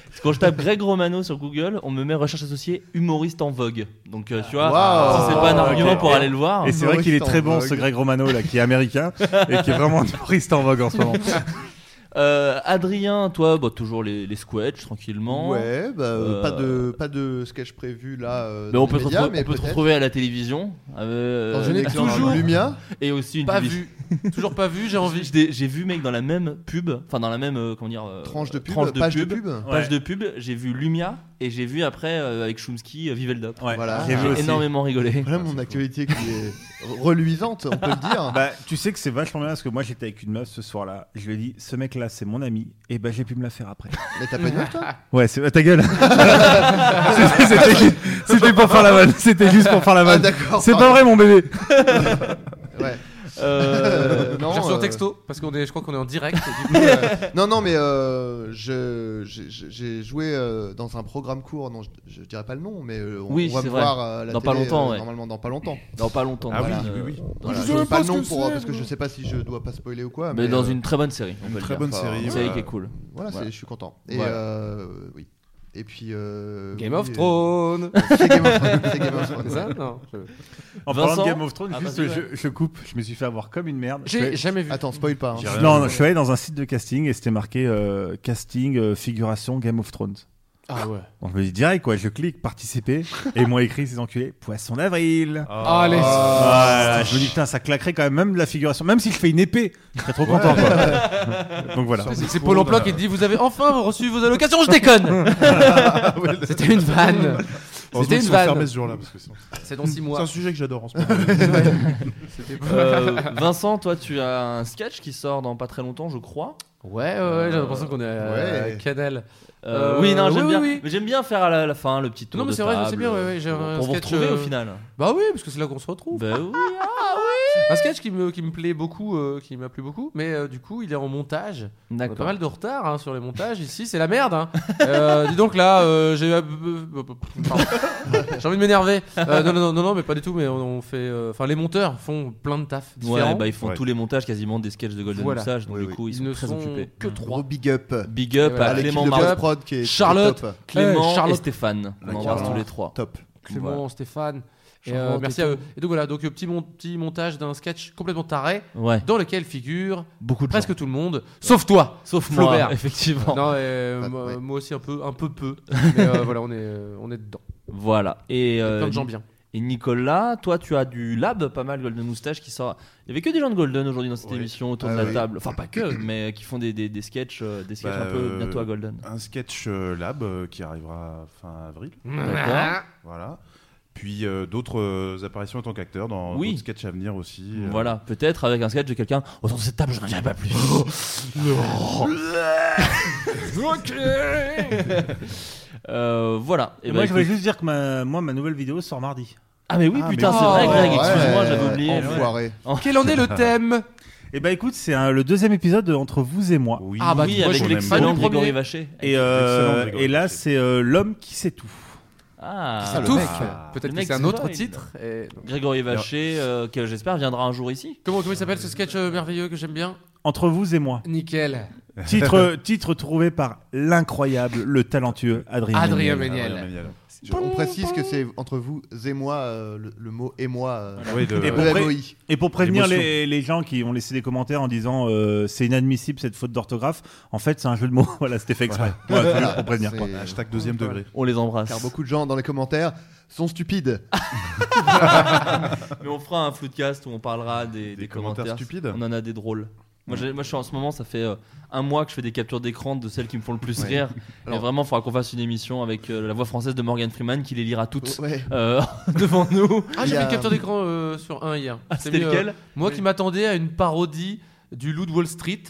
S1: Parce que Quand je tape Greg Romano sur Google, on me met recherche associée humoriste en vogue. Donc euh, tu vois,
S4: Wow.
S1: si c'est pas un
S6: Oh,
S1: argument
S6: ok.
S1: pour aller le voir.
S6: Et c'est vrai qu'il est très bon
S4: Humoriste en
S6: ce Greg Romano là, qui est américain et qui est vraiment un humoriste en vogue en ce moment.
S1: Euh, Adrien, toi, bah, toujours les, les squats tranquillement.
S4: Ouais, bah,
S1: Euh,
S4: pas, de, pas de sketch prévu là. euh,
S1: Mais
S4: dans
S1: on
S4: les
S1: peut, se
S4: médias,
S1: retrouver,
S4: mais
S1: on peut se
S4: peut-être
S1: retrouver à la télévision. euh,
S4: Dans une
S1: euh,
S4: excellente
S1: toujours-
S4: Lumia.
S1: et aussi une
S7: Pas
S1: publicité.
S7: vu, toujours pas vu. J'ai envie.
S1: Je l'ai- J'ai vu mec dans la même pub, enfin dans la même euh, comment dire euh,
S4: Tranche de pub,
S1: tranche de
S4: page
S1: pub,
S4: de pub.
S1: page de pub, J'ai vu Lumia Et j'ai vu après euh, avec Chomsky euh, Vivelda.
S6: Ouais, Ah.
S4: Voilà.
S6: j'ai vu
S4: J'ai
S6: aussi.
S1: Énormément rigolé.
S4: Voilà mon actualité qui est reluisante, on peut le dire.
S6: Bah, tu sais que c'est vachement bien parce que moi j'étais avec une meuf ce soir-là. Je lui ai dit, ce mec-là c'est mon ami. Et bah j'ai pu me la faire après.
S4: Mais t'as pas de meuf, toi
S6: Ouais, c'est ta gueule. C'était- c'était- C'était pour faire la vanne. C'était juste pour faire la
S4: Ah,
S6: vanne.
S4: d'accord.
S6: bah, C'est pas vrai mon bébé.
S4: Ouais.
S1: Euh,
S4: non,
S7: J'ai reçu un
S4: euh,
S7: texto parce qu'on est, je crois qu'on est en direct. et du coup,
S4: Non, non, mais euh, je- j'ai- j'ai j'ai joué euh, dans un programme court, non, je, je dirais pas le nom, mais euh, on,
S1: Oui,
S4: on va
S1: c'est
S4: me
S1: vrai.
S4: voir euh, à la
S1: Dans
S4: télé,
S1: pas longtemps,
S4: euh,
S1: ouais.
S4: normalement dans pas longtemps.
S1: Dans pas longtemps.
S5: Ah
S1: dans
S5: oui,
S1: une-
S5: oui, oui.
S1: dans
S4: Voilà,
S1: une-
S4: je donne pas le nom pour, euh, parce que je sais pas si je dois pas spoiler ou quoi. Mais,
S1: Mais dans
S4: euh,
S1: une très bonne série. on peut le
S5: Très
S1: dire.
S5: bonne
S4: enfin,
S5: série.
S1: Une
S4: bonne
S1: série
S5: voilà.
S1: qui est cool.
S4: Voilà, c'est-
S1: Voilà.
S4: je suis content. Et
S1: Voilà.
S4: euh, oui. Et puis. euh,
S7: Game
S4: oui,
S7: of
S4: euh,
S7: Thrones.
S4: C'est Game of Thrones. c'est Game of Thrones.
S7: C'est ça Non. je-
S6: En
S1: Vincent
S6: parlant de Game of Thrones,
S1: Ah,
S6: juste
S1: vas-y,
S6: je, je coupe. Je me suis fait avoir comme une merde. Je
S7: J'ai
S6: suis-
S7: jamais vu.
S4: Attends, spoil pas. hein.
S5: J'ai rien
S6: Non,
S5: vu.
S6: non, je suis allé dans un site de casting et c'était marqué euh, casting euh, figuration Game of Thrones.
S7: Ah ouais.
S6: Bon, je me dis direct quoi, je clique participer et ils m'ont écrit ces enculés poisson d'avril.
S7: Ah, allez.
S6: Voilà, je me dis putain ça claquerait quand même même de la figuration, même si je fais une épée, je serais trop content quoi. Donc voilà.
S7: C'est c'est Pôle emploi qui te dit Vous avez enfin reçu vos allocations, je déconne C'était une vanne C'était une vanne
S5: ce jour-là parce que c'est
S7: C'est dans 6
S5: c'est un
S7: mois.
S5: sujet que j'adore en ce moment.
S1: Euh, Vincent, toi, tu as un sketch qui sort dans pas très longtemps, je crois.
S7: Ouais, ouais, ouais, j'ai l'impression qu'on est à
S4: Ouais.
S7: Canal.
S1: Euh,
S7: Euh,
S1: oui, non, j'aime
S7: oui,
S1: bien.
S7: oui, oui.
S1: Mais j'aime bien faire à la, la fin le petit tour.
S7: Non, mais
S1: de
S7: c'est vrai, je sais
S1: table,
S7: bien, ouais, ouais, j'ai
S1: pour-
S7: un
S1: Pour vous
S7: sketch,
S1: retrouver au
S7: euh,
S1: final.
S7: Bah oui, parce que c'est là qu'on se retrouve.
S1: Bah oui.
S7: Un sketch qui me, qui me plaît beaucoup, euh, qui m'a plu beaucoup, mais euh, du coup, il est en montage. On a pas
S1: D'accord.
S7: mal de retard hein, sur les montages ici, c'est la merde. hein. Euh, dis donc là, euh, j'ai euh, pardon. j'ai envie de m'énerver. Euh, non, non, non, non, non, mais pas du tout. Mais on, on fait, euh, enfin, les monteurs font plein de taf différents.
S1: Ouais, bah ils font
S5: Ouais.
S1: tous les montages quasiment des sketchs de Golden
S7: Voilà.
S1: Moustache, donc
S4: Oui,
S1: du
S4: oui.
S1: coup ils,
S7: Ils
S1: sont
S7: ne
S1: très
S7: sont
S1: occupés. Mmh.
S7: que trois.
S4: Gros big up.
S1: Big up
S7: Et voilà.
S1: à
S4: À l'équipe
S1: Clément
S4: de
S1: Marot,
S4: Buzz Prod qui est qui est
S7: Bah, Charlotte.
S4: top.
S1: Clément
S7: Charlotte.
S1: et Stéphane. On
S4: Voilà.
S1: embrasse tous les trois.
S4: Top.
S7: Clément,
S1: Voilà.
S7: Stéphane. Et,
S4: Charlotte
S7: euh,
S4: et
S7: merci à eux. Et donc voilà, donc euh, petit, mon- petit montage d'un sketch complètement taré
S1: Ouais.
S7: dans lequel figure
S1: Beaucoup de
S7: presque tout le monde, sauf toi,
S1: Sauf
S7: Flaubert.
S1: moi, effectivement.
S7: Non, et, euh,
S4: Ouais,
S7: moi,
S4: ouais.
S7: moi aussi un peu, un peu peu. mais euh, voilà, on est, euh, on est dedans.
S1: Voilà. Et, euh,
S7: plein de gens bien.
S1: et Nicolas, toi, tu as du lab pas mal Golden Moustache qui sort. Il y avait que des gens de Golden aujourd'hui dans cette
S5: Oui.
S1: émission autour de
S4: Ah
S1: la
S4: oui.
S1: table. Enfin, pas que, mais euh, qui font des, des, des sketchs, euh, des sketchs
S5: Bah,
S1: un peu
S5: euh,
S1: bientôt à Golden.
S5: Un sketch euh, lab euh, qui arrivera fin avril.
S1: D'accord.
S5: Voilà. Puis euh, d'autres euh, apparitions en tant qu'acteur dans
S1: Oui.
S5: d'autres sketchs à venir aussi. euh.
S1: Voilà, peut-être avec un sketch de quelqu'un. Autour de cette table, je n'en dirai pas plus. Euh, voilà. Et
S6: Et
S1: bah,
S6: moi je voulais
S1: écoute-
S6: juste dire que ma, moi ma nouvelle vidéo sort mardi.
S1: Ah, mais oui,
S5: Ah,
S1: putain,
S5: mais-
S1: c'est
S7: Oh,
S1: vrai, Greg,
S4: ouais.
S1: excuse-moi, j'avais
S4: Ouais,
S1: oublié.
S4: Enfoiré.
S7: Quel en est
S4: Ah.
S7: le thème
S6: Et bah écoute, c'est un- le deuxième épisode de entre vous et moi.
S5: Oui,
S7: Ah, bah,
S1: Oui,
S7: moi,
S1: avec
S5: on aime
S1: l'excellent
S5: beaucoup.
S7: premier.
S1: Grégory Vacher.
S6: Et, euh,
S5: Oh. Excellent, Grégory.
S6: et là c'est euh, l'homme qui sait tout.
S1: Ah,
S4: Ah, le
S7: Touffe.
S4: mec.
S1: Le
S7: Peut-être que
S1: mec,
S7: c'est un
S1: c'est
S7: autre
S1: pas, il-
S7: titre. et-
S1: Grégory Vacher, euh, que j'espère viendra un jour ici.
S7: Comment, comment il s'appelle ce sketch euh, merveilleux que j'aime bien
S6: Entre vous et moi.
S7: Nickel.
S6: Titre titre trouvé par l'incroyable, le talentueux Adrien.
S5: Ah,
S6: Méniel.
S7: Adrien Méniel.
S5: Adrien Méniel.
S4: Je- on précise que c'est entre vous et moi, euh, le, le mot et moi. euh,
S5: Oui, de-
S6: Et bon,
S4: EMOI.
S6: Et pour prévenir
S5: L'émotion.
S6: les, les gens qui ont laissé des commentaires en disant euh, c'est inadmissible cette faute d'orthographe, en fait c'est un jeu de mots. voilà, c'était fait exprès. Ouais,
S4: Voilà,
S6: pour prévenir. quoi.
S4: c'est-
S5: hashtag deuxième degré.
S1: On les embrasse.
S4: Car beaucoup de gens dans les commentaires sont stupides.
S5: Ah,
S1: Mais on fera un floodcast où on parlera des, des,
S5: Des
S1: commentaires,
S5: commentaires stupides.
S1: On en a des drôles. Moi, j'ai- moi, je suis en ce moment, ça fait euh, un mois que je fais des captures d'écran de celles qui me font le plus
S4: Ouais.
S1: rire. Et
S4: Alors-
S1: vraiment, il faudra qu'on fasse une émission avec euh, la voix française de Morgan Freeman qui les lira toutes
S4: Ouais.
S1: euh, devant nous.
S7: Ah,
S4: Il y
S7: j'ai fait
S4: a-
S7: une capture d'écran euh, sur un hier.
S1: Ah,
S7: C'est
S1: c'était
S7: mis, euh,
S1: lequel
S7: Moi qui m'attendais à une parodie du loup de Wall Street.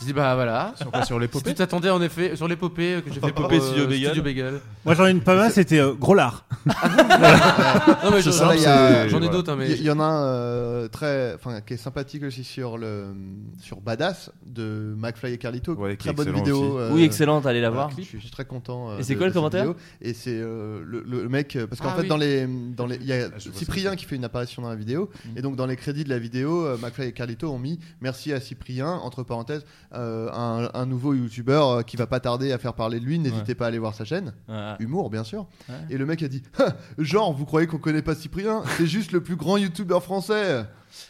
S7: Je dis bah voilà.
S5: Sur quoi Sur
S7: Si tu
S5: l'épopée
S7: t'attendais en effet sur l'épopée que j'ai fait
S1: Épopée
S7: pour, euh,
S1: Studio Bagel.
S7: Studio Bagel.
S6: Moi j'en ai une pas mal, c'était euh, gros lard.
S7: Non mais je-
S4: ça,
S7: j'en
S4: il y a-
S7: j'en ai
S5: voilà.
S7: d'autres hein, mais
S4: Il y, il y en a un euh, très, enfin, qui est sympathique aussi sur le sur Badass de McFly et Carlito.
S5: Ouais, qui
S4: très
S5: est
S4: bonne
S5: excellent
S4: vidéo.
S5: aussi.
S4: euh,
S1: Oui, excellente, allez la
S4: voilà,
S1: voir.
S4: Je suis je suis très content. euh,
S1: Et c'est
S4: de-
S1: quoi le
S4: de cette
S1: commentaire
S4: vidéo. Et c'est euh, le, le mec euh, parce qu'en
S7: Ah
S4: fait
S7: oui.
S4: dans les dans les il y a
S5: Ah, je vois
S4: Cyprien
S5: ça.
S4: qui fait une apparition dans la vidéo
S1: Mm.
S4: et donc dans les crédits de la vidéo euh, McFly et Carlito ont mis merci à Cyprien entre parenthèses euh, un, un nouveau youtubeur euh, qui va pas tarder à faire parler de lui n'hésitez pas à aller voir sa chaîne
S1: Voilà.
S4: humour bien sûr.
S1: Ouais.
S4: Et le mec a dit Ah, genre vous croyez qu'on connaît pas Cyprien C'est juste le plus grand youtubeur français.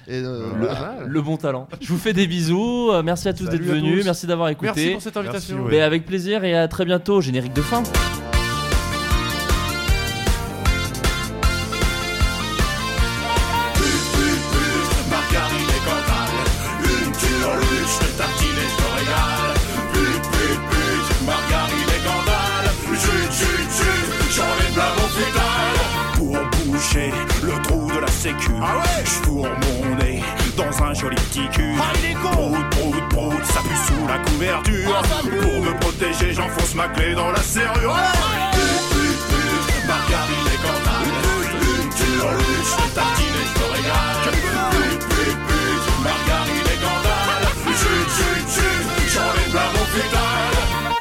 S4: Et euh,
S5: Voilà.
S4: le-
S1: Le bon talent. Je vous fais des bisous. euh, Merci à tous
S5: Salut
S1: d'être
S5: à
S1: venus.
S5: tous.
S1: Merci d'avoir
S7: Merci
S1: écouté.
S7: pour cette invitation.
S5: ouais.
S1: Mais avec plaisir et à très bientôt. Générique de fin.
S9: Margarine et Gandhi j'ai le trou de la sécu. Ah ouais J'fourre mon nez dans un joli petit cul. Ah, il est con Ah, Prout, prout, prout, ça pue sous la couverture. Pour me protéger, j'enfonce ma clé dans la serrure. Pute, pute, pute, margarine et cornade. Une turluche, je tartine et je me régale. Pute, pute, pute, margarine et cornade. Chut, chut, chut, j'en ai plein mon futal.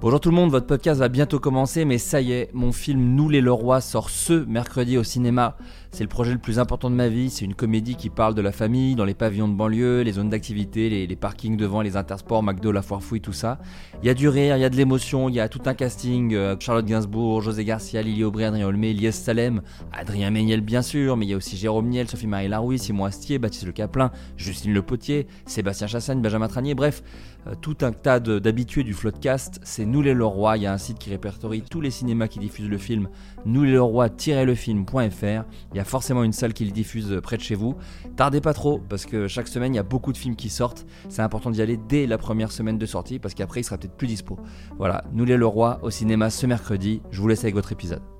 S1: Bonjour tout le monde, votre podcast va bientôt commencer, mais ça y est, mon film Nous les Leroy sort ce mercredi au cinéma. C'est le projet le plus important de ma vie, c'est une comédie qui parle de la famille, dans les pavillons de banlieue, les zones d'activité, les, les parkings devant, les intersports, McDo, la foire fouille, tout ça. Il y a du rire, il y a de l'émotion, il y a tout un casting, euh, Charlotte Gainsbourg, José Garcia, Lily Aubry, Adrien Olmé, Lies Salem, Adrien Méniel bien sûr, mais il y a aussi Jérôme Niel, Sophie-Marie Larouille, Simon Astier, Baptiste Le Caplin, Justine Le Potier, Sébastien Chassagne, Benjamin Tranier, bref, euh, tout un tas de- d'habitués du Floodcast, c'est Nous les Leroy. Il y a un site qui répertorie tous les cinémas qui diffusent le film, nousleroy-lefilm.fr. Il y a forcément une salle qui le diffuse euh, près de chez vous. Tardez pas trop, parce que chaque semaine, il y a beaucoup de films qui sortent. C'est important d'y aller dès la première semaine de sortie, parce qu'après, il sera peut-être plus dispo. Voilà, Nous les Leroy au cinéma ce mercredi. Je vous laisse avec votre épisode.